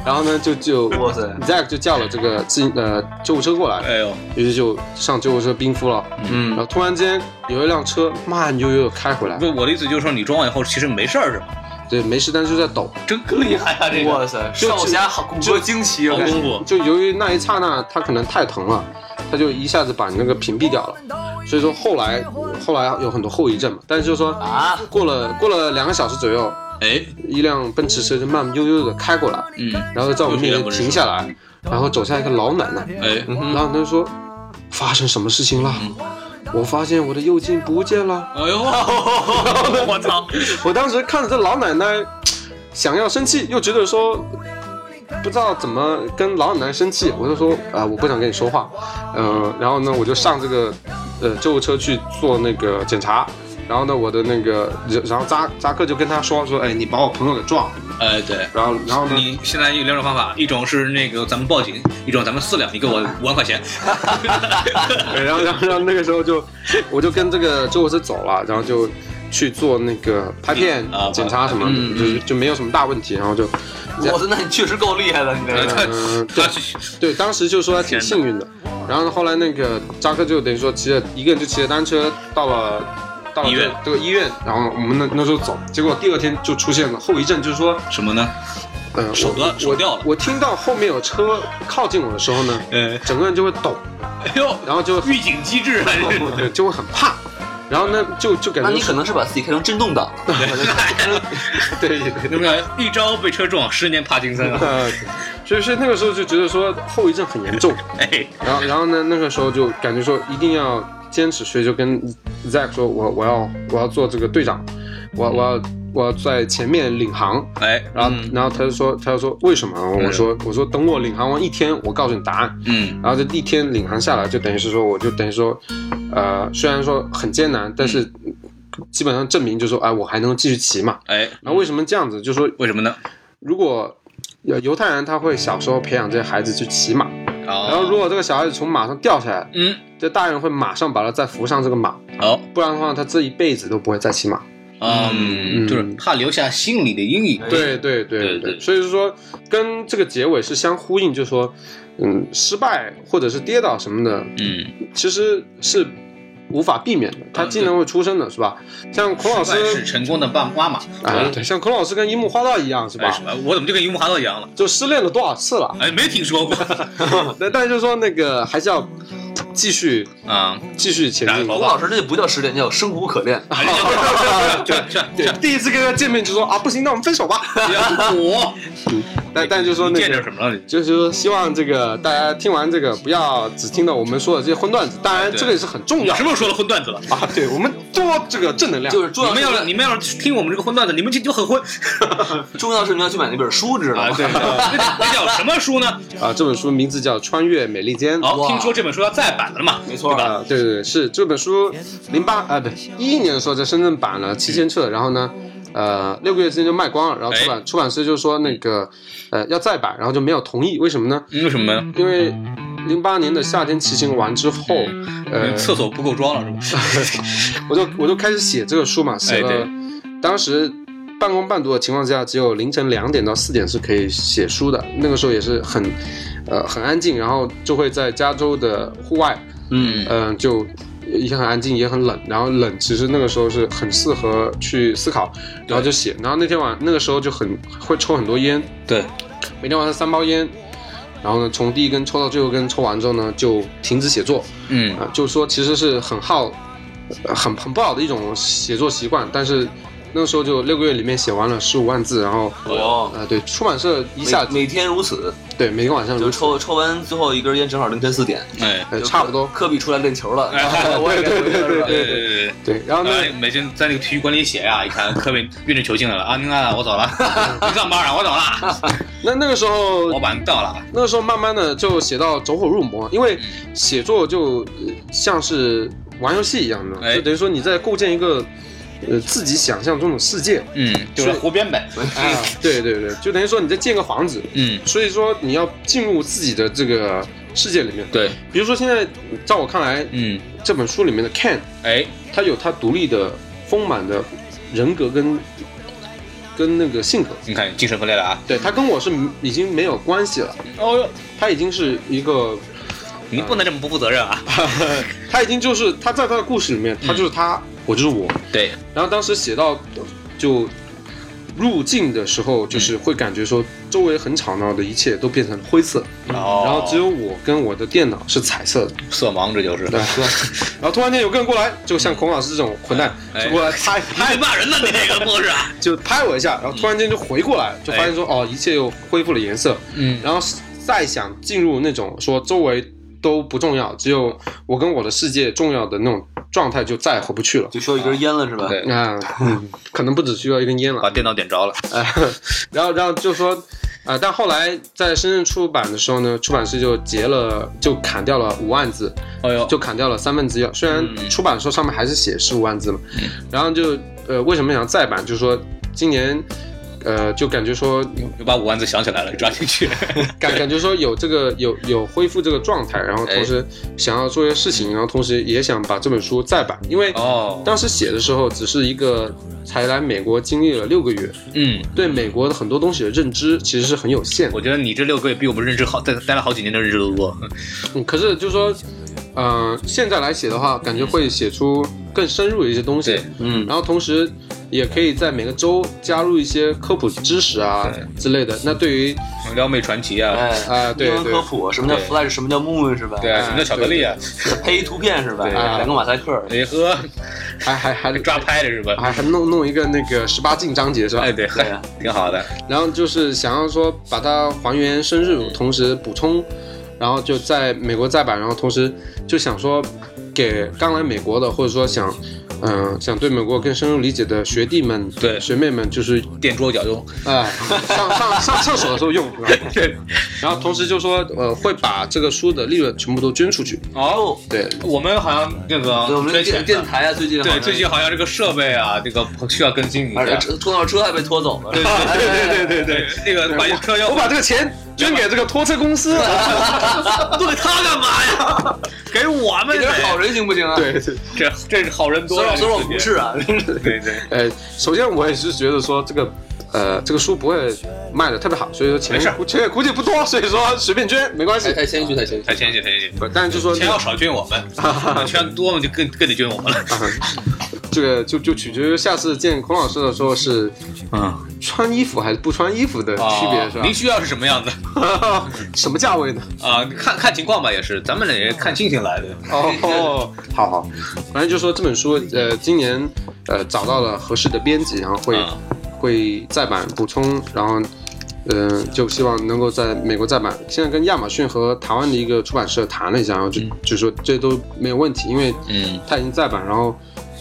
Speaker 1: 然后呢就就
Speaker 2: 哇塞
Speaker 1: Zack 就叫了这个自行呃救护车过来，
Speaker 3: 哎呦，
Speaker 1: 于是就上救护车冰敷了。然
Speaker 2: 嗯，
Speaker 1: 后突然间有一辆车慢悠悠地开回来，
Speaker 3: 不，我的意思就是说，你装完以后其实没事儿是吗？
Speaker 1: 对，没事，但是就在抖。
Speaker 3: 真厉害啊！这个
Speaker 2: 哇塞，少侠好骨骼惊奇啊
Speaker 3: 好！功夫，
Speaker 1: 就由于那一刹那他可能太疼了，他就一下子把你那个屏蔽掉了，所以说后来后来有很多后遗症嘛。但是就是说
Speaker 2: 啊，
Speaker 1: 过了过了两个小时左右，
Speaker 3: 哎，
Speaker 1: 一辆奔驰车就慢慢悠悠的开过来，
Speaker 3: 嗯，
Speaker 1: 然后在我们面前停下来，然后走下一个老奶奶，
Speaker 3: 哎，
Speaker 1: 然后她就说发生什么事情了？我发现我的右镜不见了。
Speaker 3: 哎
Speaker 1: [LAUGHS]
Speaker 3: 呦，我操！
Speaker 1: 我当时看着这老奶奶，想要生气，又觉得说不知道怎么呃跟老奶奶生气，我就说啊、我不想跟你说话，嗯、然后呢，我就上这个呃救护车去做那个检查。然后呢，我的那个，然后扎扎克就跟他说说，哎，你把我朋友给撞了。
Speaker 3: 呃，对。
Speaker 1: 然后，然后呢，
Speaker 3: 你现在有两种方法，一种是那个咱们报警，一种咱们私了，你给我五万块钱。
Speaker 1: 对，然后然后然后那个时候就，我就跟这个救护车走了，然后就去做那个拍片
Speaker 3: 嗯啊
Speaker 1: 检查什么的，
Speaker 2: 嗯嗯
Speaker 1: 就是就没有什么大问题，然后就，
Speaker 2: 我操，那你确实够厉害的，你这
Speaker 3: 呃
Speaker 2: 个。
Speaker 3: 他
Speaker 1: 嗯
Speaker 3: [LAUGHS] 他去
Speaker 1: 对，当时就说还挺幸运的。然后后来那个扎克就等于说骑着一个人就骑着单车到了到了
Speaker 3: 医院
Speaker 1: 这个医院，然后我们那那时候走，结果第二天就出现了后遗症，就是说，
Speaker 3: 什么呢？
Speaker 1: 呃，
Speaker 3: 手
Speaker 1: 我
Speaker 3: 断手掉了。
Speaker 1: 我听到后面有车靠近我的时候呢，
Speaker 3: 呃，
Speaker 1: 整个人就会抖，
Speaker 3: 哎呦，
Speaker 1: 然
Speaker 3: [LAUGHS]
Speaker 1: 后就
Speaker 3: 预警机制啊！这是
Speaker 1: 对就会很怕，然后呢就就感
Speaker 2: 那
Speaker 1: 觉
Speaker 2: 你可能是把自己开成震动党了，
Speaker 1: [LAUGHS] 对。
Speaker 3: 有没有一招被车撞，十年帕金森啊？
Speaker 1: 呃，所以所以那个时候就觉得说后遗症很严重，
Speaker 3: [LAUGHS] 哎，
Speaker 1: 然后然后呢，那个时候就感觉说一定要坚持，所以就跟 Zack 说我我要我要做这个队长，我我要我要在前面领航。
Speaker 3: 哎，
Speaker 1: 然后、
Speaker 3: 嗯
Speaker 1: 然后他就说他就说为什么？我说我说等我领航完一天，我告诉你答案。
Speaker 3: 嗯，
Speaker 1: 然后这一天领航下来，就等于是说，我就等于说，呃，虽然说很艰难，但是基本上证明就是说，哎，我还能继续骑嘛。
Speaker 3: 哎，
Speaker 1: 然后为什么这样子？就说
Speaker 3: 为什么呢？
Speaker 1: 如果呃犹太人他会小时候培养这些孩子去骑马，然
Speaker 3: 然
Speaker 1: 后如果这个小孩子从马上掉下来，
Speaker 3: 嗯，
Speaker 1: 这大人会马上把他再扶上这个马，
Speaker 3: 好，
Speaker 1: 不然的话他这一辈子都不会再骑马。
Speaker 3: 嗯，哎
Speaker 1: 嗯
Speaker 3: 就是怕留下心理的阴影。
Speaker 1: 对对对
Speaker 3: 对对
Speaker 1: 所以说跟这个结尾是相呼应，就是说，嗯，失败或者是跌倒什么的，
Speaker 3: 嗯，
Speaker 1: 其实是无法避免的，它
Speaker 3: 嗯
Speaker 1: 经常会出生的，是吧？像孔老
Speaker 3: 失败是
Speaker 1: 师
Speaker 3: 成功的爸妈妈，
Speaker 1: 啊，对，像孔老师跟樱木花道一样，是
Speaker 3: 哎
Speaker 1: 吧？
Speaker 3: 是吧我怎么就跟樱木花道一样了？
Speaker 1: 就失恋了多少次
Speaker 3: [LAUGHS]
Speaker 1: 了？
Speaker 3: 哎，没听说过
Speaker 1: 但但就是说那个还是要继续
Speaker 3: 啊！
Speaker 1: 继续前进
Speaker 3: 打。头
Speaker 2: [LAUGHS] 吴
Speaker 3: 发
Speaker 2: 老师这就不叫失恋，叫生无可恋。
Speaker 3: 哎呀这这这
Speaker 1: 对
Speaker 3: [LAUGHS] 这，
Speaker 1: 第一次跟他见面就说啊，不行，那我们分手吧。 [LAUGHS]
Speaker 3: 我，
Speaker 1: 但但就说
Speaker 3: 你
Speaker 1: 那
Speaker 3: 见
Speaker 1: 个
Speaker 3: 着什么了？
Speaker 1: 就是说，希望这个大家听完这个，不要只听到我们说的这些荤段子，当然
Speaker 3: 对
Speaker 1: 这个也是很重
Speaker 3: 你
Speaker 1: 要
Speaker 3: 什么时候说了荤段子了？
Speaker 1: 啊。对我们多这个正能量，
Speaker 2: 就是重
Speaker 3: 你
Speaker 2: 要
Speaker 3: 们要
Speaker 2: 是
Speaker 3: 是你们要是听我们这个荤段子，你们就就很荤
Speaker 2: 重要是你要去买那本书，知道
Speaker 3: [LAUGHS] 啊！
Speaker 2: 吗？
Speaker 3: 对，那叫那叫什么书呢？
Speaker 1: 啊。这本书名字叫《穿越美利坚》。
Speaker 3: 好，
Speaker 2: 哇
Speaker 3: 听说这本书要再版了嘛？
Speaker 2: [LAUGHS] 没错
Speaker 3: 对吧？
Speaker 1: 啊，对对对，是这本书零八啊，不一一年的时候在深圳版了七千册，然后呢，呃，六个月之间就卖光了，然后出
Speaker 3: 哎
Speaker 1: 版出版社就说那个呃要再版，然后就没有同意，为什么呢？
Speaker 3: 因嗯为什么呢？
Speaker 1: 因为零八年的夏天骑行完之后，
Speaker 3: 因
Speaker 1: 呃
Speaker 3: 为，厕所不够装了是吧？
Speaker 1: 我就我就开始写这个书嘛，写
Speaker 3: 哎
Speaker 1: 了
Speaker 3: 对，
Speaker 1: 当时半工半读的情况下，只有凌晨两点到四点是可以写书的。那个时候也是很，呃，很安静，然后就会在加州的户外，
Speaker 3: [LAUGHS] 嗯
Speaker 1: 嗯、就也很安静，也很冷。然后冷其实那个时候是很适合去思考，然后就写。然后那天晚那个时候就很会抽很多烟，
Speaker 3: 对，
Speaker 1: 每天晚上三包烟。然后呢，从第一根抽到最后根，抽完之后呢，就停止写作。
Speaker 3: 嗯
Speaker 1: 啊，就是说其实是很耗、呃很很不好的一种写作习惯。但是那个时候就六个月里面写完了十五万字，然后
Speaker 2: 哦，
Speaker 1: 呃对，出版社一下
Speaker 2: 每每天如此，
Speaker 1: 对每天晚上
Speaker 2: 就
Speaker 1: 如此，
Speaker 2: 抽抽完最后一根烟，正好凌晨四点，
Speaker 3: 哎。
Speaker 1: 呃
Speaker 2: 就
Speaker 1: 差不多。
Speaker 2: 科比出来练球了，我
Speaker 1: 对
Speaker 2: 也该
Speaker 1: 对
Speaker 2: 回家是
Speaker 1: 对对
Speaker 2: 吧？
Speaker 1: 对对
Speaker 3: 对
Speaker 1: 对，然后呢，
Speaker 2: 呃
Speaker 3: 对，啊每天在那个体育馆里写呀，一看科比运着球进来了啊，您啊，我走了，您上班了，我走了，
Speaker 1: 那那个时候
Speaker 3: 老板到了，
Speaker 1: 那个时候慢慢的就写到走火入魔，因为
Speaker 2: 嗯
Speaker 1: 写作就呃像是玩游戏一样的，
Speaker 3: 哎
Speaker 1: 就等于说你在构建一个呃自己想象中的世界。
Speaker 3: 嗯，就是湖边呗，
Speaker 2: 哎
Speaker 1: 啊，
Speaker 2: [LAUGHS]
Speaker 1: 对对对，就等于说你在建个房子，
Speaker 3: 嗯，
Speaker 1: 所以说你要进入自己的这个世界里面。
Speaker 3: 对，
Speaker 1: 比如说现在，照我看来，
Speaker 3: 嗯，
Speaker 1: 这本书里面的 Ken，
Speaker 3: 哎，
Speaker 1: 他有他独立的、丰满的人格跟跟那个性格。
Speaker 3: 你看精神分裂了啊，
Speaker 1: 对他跟我是已经没有关系了，
Speaker 3: 哦哟，
Speaker 1: 他已经是一个，
Speaker 3: 您不能这么不负责任啊，
Speaker 1: 他已经就是他在他的故事里面，
Speaker 3: 嗯
Speaker 1: 他就是他，我就是我。
Speaker 3: 对，
Speaker 1: 然后当时写到就入境的时
Speaker 3: 嗯
Speaker 1: 候，就是会感觉说周围很吵闹的一切都变成灰色，
Speaker 3: 然后
Speaker 1: 然后只有我跟我的电脑是彩色的。
Speaker 3: 色盲，这 [LAUGHS] 就是，
Speaker 1: 对，然后突然间有个人过来，就像孔老师这种混蛋，
Speaker 3: 哎
Speaker 1: 就过来
Speaker 3: 还
Speaker 1: 拍拍
Speaker 3: 骂人呢，你这个不是
Speaker 1: [LAUGHS]
Speaker 3: 啊，
Speaker 1: 就拍我一下，然后突然间就回过来，就发现说
Speaker 3: 哎
Speaker 1: 哦，一切又恢复了颜色，
Speaker 3: 嗯，
Speaker 1: 然后再想进入那种说周围都不重要，只有我跟我的世界重要的那种状态，就再也回不去了。
Speaker 2: 就需要一根烟了，是吧？
Speaker 1: 嗯
Speaker 3: 对，
Speaker 1: 啊，嗯，可能不只需要一根烟了
Speaker 3: 把，电脑点着了，
Speaker 1: 哎，然后然后就说，啊、但后来在深圳出版的时候呢，出版社就截了，就砍掉了五万字，
Speaker 3: 哎呦，
Speaker 1: 就砍掉了三分之一。虽然
Speaker 2: 嗯
Speaker 1: 出版的时候上面还是写十五万字嘛，
Speaker 3: 嗯
Speaker 1: 然后就呃，为什么想再版？就是说今年。呃，就感
Speaker 3: [LAUGHS]
Speaker 1: 觉说，
Speaker 3: 又把五万字想起来了，抓进去。
Speaker 1: 感感觉说有这个有有恢复这个状态，然后同时想要做一些事情，然后同时也想把这本书再版，因为
Speaker 3: 哦，
Speaker 1: 当时写的时候只是一个才来美国经历了六个月，
Speaker 3: 嗯，
Speaker 1: 对美国的很多东西的认知其实是很有限的。
Speaker 3: 我觉得你这六个月比我们认知好，待待了好几年的认知都多。
Speaker 1: 嗯，可是就是说，呃，现在来写的话，感觉会写出更深入的一些东西
Speaker 3: 对，
Speaker 2: 嗯，
Speaker 1: 然后同时也可以在每个州加入一些科普知识啊
Speaker 3: 对
Speaker 1: 之类的。那对于
Speaker 3: 撩妹传奇啊，
Speaker 2: 哎
Speaker 1: 啊对
Speaker 2: 英文
Speaker 1: 对
Speaker 2: 科普，什么叫
Speaker 3: 对
Speaker 2: Flash，什么叫 Moon 是吧？
Speaker 3: 对啊，什么叫巧克力啊？
Speaker 2: 配一图片是吧？哎
Speaker 3: 对啊哎
Speaker 2: 两个马赛克，
Speaker 3: 你喝
Speaker 1: 还还还
Speaker 3: 抓拍的是吧？
Speaker 1: 还还弄弄一个那个十八禁章节是吧
Speaker 3: 哎，？对，
Speaker 2: 对啊
Speaker 3: 挺好的。
Speaker 1: 然后就是想要说把它还原
Speaker 3: 嗯
Speaker 1: 深入，同时补充，然后就在美国再版，然后同时就想说给刚来美国的，或者说想，嗯、想对美国更深入理解的学弟们、
Speaker 3: 对
Speaker 1: 学妹们，就是
Speaker 3: 垫桌脚用，
Speaker 1: 啊、上上上厕所的时候用，是吧
Speaker 3: 对，
Speaker 1: 然后同时就说呃会把这个书的利润全部都捐出去，
Speaker 3: [LAUGHS] 哦，
Speaker 1: 对，
Speaker 3: 我们好像那个
Speaker 2: 对，我们
Speaker 3: 之
Speaker 2: 电
Speaker 3: 前
Speaker 2: 电台啊，最近好
Speaker 3: 对
Speaker 2: 像
Speaker 3: 最近，好像这个设备啊，这个需要更新一下
Speaker 2: 而。且拖到车还被拖走了，哎
Speaker 3: 对对对对对对，那个把车要
Speaker 1: [LAUGHS] 我把这个钱捐给这个拖车公司，
Speaker 3: 对他干嘛呀？ [LAUGHS] 给我们
Speaker 2: 你这是好人行不行啊？，
Speaker 1: [LAUGHS] 对对。
Speaker 3: 这这是好人多
Speaker 2: 所以
Speaker 3: 了，
Speaker 2: 我说我不
Speaker 3: 这
Speaker 2: 是啊，
Speaker 3: 个世界对对，
Speaker 1: 呃，首先我也是觉得说这个，呃，这个书不会卖的特别好，所以说钱
Speaker 3: 没事儿
Speaker 1: 估钱也估计不多，所以说随便捐没
Speaker 3: 哎
Speaker 1: 关系。
Speaker 2: 太谦虚，太谦虚。
Speaker 3: 太谦虚太谦虚，
Speaker 1: 不，但是就说
Speaker 3: 钱要少捐我们，捐多了就更更得捐我们了。
Speaker 1: 这个就就取决于下次见孔老师的时候是
Speaker 3: 嗯，
Speaker 1: 穿衣服还是不穿衣服的啊区别
Speaker 3: 啊您
Speaker 1: 是
Speaker 3: 需要是什么样子
Speaker 1: 吧？ [LAUGHS] 什么价位呢？
Speaker 3: 啊？看看情况吧，也是，咱们也看心情来的。
Speaker 1: 哦，好好，反正就说这本书，呃，今年呃找到了合适的编辑，然后会、
Speaker 3: 嗯
Speaker 1: 会再版补充，然后嗯、呃就希望能够在美国再版。现在跟亚马逊和台湾的一个出版社谈了一下，然后就、就说这都没有问题，因为
Speaker 3: 嗯
Speaker 1: 它已经再版，然后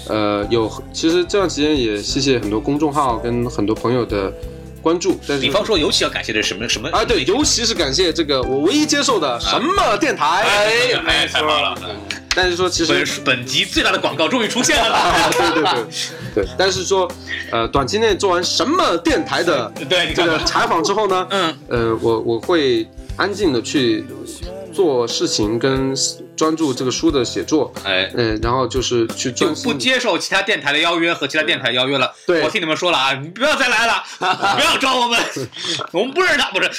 Speaker 1: 呃有其实这段时间也谢谢很多公众号跟很多朋友的关注，但是
Speaker 3: 比方说，尤其要感谢这什么什么
Speaker 1: 啊，对，尤其是感谢这个我唯一接受的什么电台，
Speaker 3: 哎哎，太棒了！
Speaker 1: 但是说其实
Speaker 3: 本本集最大的广告终于出现了。
Speaker 1: 啊，对对对对，但是说，呃，短期内做完什么电台的
Speaker 3: 对，你
Speaker 1: 这
Speaker 3: 看
Speaker 1: 个
Speaker 3: 看，
Speaker 1: 采访之后呢，
Speaker 3: 嗯，
Speaker 1: 呃，我我会安静的去做事情，跟专注这个书的写作，
Speaker 3: [LAUGHS] 哎，
Speaker 1: 嗯、然后就是去
Speaker 3: 就
Speaker 1: 专
Speaker 3: 不
Speaker 1: 心。
Speaker 3: 接受其他电台的邀约和其他电台邀约了。
Speaker 1: 对
Speaker 3: 我听你们说了啊，你不要再来 [LAUGHS] 了，不要找我 [LAUGHS] 们，我们不认识他，不是。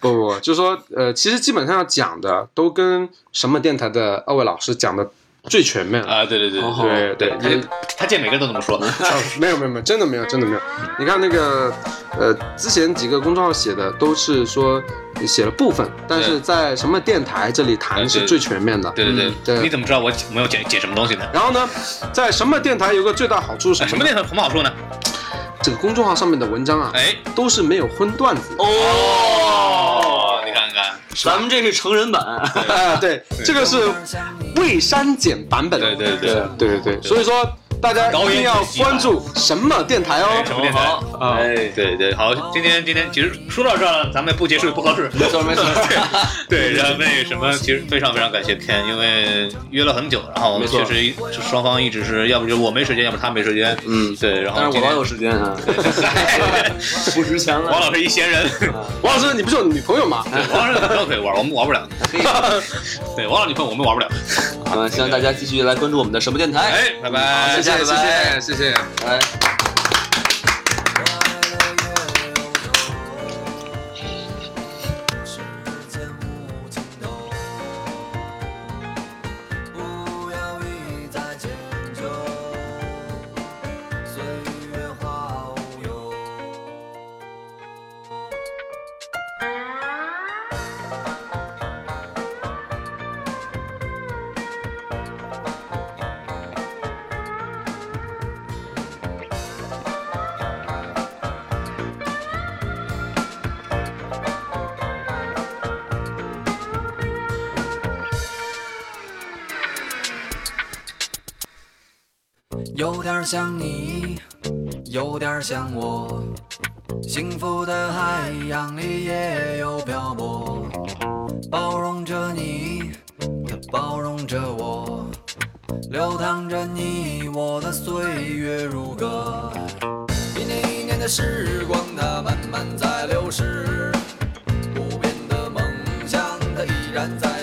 Speaker 1: 不不不，就是说，呃，其实基本上要讲的都跟什么电台的二位老师讲的最全面了。
Speaker 3: 啊，对对对嗯
Speaker 2: 哦
Speaker 1: 对对，因为
Speaker 3: 他他见每个人都这么说。
Speaker 1: [LAUGHS] 哦，没有没有没有，真的没有真的没有。
Speaker 3: 嗯
Speaker 1: 你看那个，呃，之前几个公众号写的都是说写了部分，但是在什么电台这里谈是最全面的。嗯
Speaker 3: 对对嗯对，
Speaker 1: 对
Speaker 3: 你怎么知道我没有剪剪什么东西呢？
Speaker 1: 然后呢，在什么电台有个最大好处是
Speaker 3: 哎
Speaker 1: 什
Speaker 3: 什
Speaker 1: 么
Speaker 3: 么
Speaker 1: 呢？
Speaker 3: 电台很好说呢？
Speaker 1: 这个公众号上面的文章啊，
Speaker 3: 哎，
Speaker 1: 都是没有荤段子的。
Speaker 3: 哦，你看看，
Speaker 2: 咱们这是成人版，
Speaker 1: 啊，对，这个是未删减版本。
Speaker 3: 对对对，
Speaker 1: 对对对，所以说大家一定要关注什么电台
Speaker 3: 哎什
Speaker 1: 哦。
Speaker 3: 么电台？
Speaker 2: 好，哎，
Speaker 3: 对对，好，今天今天其实说到这儿了，咱们不结束也不合适。
Speaker 2: 没错没错，
Speaker 3: [LAUGHS] 对，然后那什么，其实非常非常感谢 Ken，因为约了很久，然后我们
Speaker 2: 没错
Speaker 3: 确实一双方一直是要不就是我没时间，要不他没时间。
Speaker 2: 嗯，
Speaker 3: 对，然后
Speaker 2: 但是我老有
Speaker 3: 有
Speaker 2: 时间啊， [LAUGHS] 不值钱
Speaker 3: [LAUGHS] 王
Speaker 2: 了，
Speaker 3: 老师一闲人，
Speaker 1: [LAUGHS]
Speaker 2: 啊
Speaker 1: 王老师，你不是有女朋友吗？
Speaker 3: [LAUGHS] 王老师很可以玩，我们玩不了。 [LAUGHS] 对，王老师你朋友我们玩不了。
Speaker 2: 嗯，希望大家继续来关注我们的什么电台，
Speaker 3: 哎，拜拜，
Speaker 2: 谢谢
Speaker 1: 谢
Speaker 2: 拜
Speaker 1: 谢谢谢。
Speaker 2: 哎。
Speaker 5: 不要一再迁就，岁月化无忧。有点儿像你，有点儿像我，幸福的海洋里也有漂泊，包容着你，它包容着我，流淌着你我的岁月如歌。一年一年的时光，它慢慢在流逝，不变的梦想，它依然在